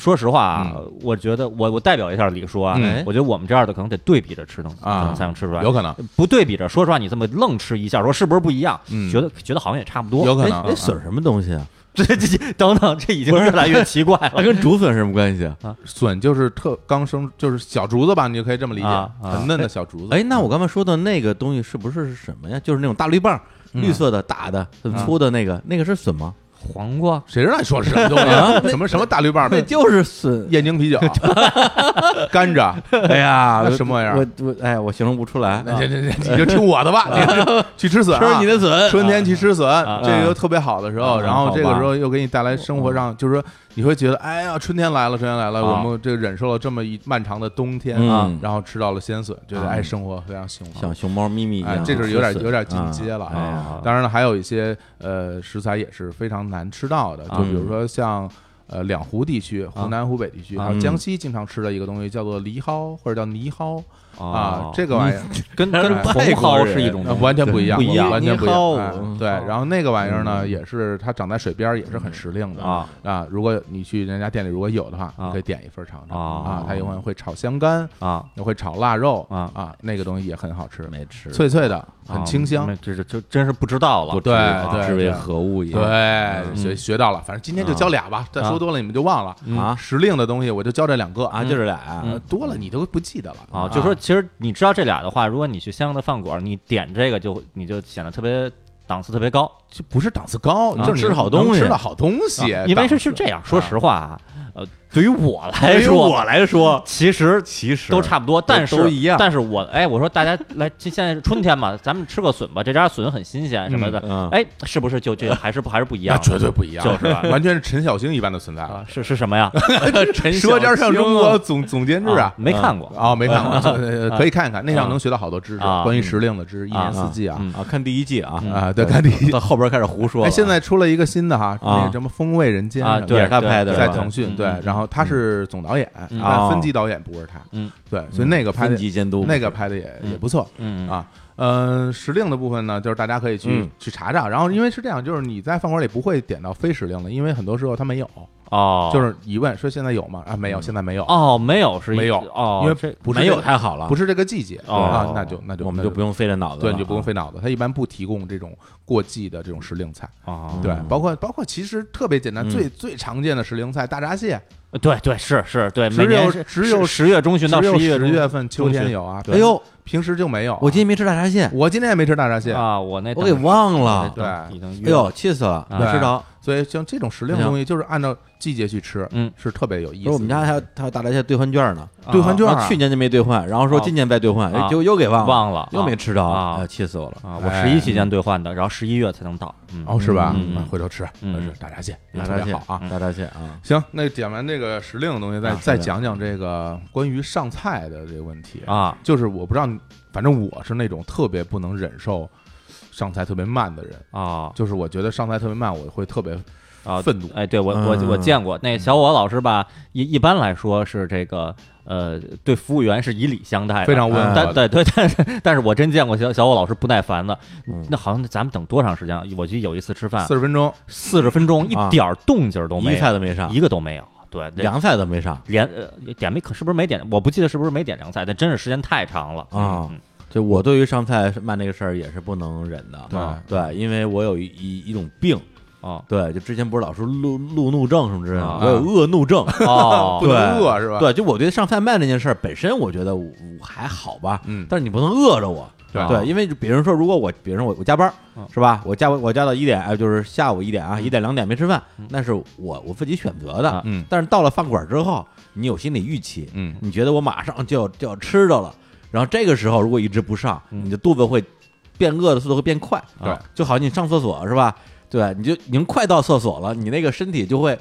说实话啊，我觉得我我代表一下李叔啊
嗯，
我觉得我们这样的可能得对比着吃能
啊
可能才能吃出来
有。可能，
不对比着，说实话，你这么愣吃一下，说是不是不一样？
嗯
觉得觉得好像也差不多。
有可
哎
能
哎，笋什么东西啊？
*laughs* 这这这等等，这已经越来越奇怪
那
了。
跟竹笋什么关系啊？
笋就是特刚生，就是小竹子吧，你就可以这么理解
啊，啊
很嫩的小竹子。
*laughs* 哎，那我刚才说的那个东西是不是是什么呀？就是那种大绿棒，绿色的大的很粗的那个，那个是笋吗？
黄瓜
谁知道你说什么东西啊？ *laughs* 什么什么大绿棒
那 *laughs*
的
就是笋。
燕京啤酒，甘蔗，
*laughs* 哎呀
*laughs* 那什么玩意儿
我我哎，我形容不出来。
那这这这你就听我的吧，你 *laughs* 去吃笋啊，
吃你的啊笋，
春天去吃笋，这个又特别好的时候，
嗯
然后这个
好吧
时候又给你带来生
嗯
活上，就是说你会觉得，哎呀，春天来了，春天来了，
啊
我们这个忍受了这么一漫长的冬天
啊
然后吃到了鲜笋，觉得
啊
哎，生活非常幸福
像。熊猫咪咪一
哎
样，，
这是有点有点
啊
进
阶
阶了啊
哎呀
当然了，还有一些呃食材也是非常难吃到的，就比
嗯
如说像。呃，两湖地区、
啊
湖南、湖北地区，还有江
嗯
西经常吃的一个东西叫做梨蒿，或者叫泥蒿
哦
啊，这个玩意儿
跟跟
哎
茼蒿是一种
呃
东西
完全不一样，
不一样
完全不一
你
样。
好
哎
嗯
对，然后那个玩意儿呢，也是它长在水边，儿，也是很时令的
啊
啊。如果你去人家店里，如果有的话，
啊
你可以点一份尝尝
啊
啊。它一会儿会炒香干，
啊，
会炒腊肉
啊
那个东西也很好吃，
没吃，
脆脆的，很
啊
清香
那。这是这真是不知道了。
对
啊
对
只为何物啊也。
对，
嗯
学学到了，反正今天
啊
就教俩吧，再说多了你们就忘了
啊
时令的东西我就教这两个
啊，就这俩啊
呃多了你都不记得了
嗯啊，就说其实你知道这俩的话，如果你去相应的饭馆，你点这个就你就显得特别档次特别高，
就不是档次高，
啊
就是你
吃好
能
东西
吃到好东西，啊
啊因为是
档
是
次
这样。说实话啊，呃，对于我来说，
对于我来说
其实
其实
都差不多，但是
都一样
但是我哎，我说大家来，现在是春天嘛，咱们吃个笋吧，这家笋很新鲜什么的，
嗯嗯
哎，是不是就这还是不还是不一样
那
的？
绝对不一样，
就是吧
*laughs* 完全是陈小星一般的存在了
啊，。是是
*laughs*
什么呀？
《舌尖上中国》总总监制啊，
没看过
啊，没看过，这呃 *laughs* 可以看一看，那上能学到好多知识，
啊
关于时令的知识，一年
啊
四季啊
嗯
啊，看第一季啊，
啊，对，看第一。
到后边开始胡说
哎，
了。
现在出了一个新的哈，
啊
那个什么《风味人间》
啊，
什么的
对，
也是他
对
拍的
对
在
吧
腾讯对，然后他是总导演，
哦
但分级导演不是他，
嗯，
对，所以那个拍的
分级监督
那个拍的也也不错，
嗯
啊。呃，时令的部分呢，就是大家可以去
嗯
去查查，然后因为是这样，就是你在饭馆里不会点到非时令的，因为很多时候它没有，
哦，
就是一问说现在有吗？啊，没有，现在没有，
哦，没有是一
没有
哦，
因为
这
不
嗯
是
没
这
有
个
太好了，
不
是
是这个季节
哦
啊，那就那就
我们
那
就不用费这脑子了，
对，你就不用费脑子，他一般不提供这种过季的这种时令菜。
嗯
哦，
对，包括包括其实特别简单，最最常见的时令菜大闸蟹，
对对是是，对，
只
每年
有
是
只
是
有
十月中旬到
只有
一月
十
中
月份秋天
旬
有啊。
哎呦，
平时就没有啊。
我今天没吃大闸蟹，
我今天也没吃大闸蟹，
啊，我那
我给忘了。
对
等已经
哎
约
呦，气死了！
对
没吃着，
所以像这种时令的东西，就是按照季节去吃，
嗯，
是特别有意
不是
思的。
我们家还有还有大闸蟹兑换券呢，
兑换券
然
啊，
后去年就没兑换，然后说
啊
今年再兑换，
啊
哎结果又给忘了，
忘了
又没吃着
啊
哎气死我了。
啊，我
哎
十一期间兑换的，然后十一月才能到。嗯
哦，是吧？
嗯嗯嗯
回头吃，
嗯
回头吃大闸蟹，也
大
特
闸蟹
别好啊。
大闸蟹啊，
行，那讲完这个时令的东西，再
啊
再
是的
讲讲这个关于上菜的这个问题。
啊，
就是我不知道你，反正我是那种特别不能忍受上菜特别慢的人。
啊
就是我觉得上菜特别慢，我会特别
啊！
愤怒。
哎，对我我我
嗯
见过那小我老师吧，一一般来说是这个呃，对服务员是以礼相待的，
非常嗯温和
哎但对对，但是但是我真见过小小我老师不耐烦的
嗯，
那好像咱们等多长时间啊？我记得有一次吃饭
四十分钟，
四十分钟，一
啊
点儿动静儿都
一
没
个菜
有，
都没上，
一个都没有。对，那
凉菜都没上，
连呃点没可是不是没点？我不记得是不是没点凉菜，但真是时间太长了
啊
嗯
就我对于上菜慢这个事儿也是不能忍的，
对
对，因为我有一一一种病，
哦
对，就之前不是老说路路怒症什么之类的
啊，
我有恶怒症，
哦
不能饿是吧？，
对，就我对上菜慢这件事儿本身，我觉得我我还好吧，
嗯
但是你不能饿着我，
对
对，因为比如说，如果我，比如说我我加班儿
嗯
是吧？我加我加到一点，哎，就是下午一点啊，一点两点没吃饭，那是我我自己选择的
啊。
嗯
但是到了饭馆之后，你有心理预期，
嗯，
你觉得我马上就要就要吃着了，然后这个时候如果一直不上，
嗯
你的肚子会变饿的速度会变快，
对
啊就好像你上厕所是吧？对，你就已经快到厕所了，你那个身体就会，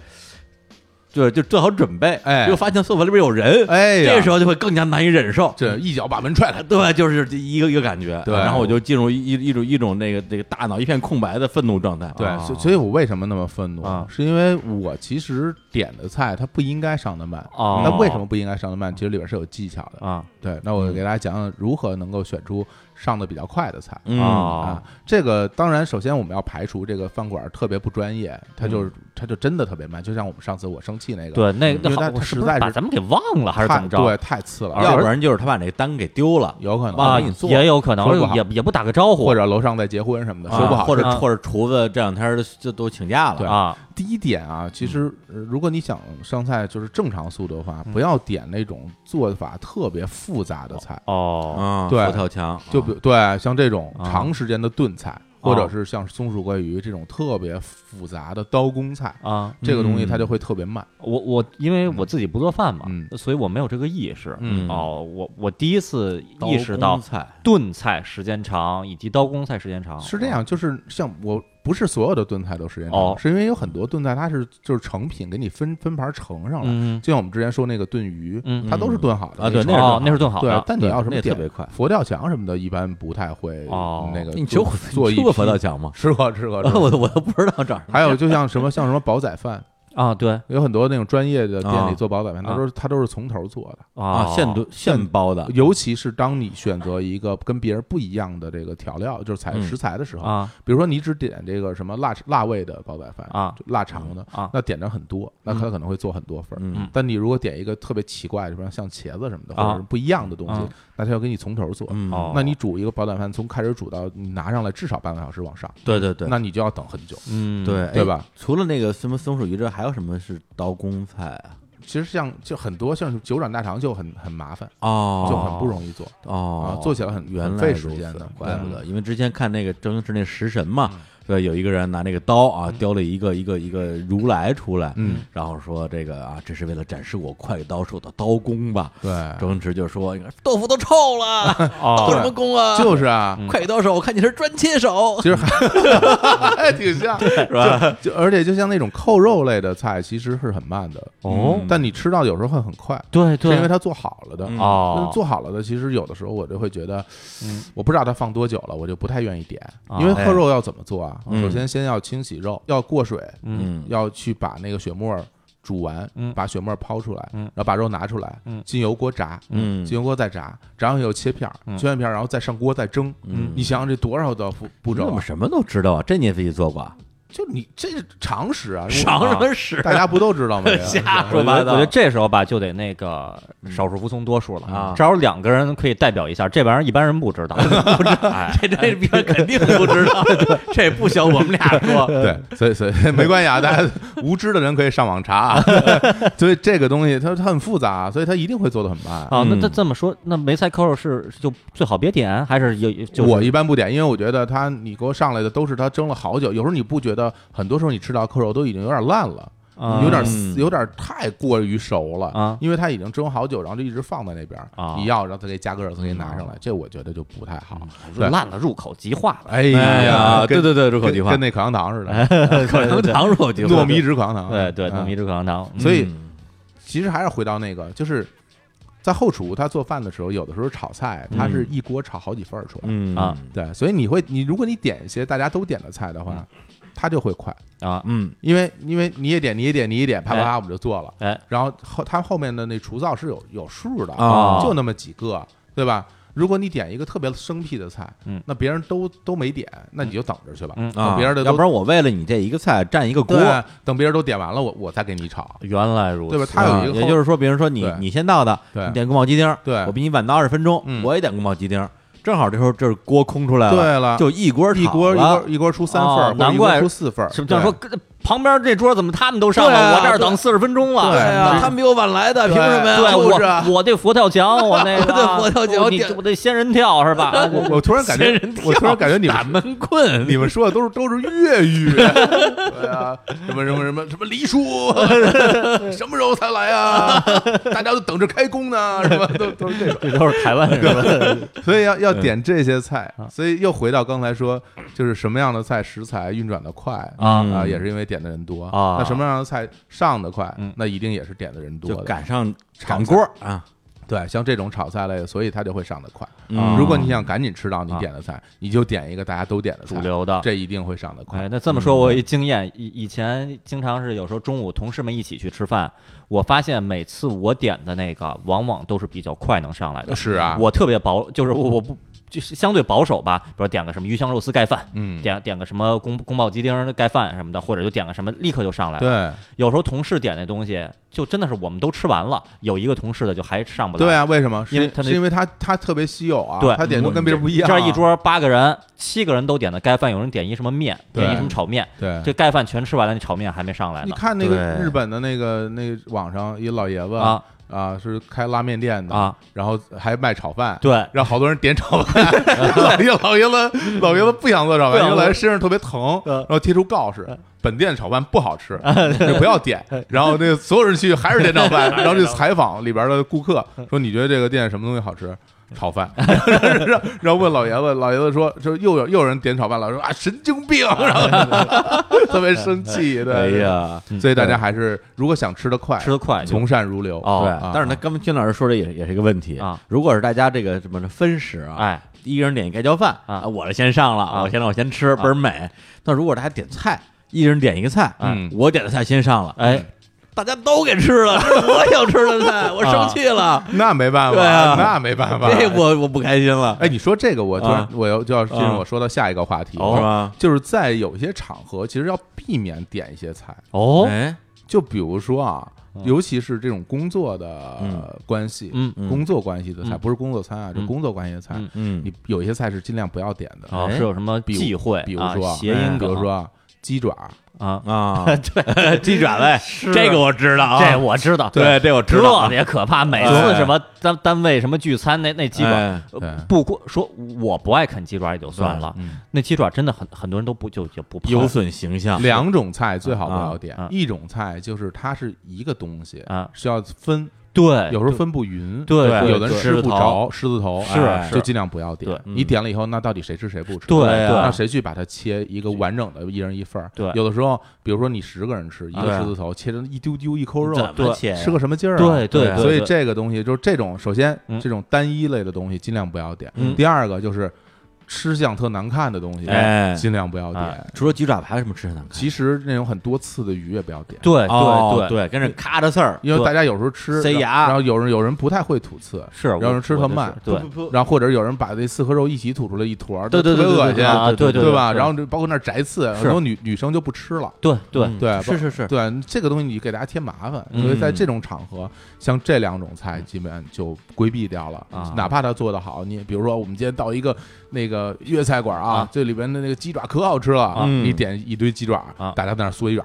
对，就做好准备，
哎
结果发现厕所里边有人，
哎呀，
这时候就会更加难以忍受，
这一脚把门踹开，
对，就是这一个一个感觉，
对
然后我就进入一一一种一种那个这个大脑一片空白的愤怒状态，
对，
啊
所所以，我为什么那么愤怒
啊
是因为我其实点的菜它不应该上的慢。
哦
那为什么不应该上的慢？其实里边是有技巧的。
啊
对，那我给大家讲讲如何能够选出上的比较快的菜。
嗯
啊
啊，
这个当然，首先我们要排除这个饭馆特别不专业，他就是他就真的特别慢，就像我们上次我生气那个，，
嗯对，那
嗯因为他
那好
他
我是
实
不
在
是把
是
咱们给忘了还是怎
太
么着？
对，太次了，
要不
然
然就是他把那个单给丢了，
有可能
啊
忘了给你，做
也有可能
说不好
也也不打个招呼
或者楼上在结婚什么的，
啊
说不好。
或者
啊
或者厨子这两天儿就都请假了，
对
啊
第一点啊，其实
嗯
呃如果你想上菜就是正常速度的话，不要点那种做法特别复杂的菜，
哦
啊，
对
佛跳墙，
就比对像这种
啊
哦
长时间的炖菜，或者是像松鼠桂鱼这种特别复杂的刀工菜，
啊，
这个东西
嗯
它就会特别慢。
我我因为我自己不做饭嘛
嗯，
所以我没有这个意识。
嗯
哦，我我第一次
刀
意识
工
到
菜
炖菜时间长以及刀工菜时间
哦
长
是这。样，就是像我不是所有的炖菜都时间
嗯
长，
哦
是因为有很多炖菜它是就是成品给你分分盘盛上来，
嗯
就像我们之前说那个炖鱼，
嗯
它都是炖好的
啊对
那
那是
种
哦，那是炖好
对啊
的，
但你要什
那
么
也特
点
别快，
佛跳墙什么的，一般不太会
哦
那个
你吃
做
过
做
你
一
吃过
批
佛跳
*laughs*
墙吗？
吃过吃过，吃
*laughs*
过
我都我都不知道 *laughs* 长什么
还有就像什么像什么煲仔饭，
啊，对
有很多那种专业的店
啊
里做煲仔饭，它都是它都是从头做的。
哦
啊，现
炖
炖现包的
尤其是当你选择一个跟别人不一样的这个调料，就是材
嗯
食材的时候，
啊
比如说你只点这个什么辣辣味的煲仔饭
啊，
就腊肠的
啊
那点的很多，那它可能会做很多份儿。
嗯
但你如果点一个特别奇怪的，比方像茄子什么的，
啊
或者是不一样的东西
啊，
那它要给你从头做。
嗯
哦
那你煮一个煲仔饭，从开始煮到你拿上来至少半个小时往上，
对对对
那你就要等很久，
嗯
对
对
哎
吧？
除了那个什么松鼠鱼之外，还有什么是刀工菜啊？
其实像就很多像九转大肠就很很麻烦，
哦
就很不容易做。
哦
啊，做起来很
原
很
来
费
如
时
此
间的
怪不得。因为之前看那个周星驰那食神嘛，对，有一个人拿那个刀啊，雕了一个一个一个如来出来，
嗯，
然后说这个啊，这是为了展示我快刀手的刀工吧。
对，
周星驰就说：“豆腐都臭了，刀什
哦
么工啊？
就是啊，
*laughs* 快刀手，我看你是专切手。
其实
嗯
*laughs* 还
*laughs*
挺像，是吧？就而且就像那种扣肉类的菜，其实是很慢的嗯
哦
但你吃到有时候会很快，
对
是
对，
因为它做好了的
嗯
哦嗯
做好了的，其实有的时候我就会觉得，我不知道它放多久了，我就不太愿意点，
啊
因为扣肉要怎么做啊？
嗯
首先先要清洗肉，要过水，
嗯
嗯
要去把那个血沫儿煮完，
嗯
把血沫儿抛出来，
嗯
然后把肉拿出来，
嗯
进油锅炸，
嗯
进油锅再炸，炸完以后切片儿，
嗯
切完片儿然后再上锅再蒸。
嗯
你想想这多少道步步
你
骤
怎么
啊？
什么都知道啊？这你也自己做过啊？
就你这是常识啊！
长
我
什么屎
大家不都知道吗？
瞎
*laughs*
说
我觉
八
得我
道
觉得这时候吧，就得那个少数服从多数了
啊
正好两个人可以代表一下，这玩意儿一般人不 *laughs* 知道，不知道。哎
这 *laughs* 这别人肯定不知道， *laughs* 这也不行，我们俩说。
呃
对，所以所以没关系啊，大家无知的人可以上网查啊。 *laughs* 所以这个东西它它很复杂，啊所以它一定会做的很慢。
啊，那
嗯
这这么说，那梅菜扣肉是就最好别点，还是有就是
我一般不点，因为我觉得它你给我上来的都是它蒸了好久，有时候你不觉得得很多时候你吃到扣肉都已经有点烂了。
啊
有点死有点太过于熟了
啊
因为它已经蒸好久，然后就一直放在那边儿
啊嗯
你要然后再给加个热，再给拿上来，这我觉得就不太好。对，
烂了，入口即化
*laughs*
了。
哎
哎呀，对
跟
对对，入口
跟
即化 *laughs*
跟，那口香糖似
*laughs*
的，
口香糖入口即化，
糯米纸口香糖，
对对，糯米
纸。
制口香糖，嗯
所以其实还是回到那个，就是在后厨他做饭的时候，有的时候炒菜，他
嗯
是一锅炒好几份儿出来，
嗯
啊
对，所以你会，你如果你点一些大家都点的菜的话，
嗯
它就会快，
啊，
嗯，
因为因为你也点，你也点，你也点，啪啪啪，我们就做了。
哎，
然后后它后面的那厨灶是有有数的
啊
就那么几个，对吧？如果你点一个特别生僻的菜，
嗯
那别人都都没点，那你就等着去吧，
嗯啊
等
啊，
别人的都
要不然我为了你这一个菜占一个锅，
对，等别人都点完了，我我再给你炒，
原来如此，
对吧？它有
啊
一个
也
后
就是说，比如说你
对
你先到的，
对
你点宫保鸡丁，
对
我比你晚到二十分钟，
嗯
我也点宫保鸡丁，正好这时候这锅空出来了，
对了
就一锅
一锅
炒
一
了
锅一锅出三份
哦
儿，或者
难
一锅
怪
出四份儿，
是不
对
是说跟旁边这桌怎么他们都上
对啊
了，我这儿
对
等四十分钟了？
对
哎呀，
是
他们比我晚来的，
对
凭什么呀？
对
就是啊
我我这佛跳墙，我那个
我这佛跳墙
我
我
你
点
我这仙人跳是吧？
*laughs* 我我突然感觉
仙人，跳
我突然感觉你们
闷棍，
你们说的都是都是粤语，对啊，什么什么什么什么黎 *laughs* 叔，什么时候才来啊？大家都等着开工呢，什么都都是这种，
这都是台湾人是吧？
所以要
嗯
要点这些菜，所以又回到刚才说，就是什么样的菜食材运转的快
啊
啊，也是因为点的人多
啊
那什么样的菜上的快
嗯，
那一定也是点的人多
就
的。
赶上
炒
炒锅啊，
对，像这种炒菜类的，所以它就会上的快。
嗯
如果你想赶紧吃到你
啊
点的菜，你就点一个大家都点的菜
主流的
这一定会上的快
啊
嗯
哎，。那这么说，我有一经验，以以前经常是有时候中午同事们一起去吃饭，我发现每次我点的那个，往往都是比较快能上来的。
是啊
我特别保，就是我我不就是相对保守吧，比如点个什么鱼香肉丝盖饭，
嗯，
点点个什么宫宫保鸡丁盖饭什么的，或者就点个什么，立刻就上来了。
对。
有时候同事点那东西，就真的是我们都吃完了，有一个同事的就还上不来。
对啊，为什么？是
因为他那
是因为他他特别稀有啊，
对嗯
他点都跟别人不一样、啊
这儿一，桌八个人，七个人都点的盖饭，有人点一什么面，
对
点一什么炒面，
对。
这盖饭全吃完了，那炒面还没上来
你
呢。
看那个
对
日本的那个那个网上一老爷子
啊
啊是开拉面店的
啊，
然后还卖炒饭，
对
让好多人点炒
*laughs*
饭，老爷老爷子老爷子不想做炒
不
饭，
想
因为
做
老爷身上特别疼，
嗯嗯
然后贴出告示，本店炒饭不好吃，就不要点。然后那个所有人去还是点炒饭，然后去采访里边的顾客
嗯
说你觉得这个店什么东西好吃？炒饭， *laughs* 然后然后问老爷子，老爷子说说又有又有人点炒饭了，说啊神经病，然后特别生气，
嗯
对，
哎呀，
所以大家还是如果想吃得快，
吃得快就
从善如流，
哦
对，
啊
但是他刚才金老师说的也也是一个问题
啊。
如果是大家这个什么分食啊，
哎，
一人点一盖浇饭
啊
我是先上了，我先让我先
啊
吃，倍儿美。但如果大家点菜，一人点一个菜，
嗯
我点的菜先上了，
哎，
大家都给吃了，这是我想吃的菜，我生气了，
那没办法，
对啊
那没办法，
这我我不开心了，
哎，你说这个，我突然
啊
我要就要进入
啊
我说到下一个话题，
哦
是吧？
啊
就是在有些场合，其实要避免点一些菜，
哦，
哎，
就比如说啊，尤其是这种工作的呃关系，
嗯
工作关系的菜，
嗯
不是工作餐啊，就
嗯
工作关系的菜
嗯，
嗯
你有一些菜是尽量不要点的，
哦，
哎
是有什么
比如
忌讳
比如
啊
说啊？
谐音梗，
比如说啊鸡爪，
啊，
啊，
对，
鸡
*laughs*
爪呗，这个我知道啊，
这我知道，
对，这我知道
特
啊，
别可怕。每次
对
什么单单位什么聚餐那那鸡爪，
哎
呃
对
不过说我不爱啃鸡爪也就算了，
嗯
那鸡爪真的很很多人都不就就不碰
有损形象，
两种菜最好不要点
啊，
一种菜就是它是一个东西
啊，
需要分，
对，
有时候分不匀，
对
对
有的人
对
吃
狮
不
子头
着狮子头，
是啊
哎
是
就尽量不要点
对。
你点了以后，那到底谁吃谁不吃？
对对
那谁去把它切一个完整的，一人一份儿？
对
有的时候，比如说你十个人吃一
对
个
啊
狮子头，切成一丢丢一抠肉，
怎么切呀
吃个什么劲儿啊？
对对对
所以
对
这个东西就是这种，首先
嗯
这种单一类的东西尽量不要点
嗯。
第二个就是吃相特难看的东西
哎，
尽量不要点
哎。
除了鸡爪还有什么吃的难看？
其实那种很多刺的鱼也不要点。
对
哦
哎对
对，
对，
跟着咔着刺儿，
因为
对
大家有时候吃
塞
然后
牙
然后有人有人不太会吐刺，
是
有人
我
吃特
我就是
慢，
对
然后或者有人把那刺和肉一起吐出来一坨儿，
对
就
对
特
对
别恶
对
心，
啊对
对
对吧？
对
然后就包括那儿摘刺，很多女女生就不吃了。
对对
嗯
对，
是是是，
对这个东西你给大家添麻烦，
嗯
所以在这种场合，像这两种菜基本就规避掉了
啊。
哪怕他做的好，你比如说我们今天到一个那个粤菜馆啊
啊，
这里边的那个鸡爪可好吃了，
嗯
你点一堆鸡爪
啊，
大家在那儿嗦鸡爪，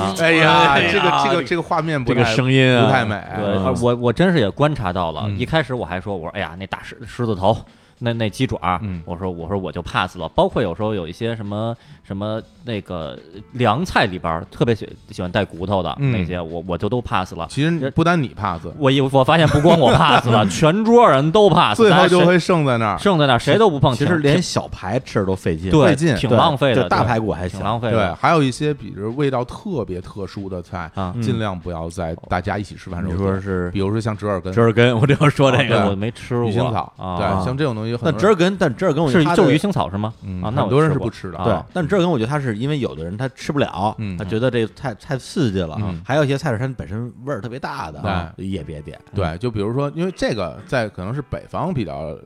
啊
哎呀，
*laughs* 哎呀
这个这个这个画面不
这个
太
声音啊
不太美，
对，啊我我真是也观察到了，
哎嗯
一开始我还说，我说哎呀，那大狮狮子头。那那鸡爪儿，
嗯
我说我说我就 pass 了。包括有时候有一些什么什么那个凉菜里边儿特别喜喜欢带骨头的
嗯
那些，我我就都 pass 了。
其实不单你 pass，
我一我发现不光我 pass 了， *laughs* 全桌人都 pass，
最后
大家
就
谁
会剩在那儿。
*laughs* 剩在那儿谁都不碰，
其实
挺
连小排吃着都费劲，
对
费劲
挺
对
浪费的，
就大
对
排骨还
挺
行，
浪费
对，
的。
还有一些比如味道特别特殊的菜
啊，
尽量不要在大家一起吃饭
嗯
时
你
候
说
做，
是
比如说像折耳根
折、耳根，我就要说这
这个
对
个。
我没吃过。
鱼腥草，
啊
对，像这种东西，很
但折
多人
耳根，但折耳根我觉
是
得它
就是
的
鱼腥草是吗？
嗯
啊，那我
很多人
吃
是
过
不吃的
对
啊，
但折耳根我觉得它是因为有的人他吃不了
嗯，
他觉得这太太刺激了
嗯。
还有一些菜是它本身味儿特别大的，啊也别点。
对，就比如说，因为这个在可能是北方比较呃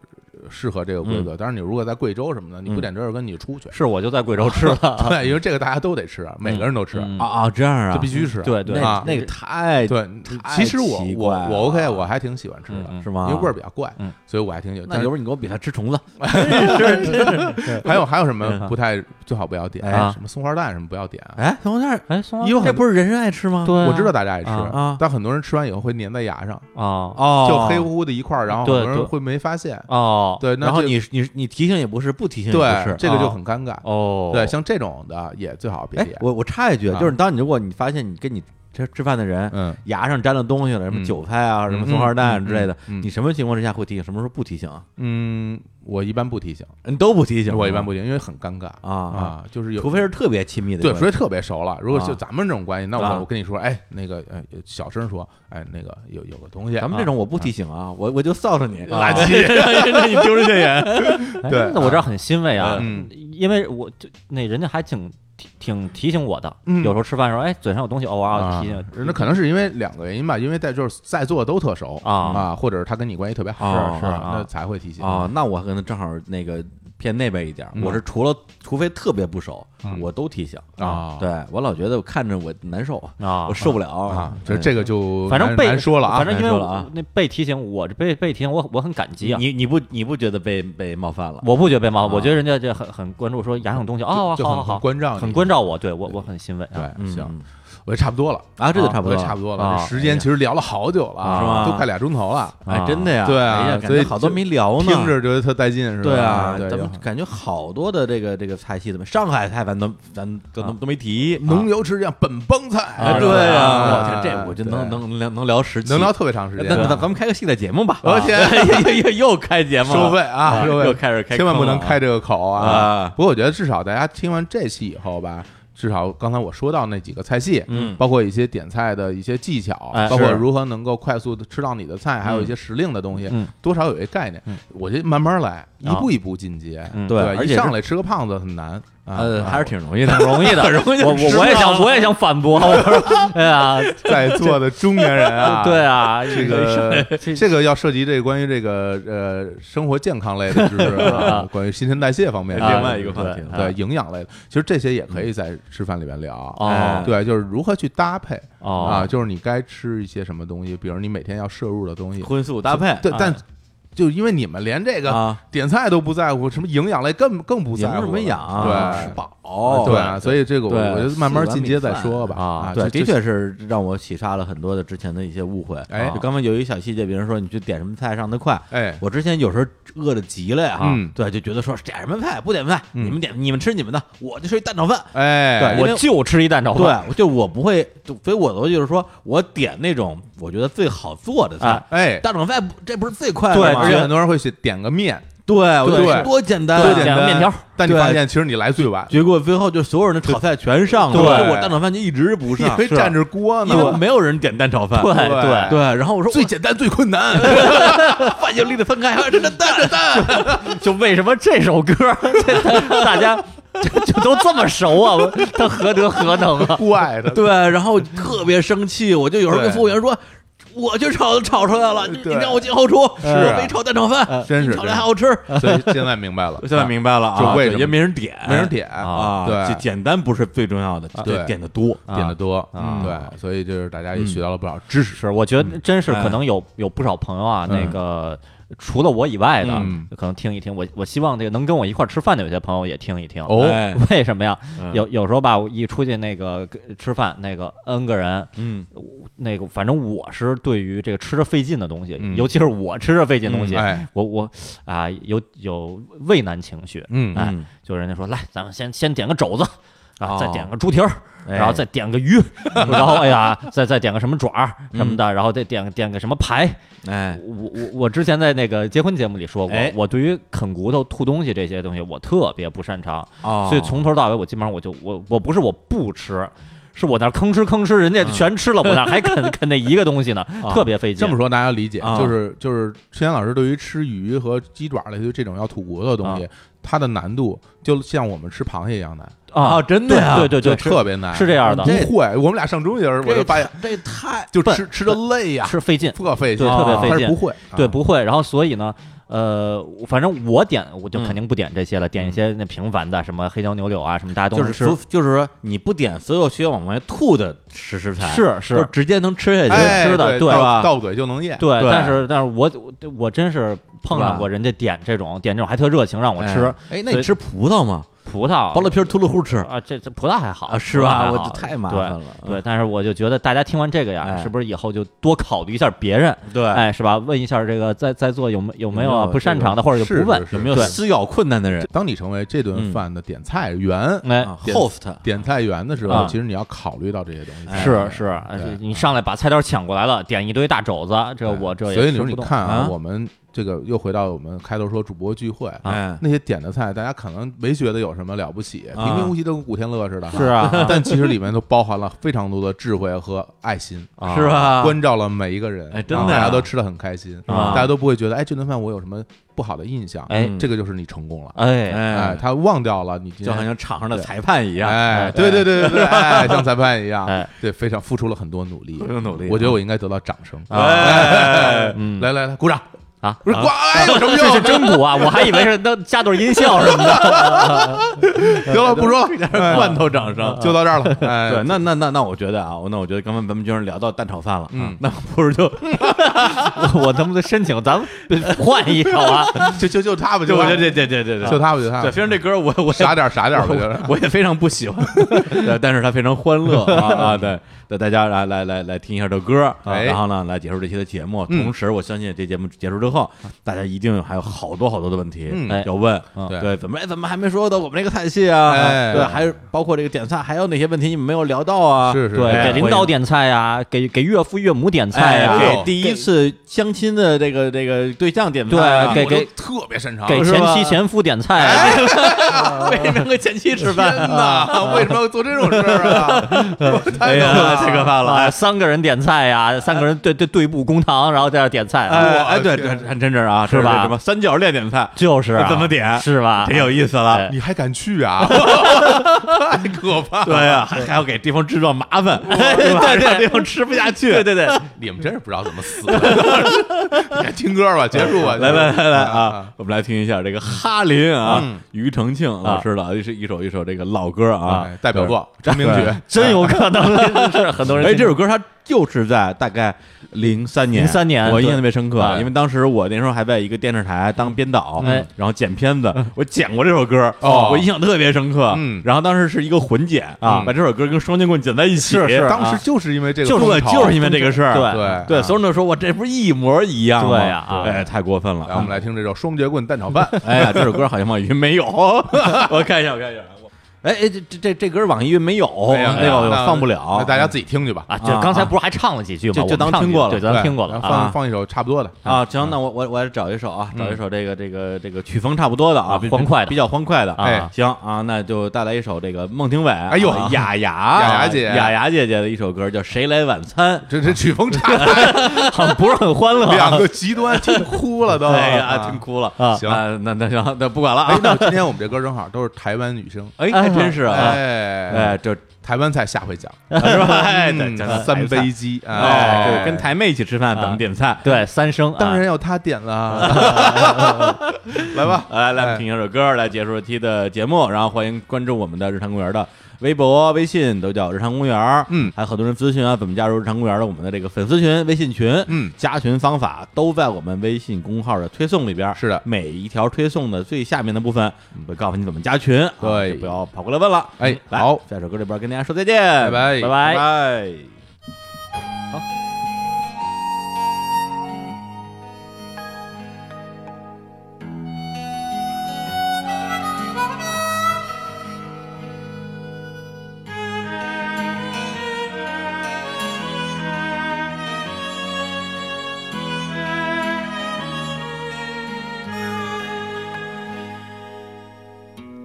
适合这个规
嗯
则，但是你如果在贵州什么的，你不点折耳根，你出去。
是我就在贵州吃
*laughs*
了。
对，因为这个大家都得吃，每个人都吃，
嗯
啊啊，这样啊
这必须吃。
对对
啊
那那个太
对，
太
其实我
奇
我
怪
我
了
OK，我还挺喜欢吃的，
嗯
是吗？
因为味儿比较怪
嗯，
所以我还挺喜欢。但
那
是
要不你给我比它吃虫子，
还有还有什
嗯
么不太最好不要点？
哎
什么松花蛋什么不要点啊？
哎，松花蛋
哎，松
哦
花
儿，这不是人人爱吃吗？
对啊
我知道大家爱吃
啊
啊
但很多人吃完以后会粘在牙上，
啊
哦，
就黑乎乎的一块儿，然后很
对
多人
对
会没发现。
哦
对，那
然后
这
你你你提醒也不是，不提醒也不
对
是。
这个就
啊
很尴尬。
哦，
对，像这种的也最好别
哎
点，。
我我插一句，
啊
就是当你如果你发现你跟你吃吃饭的人
嗯，
牙上沾了东西了，什
嗯
么韭菜啊，什么
嗯
松花蛋之类的，
嗯嗯嗯
你什么情况之下会提醒，什么时候不提醒啊？
嗯，我一般不提醒，
你都不提醒，
我一般不提醒，因为很尴尬
啊
啊，就是有
除非是特别亲密的
对，
关
除
系，
非特别熟了。如果就
啊
咱们这种关系，那
啊
我我跟你说，哎，那个呃，小声说，哎，那个有有个东西，
咱们这种我不提醒啊，我我就臊着你，
哦
垃
*laughs*
圾，
哎那你丢人现眼。
对
哎那我这很欣慰啊，
嗯
因为我就那人家还挺挺挺提醒我的，
嗯
有时候吃饭的时候，哎，嘴上有东西，偶尔
啊
提醒。，
那可能是因为两个原因吧，因为在就是在座都特熟
啊
或者是他跟你关系特别好，
是
啊
哦是
啊
那才会提醒
啊，那我可能正好那个偏那边一点儿，
嗯
我是除了除非特别不熟
嗯，
我都提醒
啊
对我老觉得我看着我难受啊，嗯
啊
我受不了
啊，就这
个。
个就
反正
难
被
难说了啊，
反正因为
难说了啊
我那被提醒，我这被被提醒，我我很感激啊。
你你不你不觉得被被冒犯了？
我不觉得被骂，我
啊
觉得人家这很很关注，说牙上有东西，哦，
就很
好好好，
很关照你
很关照我，对我我很欣慰啊。
对，行
嗯，
我觉得差不多了。
啊，这就差
差
不多了，哎
差不多
啊
了。这时间其实聊了好久了，啊
是吗
都快俩钟头了，
哎，真的呀，
对啊
哎呀，感
所以
觉好多没聊呢，
听着觉得特带劲，是吧？
对啊，
对
咱们
有
感觉好多的这个这个菜系怎么上海菜咱都咱都都都没提，
浓油赤酱本帮
啊
菜，
对
啊
我天，这我就能
对
能能能聊十期，
能聊特别长时
那
间。
那咱们开个系列节目吧，啊
而且
*laughs* 又又又开节目了
收费啊，收费
又开始开坑了，
千万不能开这个口啊
啊！
不过我觉得至少大家听完这期以后吧。至少刚才我说到那几个菜系，嗯，包括一些点菜的一些技巧，
哎
包括
是
如何能够快速的吃到你的菜，
嗯
还有一些时令的东西，
嗯
多少有一概念。我觉得慢慢来，一步一步进阶。
嗯
啊对而
一
且
上
是
来吃个胖子很难。啊
呃，还是挺容易的
很，容易的，
很 *laughs* 容易就
我我
知道
我也
了
*laughs*
想，我也想反驳， *laughs* 我说，哎呀，
在座的中年人
*laughs*
啊，
对啊，
这个这个要涉及这个关于这个呃生活健康类的知识
*laughs*
啊，关于新陈代谢方面的，
啊
另外一个话题
对营养类的，其实这些也可以在吃饭里边聊
嗯
啊
哦
对，就是如何去搭配
哦
啊，就是你该吃一些什么东西，比如你每天要摄入的东西，
荤素搭配，
对，但就因为你们连这个
啊，
点菜都不在乎，什么营养类更更不
也
在
没有
乎了，
什么养，啊吃
对。
饱，
对啊，所以这个我
哦对
我就慢慢进阶再说吧
啊
啊
对，的
这这
确是让我洗刷了很多的之前的一些误会。啊
哎
就刚刚有一小细节，比如说你去点什么菜上的快，
哎
我之前有时候饿的急了呀，
嗯
对，就觉得说点什么菜不点菜，
嗯
你们点你们吃你们的，我就吃一蛋炒饭。
哎，
对因为
啊我就吃一蛋炒
对
饭，，
我就我不会，就所以我的就是说我点那种我觉得最好做的菜
啊，
哎，
蛋炒饭不这不是最快
对
哎的
而
吗？
且
对
很多人会去点个面，
对，我觉
对
得多简单
多
啊，
简
两个
单，
面条。
但你发
对
现其实你来最晚，
结果最后就所有人的炒菜全上了，
对
我蛋炒饭就一直不
因
上，
为
是啊
占着锅呢
因。为没有人点蛋炒饭，
对
对
对
对，然后我说
最简单最困难，
饭就立得分开，还有这个蛋蛋，
就为什么这首歌 *laughs* 大家就就都这么熟啊？ *laughs* 我他何德何能
*laughs*
啊？
怪的。
对，然后特别生气，我就有时候跟服务员说。我就炒炒出来了，你
对
你让我进后厨，
是啊
我没炒蛋炒饭，
真是
你炒的还好吃。
所以现在明白
*laughs*
了，啊
明白了
就为什么
对也没人点，
没人点
啊，
对
就简单不是最重要的，
对
就点的多，
点的多，对，所以就是大家也学到了不少知识。
是，我觉得真是可
哎
能有有不少朋友啊，
嗯
那个除了我以外的
嗯，
可能听一听。我我希望这个能跟我一块儿吃饭的有些朋友也听一听。
哦
哎
为什么呀？
嗯
有有时候吧，我一出去那个跟吃饭，那个 N 个人，
嗯
那个反正我是对于这个吃着费劲的东西，
嗯
尤其是我吃着费劲的东西，
哎，
我我啊、有有畏难情绪，
嗯
哎，就人家说来，咱们先先点个肘子。然后再
哦
点个猪蹄儿，
哎
然后再点
*laughs*
个鱼，然后哎呀，再再点个什么爪儿什么的，然后再点点个什么排。
嗯哎
我我我之前在那个结婚节目里说过
哎，
我对于啃骨头、吐东西这些东西，我特别不擅长。
哦，
所以从头到尾，我基本上我就我我不是我不吃，是我那儿吭哧吭哧，人家
嗯
全吃了，我那儿
*laughs*
还啃啃那一个东西呢，
哦
特别费劲。
这么说大家理解，
啊
就是就是之前老师对于吃鱼和鸡爪类似于这种要吐骨头的东西，它的难度就像我们吃螃蟹一样难，
啊
啊，，真的呀，
对对对，
就特别难，
是这样的
不会，我们俩上中学的时候我就发现，
这太
就
笨
吃吃的累
啊
呀，
吃费劲，
特费劲，
对
特别
啊
费
但是不
劲
会，啊
对，不会。然后所以呢，呃，反正我点我
嗯
就肯定不点这些了，点一些那平凡的，什么黑椒牛柳啊，什么大家都
就
能
是
吃。
所就是说你不点所有需要往外吐的食食材，
是，
就是直接能吃下去，
哎，
吃的对
到
吧
到嘴就能咽，
对，
对
但是但是我我我真是碰
是
上
吧
过人家点这种点这种还特热情让我吃
哎，那
所以
你吃葡萄吗？
葡萄，
剥了皮儿秃噜呼吃
啊，这这葡萄还好
啊，是
葡萄
吧？
还
我
好
这太麻烦了，
对，对，但是我就觉得大家听完这个呀，
哎
是不是以后就多考虑一下别人？
对
哎，是吧？问一下这个在在座有没有没有
有没
啊
有
不擅长的，或者就是不问
是
有没有
对
撕咬困难的人
当你成为这顿
嗯
饭的点菜员、
哎。
啊
点
？host
点菜员的时候，
啊
其实你要考虑到这些东西。
是
哎
是，哎
对
你上来把菜单抢过来了，点一堆大肘子，这我这也
所以你
吃
说
不
你
动
看
啊
我们这个又回到我们开头说主播聚会，
啊
哎，
那些点的菜，大家可能没觉得有什么了不起，
啊
平平无奇，都跟古天乐似的。
是，啊，
*laughs* 但其实里面都包含了非常多的智慧和爱心。
啊
是？吧？
关照了每一个人，
哎真的
啊
呀
大家都吃的很开心，
啊
大家都不会觉得哎这顿饭我有什么不好的印象，
哎
这个就是你成功了，
哎，
哎
哎，，
他忘掉了你今
就好
天，
像场上的裁判一样，
哎，对对对对对，哎，像裁判一样
哎，
对，非常付出了很多努力，
用努力
我觉得我应该得到掌声，
哎，
嗯
来来来，鼓掌
啊
不是呱，哎，有什么
这是
用？
真鼓啊！我还以为是能加段音效什么的。
行了，不说了，
罐头掌声。
就到这儿了，哎，
对，那那那那，我觉得啊，我那我觉得刚才咱们居然聊到蛋炒饭了，啊
嗯
那不如就
我我能不能申请咱们换一首啊？
就就就他
*laughs*
吧，
就
就
我觉
他
得这这这这这，
就他吧，就他吧
对，，非常这歌我我
傻点儿傻点儿吧，就是
我我也非常不喜欢， *laughs* 对，但是它非常欢乐啊啊！对，对，大家来来来来听一下这歌，啊
哎
然后呢来结束这期的节目。
嗯
同时，我相信这节目结束之后，大家一定还有好多好多的问题
嗯
要问
嗯。
对，怎么哎怎么还没说到我们这个菜系啊？
哎
对，还有包括这个点菜，还有哪些问题你们没有聊到啊？
是是
对，
哎
给领导点菜呀，给给岳父岳母点菜啊
哎，
呀，
呦
给第一次相亲的这个这个对象点菜啊，
对
我
给
就特别擅长，
给
是
前
吧
妻前夫点菜啊呀，
为什么要跟前妻吃
天
饭？啊
*laughs* 哪，为什么要做这种事儿啊？
哎
太可怕
呀，
了
太可怕了！
啊三个人点菜呀，三个人对对对簿公堂，然后在这点菜，啊
哎
我
哎，对，
天
这还真是啊，
是吧
什么三角恋点菜，
就是啊
怎么点
是吧？
挺有意思了
哎。
*laughs* 你还敢去 *laughs* 啊？太可怕了！
对呀，还还要给地方制造麻烦， *laughs* 对吧？让地方吃不下去。对对对，
你们真是不知道怎么死的。 *laughs* 你还听歌吧，结束吧。
*laughs* 来来来来啊，我们来听一下这个哈林啊，庾澄庆老师的，是一首一首这个老歌啊
哎，代表作《成名曲
对》。
真
哎
有可能 *laughs* 是很多人。
哎，这首歌它就是在大概零三年，
03年
我印象
对
特别深刻，啊
哎
因为当时我那时候还在一个电视台当编导，
哎
然后剪片子，我剪过这首歌，
哦
我印象特别深刻。
嗯
然后当时是一个混剪啊，
嗯
把这首歌跟双截棍剪在一起，
是是
啊
当时就是因为这个
就是
风
我
潮，
就是因为这个事儿，
对
对
对，
啊
所有人都说我这不是一模一样吗？
对呀啊
哎，太过分了
来，我们
啊！
来听这首《双截棍蛋炒饭》。
哎呀，这首歌好像网易云 *laughs* 没有，我看一下，我看一下。我哎哎，这这这这歌网易云没有，
哎呀
哦那个我
那
放不
那
了。嗯
大家自己听去吧。
啊，这刚才不是还唱了几句吗？
就
我
就
们
当
唱
听
几
过
句
了
对，咱
对
听过了
然后
啊
放。放一首差不多的。
啊，行，那我我我找一首啊，找一首这个这个这个曲风差不多的啊，
啊
比
欢快的
比较欢快的。
哎
行啊，那就带来一首这个孟庭苇，哎
呦
雅雅
雅
雅
雅姐
雅雅姐姐的一首歌叫《谁来晚餐》。
这这曲风差太，
*laughs*
好像不是很欢乐
两个极端，听哭了都。
啊 *laughs* 哎呀，
啊
听哭了
啊
行
啊那那行，那不管了
哎
啊，。
那今天我们这歌正好都是台湾女生，
哎，还真是啊，
哎
哎，，这
台湾菜下
*laughs*
回讲，
是吧？哎，对，
嗯
讲到
三
台菜
杯，鸡，
哎，
哎，
对，跟台妹一起吃饭
啊
怎么点菜？
对三声啊，
当然要他
*laughs*
点了，来吧，
来，来，我们
哎
听一首歌来结束这期的节目，然后欢迎关注我们的日常公园的微博、微信都叫日常公园儿
嗯
还有很多人咨询啊，怎么加入日常公园的我们的这个粉丝群、微信群，
嗯
加群方法都在我们微信公号的推送里边儿，
是的
每一条推送的最下面的部分会告诉你怎么加群，啊
对
就不要跑过来问了。
哎
来
好，
在这首歌里边跟大家说再见，
拜拜
拜拜
拜。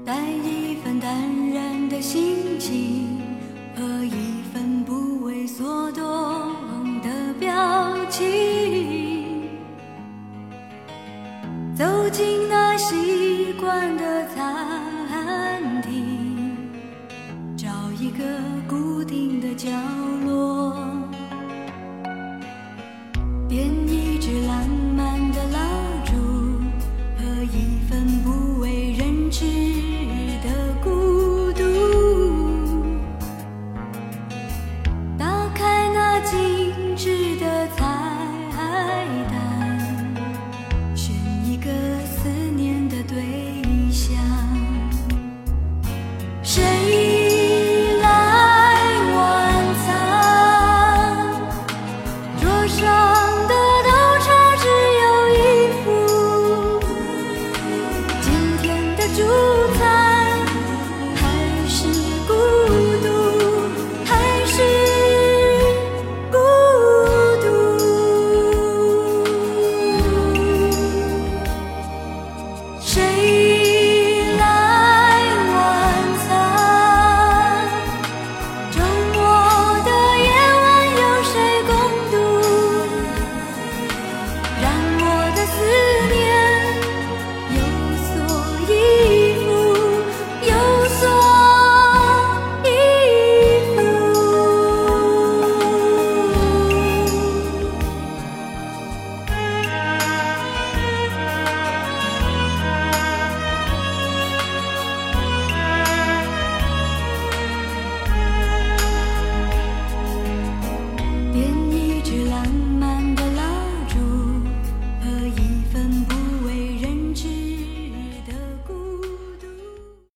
带一份淡然的心情和一份不为所动的表情，走进那习惯的餐厅，找一个固定的角落，点一支浪漫的蜡烛和一份不为人知的孤独。打开那精致的菜单，选一个思念的对象。谁来晚餐？桌上。